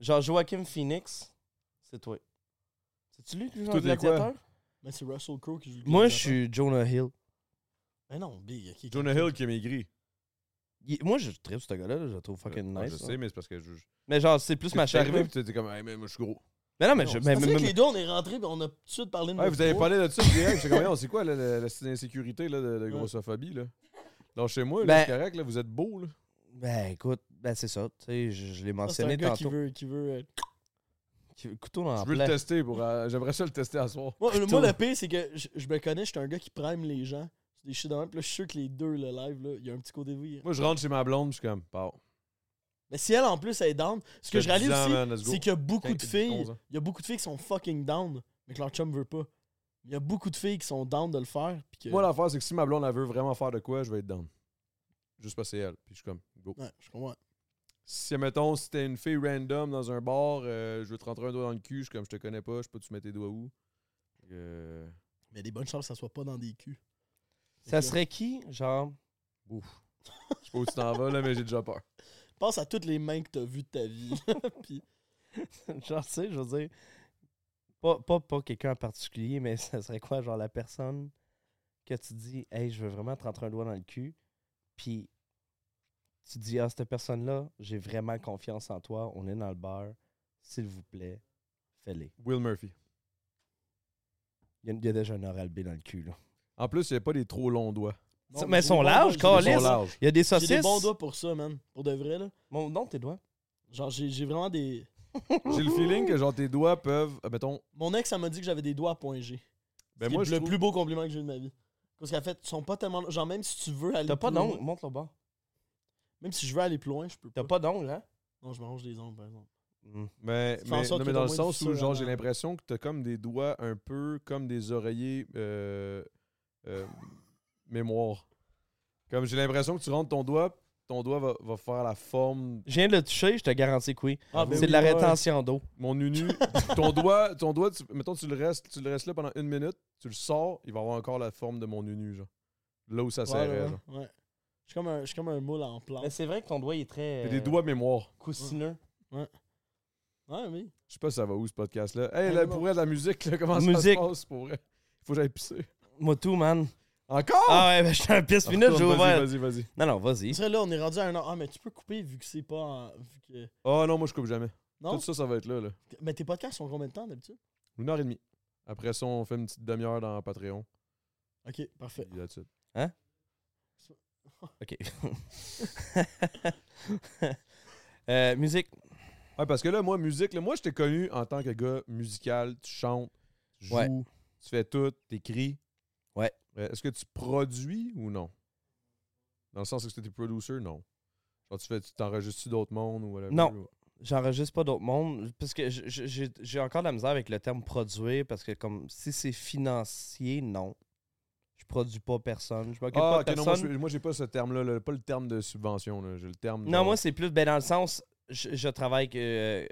C: Genre Joachim Phoenix, c'est toi. C'est-tu lui qui joue en
A: Toi, t'es quoi?
C: gladiateur?
B: Mais Ben, c'est Russell Crowe qui joue le
C: Moi, je
B: gladiateur.
C: suis Jonah Hill.
B: Ben non, Big. ok,
A: Jonah
B: calme-toi.
A: Hill qui a maigri.
C: Il- Moi, je tripe ce gars-là, là, je le trouve fucking
A: Ouais,
C: nice.
A: Ah, Je
C: là.
A: sais, mais c'est parce que je.
C: Mais genre, c'est plus ma
A: T'es
C: chaîne.
A: arrivé, puis t'étais comme, hey, mais moi, je suis gros.
C: Mais non, mais
B: Non,
C: je.
B: c'est
C: Mais,
B: parce
C: mais-
B: que
C: mais-
B: les deux, on est rentrés puis on a tout de suite parlé de
A: Ouais,
B: notre Ah,
A: vous avez
B: poids.
A: parlé de ça direct. J'étais comme, *laughs* Voyons, c'est quoi là, la, la petite insécurité là, de, de grossophobie? Là? Donc, chez moi, là,
C: Ben-
A: c'est correct, là, vous êtes beau. Là.
C: Ben écoute, ben c'est ça. Tu sais, je,
B: Ça,
C: je l'ai
B: C'est un
C: mentionné
B: gars qui
C: tantôt.
B: veut... Qui veut euh,
C: Qui- Couteau dans la
A: Je veux le
C: plaie.
A: tester. pour euh, J'aimerais ça le tester à soir.
B: Moi, le-
C: Plutôt.
B: moi, le pire, c'est que je, je me connais, je suis un gars qui prime les gens. C'est des shit de même. Puis là, je suis sûr que les deux, le live, là, il y a un petit côté de oui.
A: *laughs* Moi, je rentre chez ma blonde, je suis comme, pow.
B: Mais si elle, en plus, elle est down, ce que
A: Fait
B: je réalise
A: 10 ans,
B: aussi,
A: man, let's go.
B: c'est qu'il y a beaucoup
A: Quin-
B: de filles.
A: 11 ans.
B: Il y a beaucoup de filles qui sont fucking down, mais que leur chum veut pas. Il y a beaucoup de filles qui sont down de le faire. Puis que...
A: Moi, l'affaire, c'est que si ma blonde, elle veut vraiment faire de quoi, je vais être down. Juste parce que c'est elle. Puis je suis comme, go.
B: Ouais, je comprends.
A: Si, mettons, si t'es une fille random dans un bar, euh, je veux te rentrer un doigt dans le cul, je suis comme, je te connais pas, je sais pas, tu mets tes doigts où. Euh,
B: Mais des bonnes chances que ça soit pas dans des culs.
C: Ça serait qui, genre.
A: je sais pas où tu t'en vas, là, mais j'ai déjà peur.
B: *laughs* Pense à toutes les mains que t'as vues de ta
C: *laughs*
B: vie. Puis,
C: genre, tu sais, je veux dire. Pas, pas, pas quelqu'un en particulier, mais *laughs* ça serait quoi, genre la personne que tu dis, hey, je veux vraiment te rentrer un doigt dans le cul, puis tu dis, ah, cette personne-là, j'ai vraiment confiance en toi, on est dans le bar, s'il vous plaît, fais-les.
A: Will Murphy.
C: Il y, a- il y a déjà un oral B dans le cul, là.
A: En plus, il n'y a pas des trop longs doigts.
B: Non,
C: mais ils sont
B: j'ai des
C: larges,
B: bons doigts,
A: Ils
B: j'ai
A: sont
B: des-
A: larges.
C: Il y a des
B: J'ai
C: saucisses.
B: des bons doigts pour ça, man. Pour de vrai, là.
C: Mon nom, tes doigts.
B: Genre, j'ai j'ai vraiment des.
A: J'ai le feeling que, genre, tes doigts peuvent, euh, mettons,
B: Mon ex, elle m'a dit que j'avais des doigts à point G.
A: ben
B: C'est
A: moi,
B: le
A: je trouve-
B: plus beau compliment que j'ai eu de ma vie. Parce qu'en fait, ils sont pas tellement. Genre, même si tu veux aller.
C: T'as pas
B: plus loin-
C: d'ongles, montre le bas.
B: Même si je veux aller plus loin, je peux
C: T'as
B: pas.
C: pas Ah, d'ongles, hein?
B: Non, je mange des ongles, par exemple.
C: Hmm.
A: Mais,
B: Tu fais en
A: mais,
B: sorte
A: non,
B: que
A: mais dans
B: t'as
A: le
B: moins de
A: sens où,
B: fissures
A: genre,
B: dans-
A: j'ai l'impression que t'as comme des doigts un peu comme des oreillers. euh, euh, mémoire. Comme j'ai l'impression que tu rentres ton doigt, ton doigt va, va faire la forme.
C: Je viens de le toucher, je te garantis que oui.
B: Ah, ben
C: c'est
B: oui,
C: de la
B: ouais.
C: rétention d'eau.
A: Mon
B: *laughs*
A: unu, ton doigt, ton doigt, tu- mettons, tu le restes, tu le restes là pendant une minute, tu le sors, il va avoir encore la forme de mon unu, genre. Là où ça
B: Ouais,
A: serrait,
B: ouais, Euh.
A: genre.
B: ouais. Je suis comme un, je suis comme un moule en
C: Mais
B: plante.
C: c'est vrai que ton doigt il est très.
A: T'as des doigts mémoire.
C: coussineux.
B: Ouais, oui.
A: Je sais pas si ça va où ce podcast-là. Hey,
B: Ouais,
A: là,
B: non.
A: pour vrai, la musique, là, comment ça se
C: Musique.
A: passe pour vrai? Faut que j'aille pisser.
C: Moi tout, man.
A: Oh! Encore?
C: Ah ouais, ben, je suis un pisse minute, j'ai
A: Retourne,
C: ouvert.
A: Vas-y, vas-y, vas-y.
C: Non, non, vas-y.
B: Tu serais là, on est rendu à un an. Ah, mais tu peux couper vu que c'est pas. en- vu que...
A: Oh non, moi, je coupe jamais.
B: Non?
A: Tout ça, ça va être là, là.
B: Mais tes podcasts sont combien de temps d'habitude?
A: Une heure et demie. Après ça, on fait une petite demi-heure dans Patreon.
B: Ok, parfait.
A: Puis là-dessus.
C: OK. *laughs* Euh, musique.
A: Ouais, parce que là, moi, musique, là, moi, je t'ai connu en tant que gars musical. Tu chantes, tu joues,
C: Ouais.
A: tu fais tout, t'écris.
C: Ouais.
A: Euh, Est-ce que tu produis ou non? Dans le sens, est-ce que t'es producer? Non. Genre, tu fais, tu t'enregistres d'autres mondes ou whatever?
C: Non.
A: ou-
C: J'enregistre pas d'autres mondes parce que j- j- j'ai j'ai encore de la misère avec le terme produire parce que comme si c'est financier, non. Je produis pas personne. Je m'occupe
A: Ah,
C: pas
A: ok,
C: de
A: non, moi,
C: personne.
A: je- moi, j'ai pas ce terme-là, là, pas le terme de subvention, là, j'ai le terme.
C: Non,
A: genre-
C: moi, c'est plus ben, dans le sens, je, je travaille que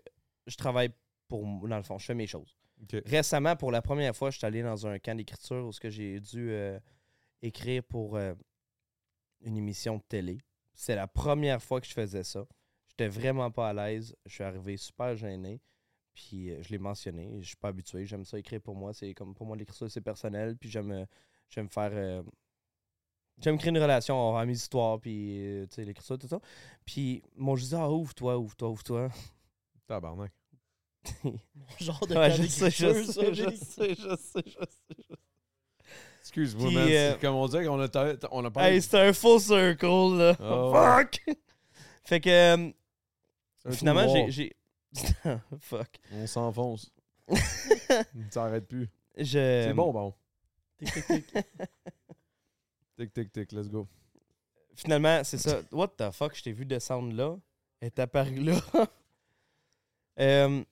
C: je travaille pour m- dans le fond, je fais mes choses.
A: Ok.
C: Récemment, pour la première fois, je suis allé dans un camp d'écriture où ce que j'ai dû euh, écrire pour euh, une émission de télé. C'est la première fois que je faisais ça. J'étais vraiment pas à l'aise. Je suis arrivé super gêné. Puis euh, je l'ai mentionné. Je suis pas habitué. J'aime ça écrire pour moi. C'est comme pour moi l'écriture, c'est personnel. Puis j'aime euh, j'aime faire. euh, j'aime créer une relation, on va mes histoires, puis euh, tu sais, l'écriture, tout ça. Puis mon je disais, ah, ouvre-toi, ouvre-toi, ouvre-toi.
A: Tabarnak.
B: *laughs* Genre de
C: *laughs* Ouais,
B: cas
C: je sais, je
B: d'écriture, ça,
C: sais, je
B: Nick.
C: sais, je sais, je sais.
A: Excuse-moi,
C: Puis,
A: man. c'est
C: euh,
A: Comme on dirait qu'on a, ta- ta- on a parlé.
C: Hey, c'était un full circle, là.
A: Oh.
C: Fuck! *laughs* Fait que, euh,
A: c'est un trou
C: finalement,
A: noir.
C: j'ai- j'ai. *laughs* Fuck.
A: On s'enfonce. Ça arrête plus.
C: Je...
A: C'est bon, bon.
B: Tic, tic, tic.
A: Tic, tic, tic, let's go.
C: *laughs* Finalement, c'est ça. What the fuck, je t'ai vu descendre là. Elle est apparue là. *laughs* Euh,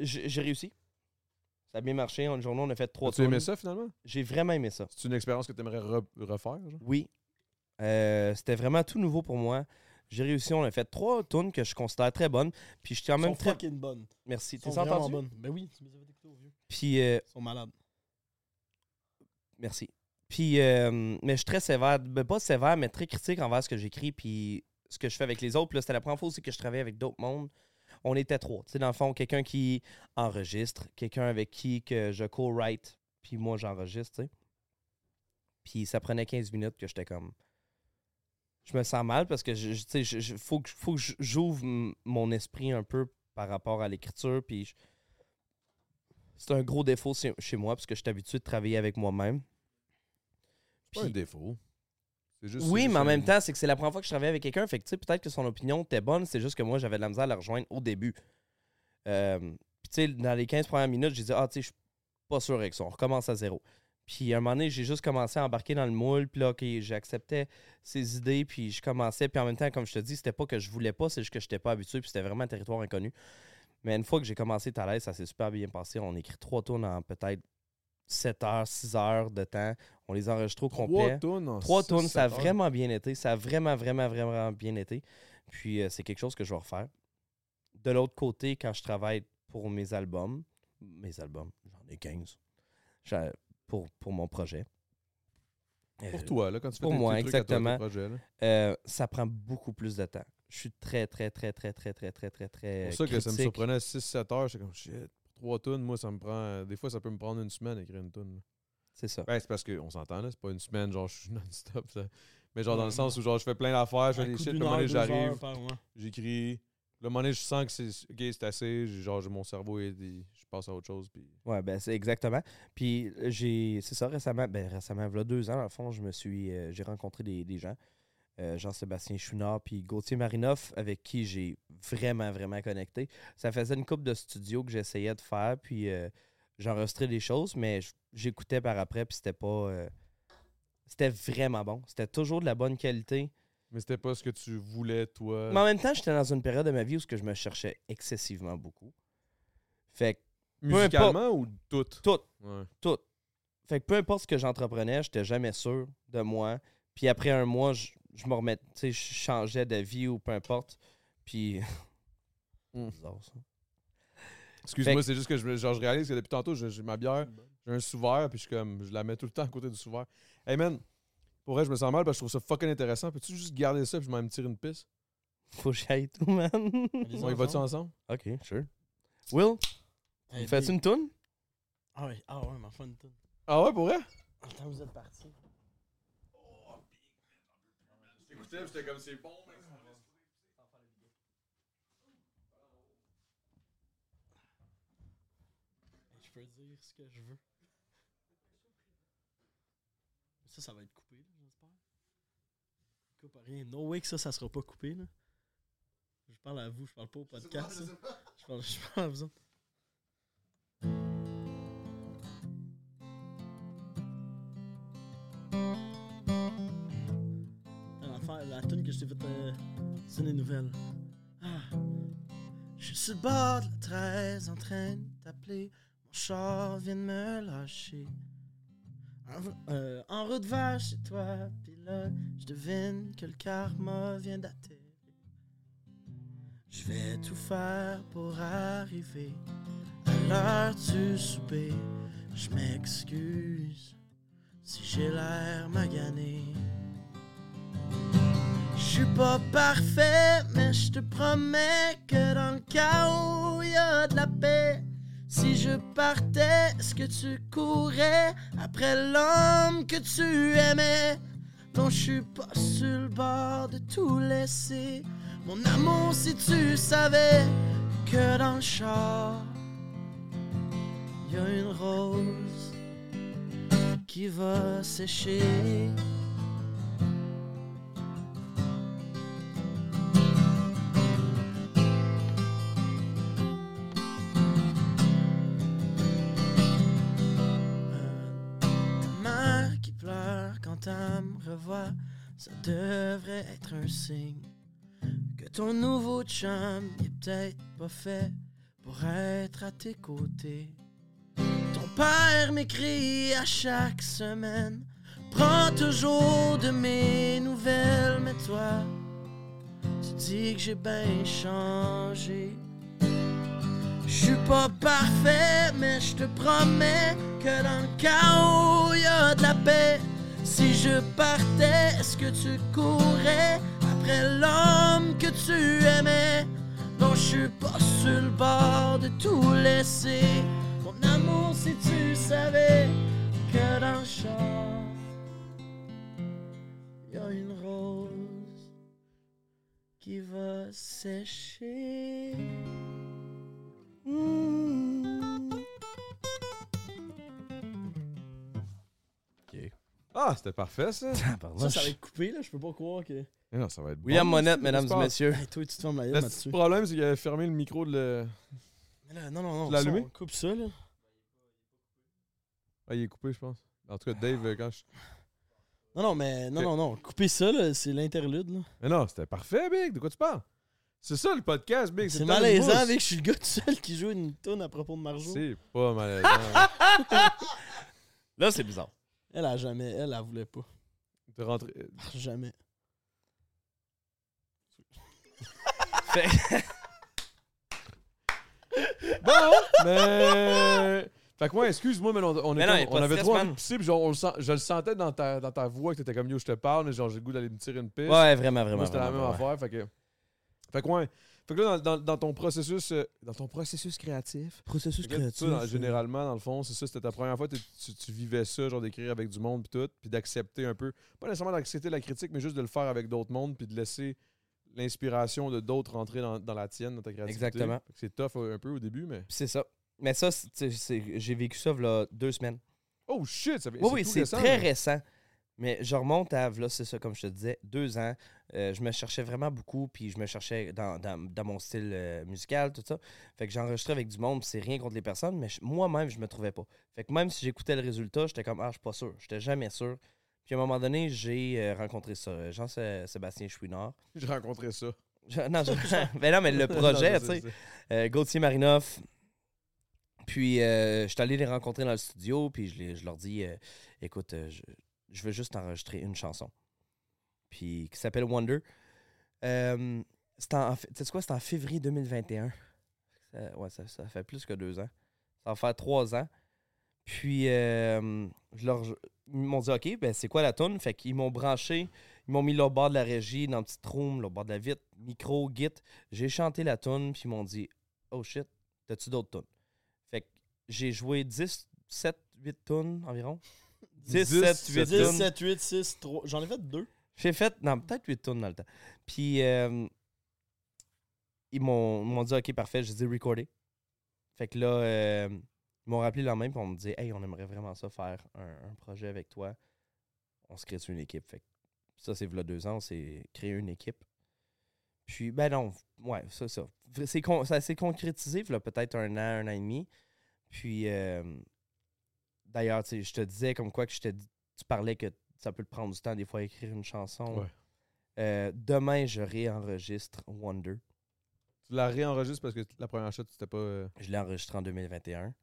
C: j'ai j'ai réussi. Ça a bien marché. En une journée, on a fait trois
A: Tu aimé
C: tunes.
A: ça, finalement?
C: J'ai vraiment aimé ça.
A: C'est une expérience que tu aimerais refaire, genre?
C: Oui. Euh, C'était vraiment tout nouveau pour moi. J'ai réussi, on a fait trois tunes que je considère très bonnes. Puis je suis quand
B: Ils
C: même
B: sont
C: très.
B: fucking bonnes.
C: Merci.
B: Ils sont
C: T'es
B: vraiment
C: entendu?
B: bonnes. Ben oui, tu me les avais découpées au vieux.
C: Puis euh,
B: Ils sont malades.
C: Merci. Puis, euh, mais je suis très sévère. Ben, pas sévère, mais très critique envers ce que j'écris puis ce que je fais avec les autres. Puis là, c'était la première fois aussi que je travaillais avec d'autres mondes. On était trois. Tu sais, dans le fond, quelqu'un qui enregistre, quelqu'un avec qui que je co-write, puis moi, j'enregistre, tu sais. Puis ça prenait 15 minutes que j'étais comme... Je me sens mal parce que, je, je- tu sais, je- je- faut que, faut que je- j'ouvre m- mon esprit un peu par rapport à l'écriture, puis... je- C'est un gros défaut chez chez moi parce que je suis habitué de travailler avec moi-même.
A: C'est pas un
C: Puis-
A: défaut. C'est juste- c'est
C: Oui,
A: juste
C: mais en
A: un-
C: même temps, c'est que c'est la première fois que je travaillais avec quelqu'un. Fait que, tu sais, peut-être que son opinion était bonne, c'est juste que moi, j'avais de la misère à la rejoindre au début. Euh, Puis, tu sais, dans les 15 premières minutes, j'ai dit, ah, tu sais, je suis pas sûr avec ça, on recommence à zéro. Puis, à un moment donné, j'ai juste commencé à embarquer dans le moule. Puis là, OK, j'acceptais ses idées, puis je commençais. Puis en même temps, comme je te dis, c'était pas que je voulais pas, c'est juste que j'étais pas habitué, puis c'était vraiment un territoire inconnu. Mais une fois que j'ai commencé à l'aise, ça s'est super bien passé. On écrit trois tours en peut-être 7 heures, 6 heures de temps. On les enregistre au
A: Trois
C: complet.
A: tonnes en
C: Trois
A: six,
C: tournes, ça a
A: sept heures.
C: vraiment bien été. Ça a vraiment, vraiment, vraiment bien été. Puis euh, c'est quelque chose que je vais refaire. De l'autre côté, quand je travaille pour mes albums, mes albums, j'en ai 15. J'en- Pour, pour mon projet.
A: Pour
C: Euh,
A: toi, là, quand tu fais
C: Pour
A: tes- tes
C: moi,
A: trucs à toi,
C: exactement.
A: tes projets, là.
C: euh, ça prend beaucoup plus de temps. Je suis très, très, très, très, très, très, très, très, très.
A: C'est pour ça que ça me
C: critique.
A: surprenait 6-7 heures. J'étais comme, shit, trois tonnes, moi, ça me prend. euh, Des fois, ça peut me prendre une semaine à écrire une tonne.
C: C'est ça.
A: Ben, c'est parce qu'on s'entend, là. C'est pas une semaine, genre, je suis *laughs* non-stop, ça. Mais genre, dans le sens où, genre, je fais plein d'affaires, je fais
B: Un
A: des
B: coup
A: shit, puis
B: d'une
A: à un moment
B: heure,
A: donné,
B: deux
A: j'arrive,
B: heures par mois.
A: j'écris. Le moment donné, je sens que c'est ok, c'est assez. j'ai- Genre, j'ai- mon cerveau est. est- Je passe à autre chose. Puis...
C: Ouais, ben c'est exactement. Puis euh, j'ai, c'est ça récemment, ben récemment, voilà deux ans dans le fond, je me suis, euh, j'ai rencontré des, des gens, Euh, Jean-Sébastien Chouinard puis Gauthier Marinoff, avec qui j'ai vraiment vraiment connecté. Ça faisait une coupe de studio que j'essayais de faire, puis euh, j'enregistrais des choses, mais j- j'écoutais par après, puis c'était pas, euh, c'était vraiment bon. C'était toujours de la bonne qualité.
A: Mais c'était pas ce que tu voulais, toi.
C: Mais en même temps, j'étais dans une période de ma vie où ce que je me cherchais excessivement beaucoup. Fait que
A: musicalement ou tout
C: tout
A: Ouais.
C: tout. Fait que peu importe ce que j'entreprenais, j'étais jamais sûr de moi. Puis après un mois, je, je me remettais, tu sais, je changeais d'avis ou peu importe. *laughs* Puis.
A: Hmm.
C: Bizarre, ça.
A: Excuse-moi,
C: Fait que-
A: c'est juste que je, me- genre, je réalise que depuis tantôt, j'ai j'ai ma bière, j'ai un sous-verre, puis je, suis comme, je la mets tout le temps à côté du sous-verre. Hey man, pour vrai, je me sens mal parce que je trouve ça fucking intéressant. Peux-tu juste garder ça, puis je vais me tirer une pisse?
C: Faut que j'aille tout, man.
D: Allez-y
A: On y va-tu
D: ensemble.
A: ensemble?
C: *laughs* ok, sure. Will,
D: Hey,
C: fais-tu
D: big.
C: une toune?
D: Ah ouais, ah ouais, ma fun tout.
A: Ah ouais, pour vrai?
D: Attends, vous êtes partis.
A: j'étais comme, c'est bon,
D: Je peux dire ce que je veux. Ça, ça va être coupé, là, j'espère. Coupe à rien. No way que ça, ça sera pas coupé, là. Je parle à vous, je parle pas au podcast. là. Je parle, je parle à vous autres. Ah, l'affaire- La tune que je t'ai faite, euh, c'est les nouvelles. Ah. Je suis sur le bord de la 13 en train de t'appeler. Mon char vient de me lâcher. En, euh, en route vers chez toi, pis là, je devine que le karma vient d'atterrir. Je vais tout faire pour arriver à l'heure du souper. Je m'excuse si j'ai l'air magané. Je suis pas parfait, mais je te promets que dans le chaos, y a de la paix. Si je partais, est-ce que tu courais après l'homme que tu aimais? Non, je suis pas sur le bord de tout laisser. Mon amour, si tu savais que dans le char, y a une rose qui va sécher. Ta mère qui pleure quand elle me revoit, ça devrait être un signe que ton nouveau chum n'est peut-être pas fait pour être à tes côtés. Ton père m'écrit à chaque semaine, prends toujours de mes nouvelles, mais toi, tu dis que j'ai bien changé. Je suis pas parfait, mais je te promets que dans le chaos, y a de la paix. Si je partais, est-ce que tu courais après l'homme que tu aimais? Non, je suis pas sur le bord de tout laisser. Mon amour, si tu savais que dans le char, y a une rose qui va sécher. Mmh.
A: Ah, c'était parfait, ça.
D: Ça, ça va être coupé, là. Je peux pas croire que.
A: Eh non, ça va être
C: William
A: bon,
C: Monette,
A: ça,
C: mesdames
A: j'espère.
C: et messieurs.
D: *laughs* Hey, toi, tu te fermes la gueule
A: Le petit
D: là-dessus.
A: problème, c'est qu'il avait fermé le micro de le.
D: Mais là, Non, non, non.
A: Tu l'as
D: ça,
A: allumé?
D: On coupe ça, là.
A: Ah, il est coupé, je pense. En tout cas,
C: Ah.
A: Dave, euh, quand je.
D: Non, non, mais non,
A: Ok.
D: non, non. Couper ça, là, c'est l'interlude, là.
A: Mais non, c'était parfait, Big. De quoi tu parles? C'est ça le podcast, Big.
D: C'est
A: le temps de
D: malaisant,
A: mousse.
D: avec que je suis le gars tout seul qui joue une tonne à propos de Marjo.
A: C'est pas
D: *laughs*
A: malaisant.
C: Là, c'est bizarre.
D: Elle a jamais, elle, elle voulait pas.
A: T'es rentré.
D: Ah,
A: *laughs*
D: Jamais. *laughs*
A: Bon, hein? mais. Fait que moi, excuse-moi, mais on, on, est
C: Mais non,
A: comme-
C: y a pas
A: on
C: de
A: avait
C: stress,
A: trop
C: man.
A: envie de pisser, puis genre, on le sent- je le sentais dans ta, dans ta voix que t'étais comme yo, je te parle, mais genre, j'ai le goût d'aller me tirer une piste.
C: Ouais, vraiment, vraiment.
A: Moi, c'était la même
C: vraiment,
A: affaire. Fait que. Fait que, ouais. Fait que là, dans, dans- dans ton processus. euh, dans ton processus créatif.
D: Processus
A: Fait que là, toi, dans- généralement, dans le fond, c'est ça, c'était ta première fois, t'es- tu, tu vivais ça, genre d'écrire avec du monde, puis tout, puis d'accepter un peu, pas nécessairement d'accepter la critique, mais juste de le faire avec d'autres mondes, puis de laisser l'inspiration de d'autres rentrer dans, dans la tienne, dans ta créativité.
C: Exactement.
A: Fait que C'est tough euh, un peu au début, mais.
C: C'est ça. Mais ça, c'est- tu sais, c'est- j'ai vécu ça là, deux semaines.
A: Oh shit, ça fait.
C: Oui, oui,
A: tout
C: c'est
A: récent,
C: très
A: là. *laughs*
C: récent. Mais je remonte à, là, c'est ça, comme je te disais, deux ans. Euh, je me cherchais vraiment beaucoup, puis je me cherchais dans, dans- dans mon style euh, musical, tout ça. Fait que j'enregistrais avec du monde, puis c'est rien contre les personnes, mais je- moi-même, je me trouvais pas. Fait que même si j'écoutais le résultat, j'étais comme, ah, je suis pas sûr. J'étais jamais sûr. Puis à un moment donné, j'ai euh, rencontré ça, euh, Jean-Sébastien Chouinard. *laughs*
A: J'ai rencontré ça. *laughs*
C: Je- *laughs* Ben non, je- mais non, mais
A: Non,
C: le
A: je sais,
C: projet, tu sais.
A: je sais.
C: Euh, Gauthier Marinoff. Puis, euh, je suis allé les rencontrer dans le studio, puis je, les- je leur dis euh, écoute, euh, je, je veux juste enregistrer une chanson. Puis, qui s'appelle Wonder. Euh, c'est en, tu sais quoi, c'est en février 2021. Ça- ouais, ça, ça fait plus que deux ans. Ça va faire trois ans. Puis, euh, je leur, ils m'ont dit OK, ben, c'est quoi la tune Fait qu'ils m'ont branché, ils m'ont mis le bord de la régie dans le petit room, le bord de la vitre, micro, git. J'ai chanté la tune, puis ils m'ont dit Oh shit, t'as-tu d'autres tunes Fait que j'ai joué 10, 7, 8 tunes environ. 10, 7, 8
A: 7
C: tunes.
B: 7, 8, 6, 3. J'en ai fait deux.
C: J'ai fait, non, peut-être 8 tournes dans le temps. Puis, euh, ils m'ont ils m'ont dit, OK, parfait, j'ai dit recorder. Fait que là, euh, ils m'ont rappelé le lendemain, puis on me dit, Hey, on aimerait vraiment ça faire un, un projet avec toi. On se crée une équipe. Fait que ça, c'est v'là deux ans, on s'est créé une équipe. Puis, ben non, ouais, ça, ça. C'est con- ça s'est concrétisé, v'là peut-être un an, un an et demi. Puis, euh, d'ailleurs, tu sais, je te disais comme quoi que je te dis- tu parlais que ça peut te prendre du temps des fois à écrire une chanson.
A: Ouais.
C: Euh, demain, je réenregistre Wonder.
A: Tu la réenregistres parce que la première shot, c'était pas. euh,
C: Je l'ai enregistré en 2021.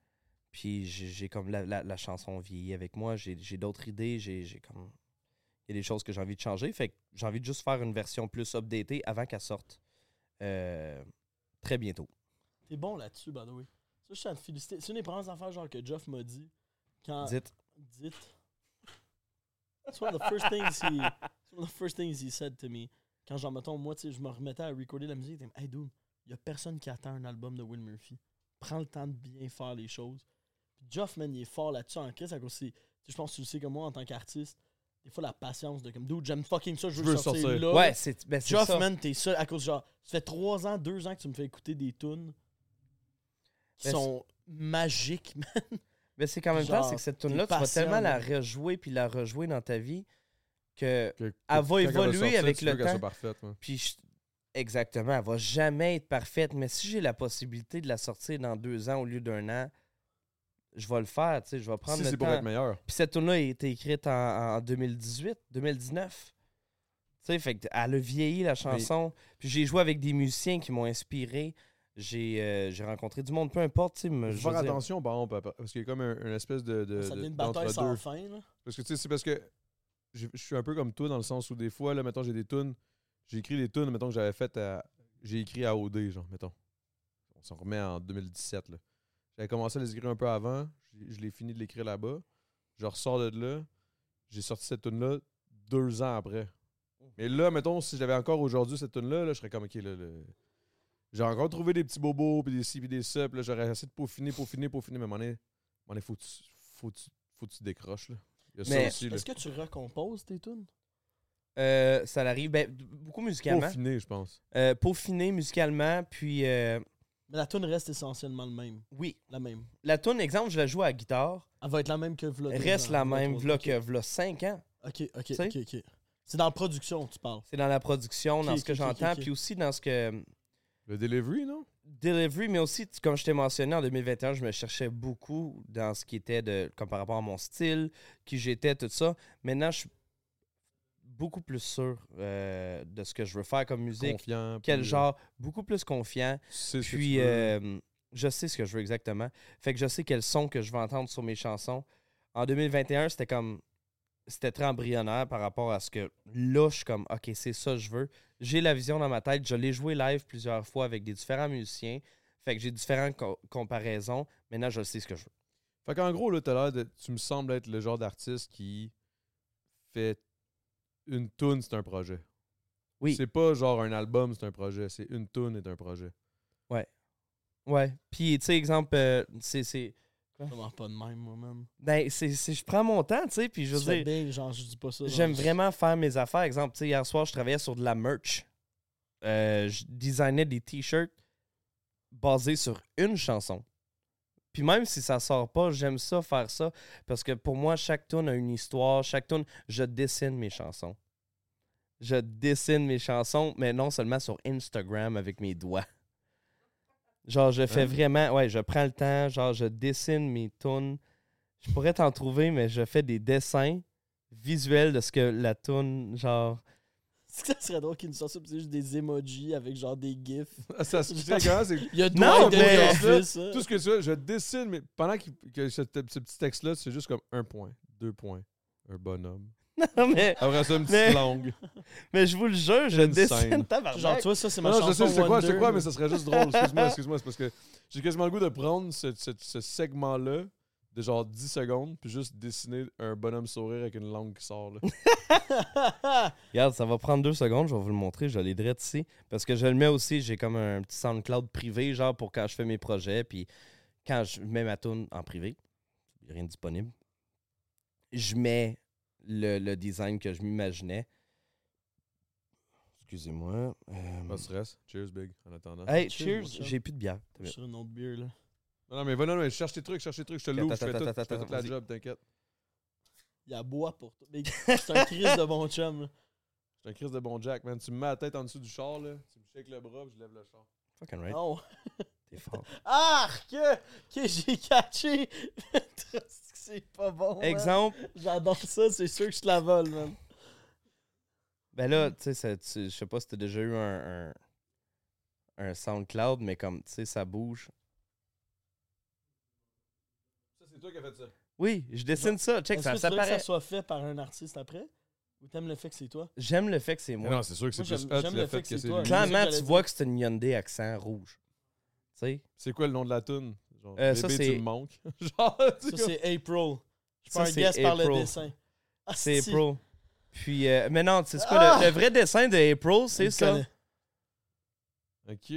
C: Puis j'ai j'ai comme la, la- la chanson vieillit avec moi. J'ai j'ai d'autres idées. J'ai j'ai comme. Il y a des choses que j'ai envie de changer. Fait que j'ai envie de juste faire une version plus updatée avant qu'elle sorte euh, très bientôt.
B: T'es bon là-dessus, by the way. Ça, je tiens à te féliciter. C'est une des premières affaires genre, que Jeff m'a dit. Quand.
C: Dites.
B: Dites. That's one of the first things he. It's one of the first things he said to me. Quand, genre, mettons, moi, tu sais, je me remettais à recorder la musique, il était comme, Hey, dude, il a personne qui attend un album de Will Murphy. Prends le temps de bien faire les choses. Puis Jeff, man, il est fort là-dessus en crise. à cause c'est- tu sais, Je pense que tu le sais comme moi, en tant qu'artiste, des fois, la patience de comme, dude, j'aime fucking ça, je veux, le sortir, là.
C: Ouais, c'est ben, c'est
B: Jeff,
C: ça.
B: man, t'es seul à cause genre, ça fait trois ans, deux ans que tu me fais écouter des tunes qui
C: Ben,
B: sont magiques, man.
C: Mais Ben, c'est quand même
B: Genre,
C: temps, c'est que cette tune-là,
B: t'es
C: tu vas
B: patient,
C: tellement la
B: là.
C: rejouer puis la rejouer dans ta vie que.
A: que- que-
C: va
A: quand elle
C: évoluer
A: sortir,
C: avec
A: tu
C: le
A: veux qu'elle soit
C: temps.
A: parfaite, hein. ouais.
C: Puis je- exactement, elle va jamais être parfaite, mais si j'ai la possibilité de la sortir dans deux ans au lieu d'un an, je vais le faire, tu sais, je vais prendre
A: Si
C: le
A: c'est pour
C: temps.
A: être meilleur.
C: Puis cette tune-là a été écrite en, en 2018, 2019. Tu sais, fait que elle a vieilli la chanson. Puis j'ai joué avec des musiciens qui m'ont inspiré. J'ai euh, j'ai rencontré du monde, peu importe, tu sais,
A: Faut
C: me- Euh, je
A: faire
C: veux dire-
A: attention, par exemple, à- parce qu'il y a comme un- une espèce de. de
B: ça
A: de-
B: devient une
A: d'entre-deux.
B: bataille sans fin, là.
A: Parce que tu sais, c'est parce que je je suis un peu comme toi dans le sens où des fois, là, mettons, j'ai des tunes. J'ai écrit des tunes, mettons, que j'avais faites à. J'ai écrit à OD, genre, mettons. On s'en remet en 2017, là. J'avais commencé à les écrire un peu avant. Je je l'ai fini de l'écrire là-bas. Je ressors de là. J'ai sorti cette tune-là deux ans après. Mais là, mettons, si j'avais encore aujourd'hui cette tune-là, là, je serais comme, OK, là. là, J'ai encore trouvé des petits bobos, puis des ci, puis des ça, puis là, j'aurais essayé de peaufiner, peaufiner, peaufiner. Mais à un moment donné, à un moment donné, faut que tu, faut que tu, faut que tu décroches, là. Il y a
C: Mais-
A: ça aussi, là.
B: Est-ce que tu recomposes tes tunes?
C: Euh, ça l'arrive ben, beaucoup musicalement.
A: Peaufiner, je pense.
C: Euh, peaufiné musicalement, puis euh,
B: Mais la tune reste essentiellement le même.
C: oui.
B: La même.
C: La tune, exemple, je la joue à la guitare.
B: Elle va être la même que Vlog.
C: reste la même, v'là que v'là 5 ans.
B: Ok, ok,
C: sais?
B: ok, ok. C'est dans la production, tu parles.
C: C'est dans la production, dans
B: Ok,
C: ce que
B: ok, ok,
C: j'entends,
B: ok.
C: puis aussi dans ce que...
A: Le delivery, non?
C: Delivery, mais aussi, tu- comme je t'ai mentionné, en 2021, je me cherchais beaucoup dans ce qui était de... comme par rapport à mon style, qui j'étais, tout ça. Maintenant, je suis beaucoup plus sûr euh, de ce que je veux faire comme musique,
A: Confiant.
C: quel
A: puis, euh,
C: genre, beaucoup plus confiant.
A: tu sais ce que
C: Puis,
A: tu veux.
C: euh, je sais ce que je veux exactement. Fait que je sais quels sons que je vais entendre sur mes chansons. En 2021, c'était comme. C'était très embryonnaire par rapport à ce que là, je suis comme, OK, c'est ça que je veux. J'ai la vision dans ma tête. Je l'ai joué live plusieurs fois avec des différents musiciens. Fait que j'ai différentes co- comparaisons. Maintenant, je sais ce que je veux.
A: Fait qu'en gros, là, t'as l'air de- tu me sembles être le genre d'artiste qui fait une tune, c'est un projet.
C: Oui.
A: C'est pas genre un album, c'est un projet. C'est une tune est un projet. *laughs*
C: Ouais. Puis, tu sais, exemple, euh, c'est- c'est.
B: Comment pas de même, moi-même.
C: Ben, c'est. c'est- Je prends mon temps, tu sais, puis je
B: Je
C: veux dire.
B: sais bien, genre, je dis pas ça. genre,
C: J'aime
B: je- *laughs*
C: vraiment faire mes affaires. Exemple, tu sais, hier soir, je travaillais sur de la merch. Euh, je designais des t-shirts basés sur une chanson. Puis même si ça sort pas, j'aime ça faire ça parce que pour moi, chaque tune a une histoire. Chaque tune, je dessine mes chansons. Je dessine mes chansons, mais non seulement sur Instagram avec mes doigts. Genre, je fais
B: Ah.
A: Hein?
C: vraiment, ouais, je prends le temps, genre, je dessine mes tunes. Je pourrais t'en trouver, mais je fais des dessins visuel de ce que la toune, genre.
B: que ça serait drôle qu'ils nous sortent ça, puis c'est juste des emojis avec genre des gifs.
A: Ça se fait comment? C'est-
B: *laughs* Il y a
C: *laughs* Non,
B: Dwight de
C: mais-
B: The Office, hein.
A: Tout ce que tu veux, je dessine, mais pendant qu'il- que ce, te- ce petit texte-là, c'est juste comme un point, deux points, un bonhomme.
C: *laughs* Non, mais,
A: Après ça, une petite
C: Mais-
A: langue.
C: mais je vous le jure, je
A: Une
C: dessine
A: scène.
C: tabarnak.
B: Genre, tu vois, ça, c'est ma
A: Non,
B: chanson
A: je sais c'est quoi,
B: Wonder,
A: c'est quoi,
B: là.
A: mais ça serait juste drôle.
B: *laughs*
A: Excuse-moi, excuse-moi, c'est parce que j'ai quasiment le goût de prendre ce, ce- ce segment-là de genre 10 secondes, puis juste dessiner un bonhomme sourire avec une langue qui sort. Là.
C: *laughs* Regarde, ça va prendre deux secondes, je vais vous le montrer, je l'ai direct ici. Parce que je le mets aussi, j'ai comme un petit SoundCloud privé, genre pour quand je fais mes projets, puis quand je mets ma tune en privé, il y a rien de disponible. Je mets le, le design que je m'imaginais. Excusez-moi. euh,
A: Pas de stress. Cheers, big, en attendant.
C: hey,
B: Cheers,
C: cheers,
B: mon chum.
C: j'ai plus de bière.
B: *laughs* Je suis un autre beer, là.
A: Non, non, mais va, non, mais cherche tes trucs, cherche tes trucs, je te l'ouvre, je
C: Attends,
A: fais tout,
C: attends,
A: je fais
C: attends,
A: toute la
C: vas-y.
A: job, t'inquiète.
B: Il y a bois pour toi. Mais *laughs* c'est un crise de bon chum, là.
A: J'ai un crise de bon Jack, man. Tu me mets la tête en dessous du char, là, tu me shakes le bras, puis je lève le char.
C: Fucking right,
B: Non.
C: t'es fort.
B: Arc! Que j'ai catché! *laughs* c'est pas bon. man.
C: Exemple,
B: J'adore ça, c'est sûr que je te la vole, man.
C: Ben là, tu sais, ça- tu- je sais pas si t'as déjà eu un, un, un SoundCloud, mais comme, tu sais, ça bouge.
A: Ça, c'est toi qui as fait ça.
C: Oui, je dessine ça. Check,
B: Est-ce
C: ça,
B: que
C: ça
B: tu veux que
C: paraît.
B: ça soit fait par un artiste après? Ou t'aimes le fait que c'est
C: *laughs*
B: toi?
C: J'aime le fait que c'est
A: Mais
C: moi.
A: non, c'est sûr que c'est
B: Moi,
A: plus
B: j'aime-
A: hot
B: j'aime
A: le fait que c'est
B: toi.
A: lui.
B: Claire-
C: Clairement,
B: c'est ça que j'allais
C: tu vois que c'est une Hyundai accent rouge. Tu sais?
A: C'est quoi le nom de la tune Genre,
C: Euh,
A: bébé,
C: ça,
A: tu
C: c'est-
A: me manques. *laughs* Genre, tu
B: Ça,
A: sais,
B: c'est April. Je
C: Ça,
B: prends un
C: c'est
B: guess par le
C: April.
B: dessin. Ah,
C: C'est
B: si.
C: April. Puis, euh, mais non, tu sais quoi, le-
B: Ah!
C: le, vrai dessin de April,
B: Je
C: c'est
B: le
C: ça.
B: connais.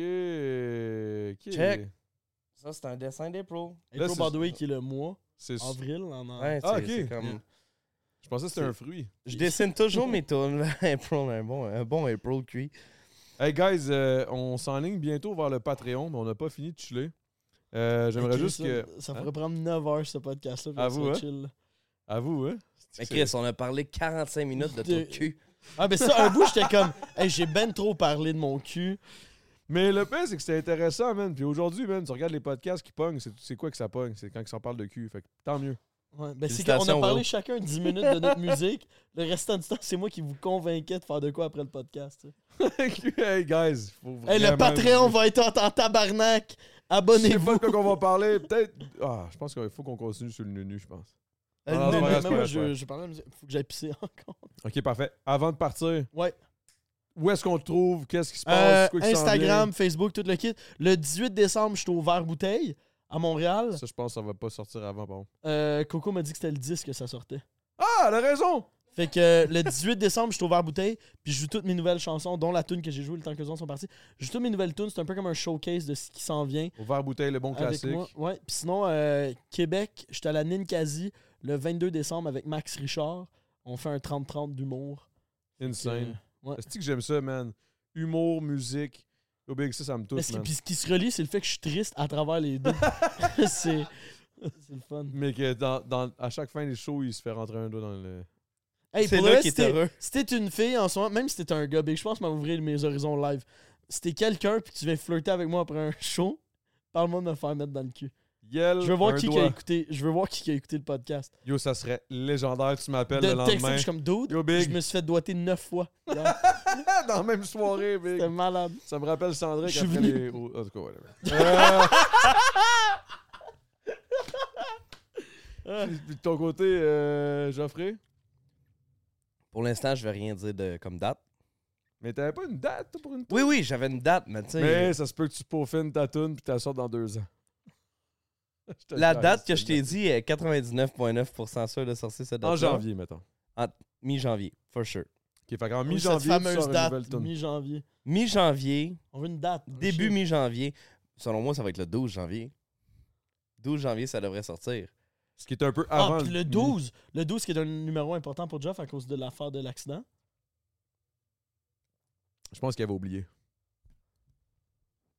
A: Ok. ok.
C: Check. Ça, c'est un dessin d'April.
A: Là,
B: April,
A: c'est-
B: by the way, qui est le mois.
A: C'est-
B: Avril, en en-
C: Ouais,
A: Ah,
C: tu sais,
A: ok.
C: c'est *laughs* comme...
A: Je pensais que c'était un fruit.
C: Je dessine toujours mes tunes. là. *laughs* April, un bon, un bon April cuit.
A: Hey guys, euh, on s'enligne bientôt vers le Patreon, mais on n'a pas fini de chiller. Euh, J'aimerais
B: Ok,
A: juste
B: ça,
A: que.
B: Ça
A: Hein?
B: pourrait prendre 9 heures, ce podcast-là. puis
A: À
B: ça
A: vous,
B: serait
A: hein?
B: chill.
A: À vous, hein?
C: Mais Chris, on a parlé 45 minutes de
B: De-
C: ton cul.
B: Ah, ben ça, un bout, j'étais comme, hey, j'ai ben trop parlé de mon cul.
A: Mais le pire, c'est que c'était intéressant, man. Puis aujourd'hui, man, tu regardes les podcasts qui pognent, c'est c'est quoi que ça pogne? C'est quand ils s'en parlent de cul. Fait que tant *laughs* mieux.
B: Ouais, ben c'est qu'on
C: Félicitations,
B: a parlé
C: Will.
B: chacun 10 minutes de notre musique. Le restant du temps, c'est moi qui vous convainquais de faire de quoi après le podcast. tu sais.
A: hey guys, faut vraiment...
B: Hey, le Patreon va être en, en tabarnak.
A: Je
B: Abonnez-vous.
A: sais pas de quoi qu'on va parler. Peut-être. Ah, je pense qu'il faut qu'on continue sur le nunu, je pense.
B: Euh,
A: Ah,
B: non,
A: c'est pas
B: non,
A: grave,
B: mais
A: c'est
B: moi,
A: pas
B: je,
A: grave.
B: je parlais de musique. Faut que j'aille pisser *laughs* encore.
A: Ok, parfait. Avant de partir,
B: Ouais.
A: où est-ce qu'on te trouve? Qu'est-ce qui se
B: Euh,
A: passe? C'est quoi qui s'en
B: Instagram, Facebook, tout le kit. Le 18 décembre, je suis au Vert Bouteille à Montréal.
A: vient? Ça, je pense que ça va pas sortir avant, bon.
B: Euh, Coco m'a dit que c'était le 10 que ça sortait.
A: Ah, elle a raison!
B: Fait que euh, le 18 décembre, je suis au Vert Bouteille, puis je joue toutes mes nouvelles chansons, dont la tune que j'ai jouée le temps que les autres sont partis. Je joue toutes mes nouvelles tunes, c'est un peu comme un showcase de ce qui s'en vient.
A: Au verre bouteille, le bon
B: avec
A: classique.
B: moi. Ouais. Puis sinon, euh, Québec, j'étais à la Ninkasi le 22 décembre avec Max Richard. On fait un 30-30 d'humour.
A: Insane.
B: Euh, ouais.
A: Est-ce que j'aime ça, man? Humour, musique. Yo, big, ça, ça me
B: Parce
A: touche,
B: que-
A: man.
B: Puis ce qui se relie, c'est le fait que je suis triste à travers
A: *laughs*
B: les deux. *laughs* c'est c'est le fun.
A: Mais que dans, dans- à chaque fin des shows, il se fait rentrer un doigt dans le.
B: Hey,
C: C'est
B: pour
C: là
B: le vrai,
C: qu'il est
B: si t'es-
C: heureux.
B: Si t'es une fille en ce moment, même si t'es un gars, big, je pense que je vais ouvrir mes horizons live. Si t'es quelqu'un puis que tu viens flirter avec moi après un show, parle-moi de me faire mettre dans le cul.
A: Yel,
B: Je veux voir
A: un
B: qui, qui a
A: doigt.
B: écouté. Je veux voir qui, qui a écouté le podcast.
A: Yo, ça serait légendaire. Tu m'appelles
B: De
A: le
B: texte,
A: lendemain.
B: je suis comme dude.
A: Yo, big.
B: Je me suis fait doigter neuf
A: *laughs*
B: fois.
A: dans la même soirée, big.
B: C'était malade.
A: Ça me rappelle Sandrick
B: Je suis
A: après
B: venu.
A: les... oh, en tout cas, whatever.
B: *laughs*
A: Euh, *laughs* Puis puis de ton côté, euh, Geoffrey,
C: Pour l'instant, je vais rien dire de, comme date.
A: mais t'avais pas une date toi, pour une
C: Oui, oui, j'avais une date, mais tu sais.
A: Mais ça se peut que tu peaufines ta toune puis t'as sortes dans deux ans. *laughs* Je te
C: La
A: jure,
C: date
A: c'est
C: que je t'ai dit est 99,9% sûr de sortir cette date.
A: En janvier, mettons.
C: Mi-janvier, for sure.
A: Ok, fait qu'en
B: Oui,
A: mi-janvier,
B: cette fameuse
A: tu sors une nouvelle
B: date,
A: toune.
B: mi-janvier.
C: Mi-janvier,
B: On veut une date. on veut
C: début
B: chier.
C: mi-janvier. Selon moi, ça va être le 12 janvier. 12 janvier, ça devrait sortir.
A: Ce qui est un peu avant.
B: Ah, puis le 12. Le 12 qui est un numéro important pour Jeff à cause de l'affaire de l'accident.
A: Je pense qu'il avait oublié.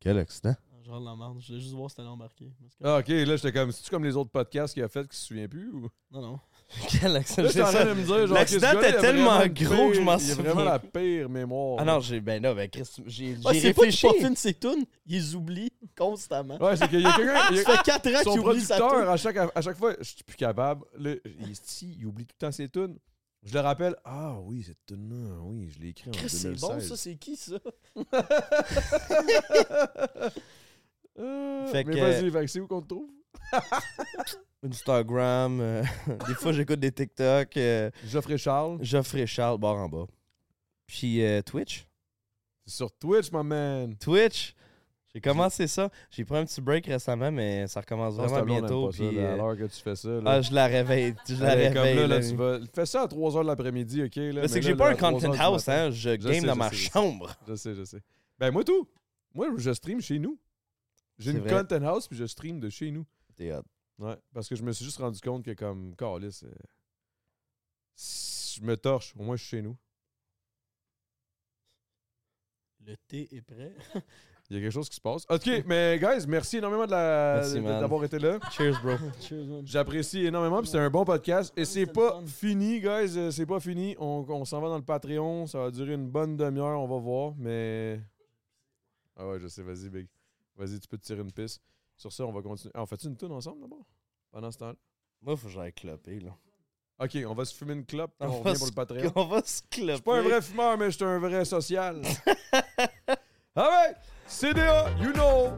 C: Quel accident.
B: Genre la merde. Je voulais juste voir si t'allais embarquer. Parce que-
A: Ah, ok, là, j'étais comme. C'est-tu comme les autres podcasts qu'il a fait qu'il se souvient plus
C: *laughs*
A: ou.
B: Non, non.
C: *laughs* Quel accident.
A: Là, j'étais en
C: J'ai
A: train
C: ça.
A: de me dire, genre,
C: L'accident
A: que ce gars-là, il
C: était
A: a vraiment
C: tellement
A: le
C: gros que je
A: pire-
C: m'en
A: Il a
C: souviens
A: vraiment la
C: plus.
A: pire mémoire.
C: Ah non, j'ai ben là, ben Chris, j'ai j'ai
B: Ah, c'est pas
C: réfléchi.
B: qu'il peaufine ses tunes. Il les oublie constamment.
A: Ouais, c'est qu'il y a
C: *laughs*
A: quelqu'un. il y
B: Ça
A: a-
B: fait 4 ans
A: Son
B: qu'il oublie sa
A: producteur,
B: tune.
A: à chaque, à chaque fois, je suis plus capable. Là, il, si, il oublie tout le temps ses tunes. Je le rappelle. Ah oui, cette tune-là, oui, je l'ai écrit en
B: Chris,
A: 2016.
B: c'est bon, ça, c'est qui, ça?
A: Euh,
C: Fait
A: mais
C: que-
A: vas-y, fait que c'est où qu'on te trouve?
C: Instagram. euh, *laughs* des fois, j'écoute des TikTok. euh,
A: Geoffrey Charles.
C: Geoffrey Charles, barre en bas. Puis euh, Twitch.
A: C'est sur Twitch, my man.
C: Twitch. J'ai commencé ça. J'ai pris un petit break récemment, mais ça recommence
A: Non,
C: vraiment
A: ta blonde aime
C: bientôt.
A: pas ça,
C: puis,
A: là,
C: euh,
A: à l'heure que tu fais ça. là.
C: ah, je la réveille. Je la
A: Elle est
C: réveille.
A: comme là, là,
C: là.
A: tu vas- Fais ça à 3h de l'après-midi, OK? Là,
C: Mais c'est
A: là,
C: que j'ai
A: là,
C: pas
A: à
C: un content
A: 3 heures du
C: house,
A: matin.
C: hein. Je
A: Je
C: game
A: sais,
C: dans
A: je
C: ma
A: sais, je sais.
C: chambre.
A: Je sais, je sais. Ben, moi, tout. Moi, je stream chez nous. J'ai
C: C'est
A: une
C: vrai.
A: content house, puis je stream de chez nous.
C: T'es hot.
A: Ouais, parce que je me suis juste rendu compte que, comme, Carlis, euh, si je me torche. Au moins, je suis chez nous.
B: Le thé est prêt.
A: Il y a quelque chose qui se passe.
C: *laughs*
A: OK, mais, guys, merci énormément de la-
C: Merci,
A: de-
C: man.
A: d'avoir été là.
C: Cheers, bro.
B: *laughs* Cheers, man.
A: J'apprécie énormément, puis c'était un bon podcast. Et c'est
B: Ah c'était le
A: pas
B: fun.
A: fini, guys. euh, C'est pas fini. On, on s'en va dans le Patreon. Ça va durer une bonne demi-heure, on va voir. Mais. Ah ouais, je sais, vas-y, Big. Vas-y, tu peux te tirer une piste. Sur ça, on va continuer. Ah, on fait une tune ensemble d'abord? Pendant ce temps-là.
C: Moi, faut que j'aille cloper, là.
A: OK, on va se fumer une clope, puis on
C: On va
A: revient pour
C: se-
A: le Patreon.
C: *laughs* On va se cloper.
A: Je suis pas un vrai fumeur, mais je suis un vrai
C: *laughs*
A: social. ah ouais! CDA, you know!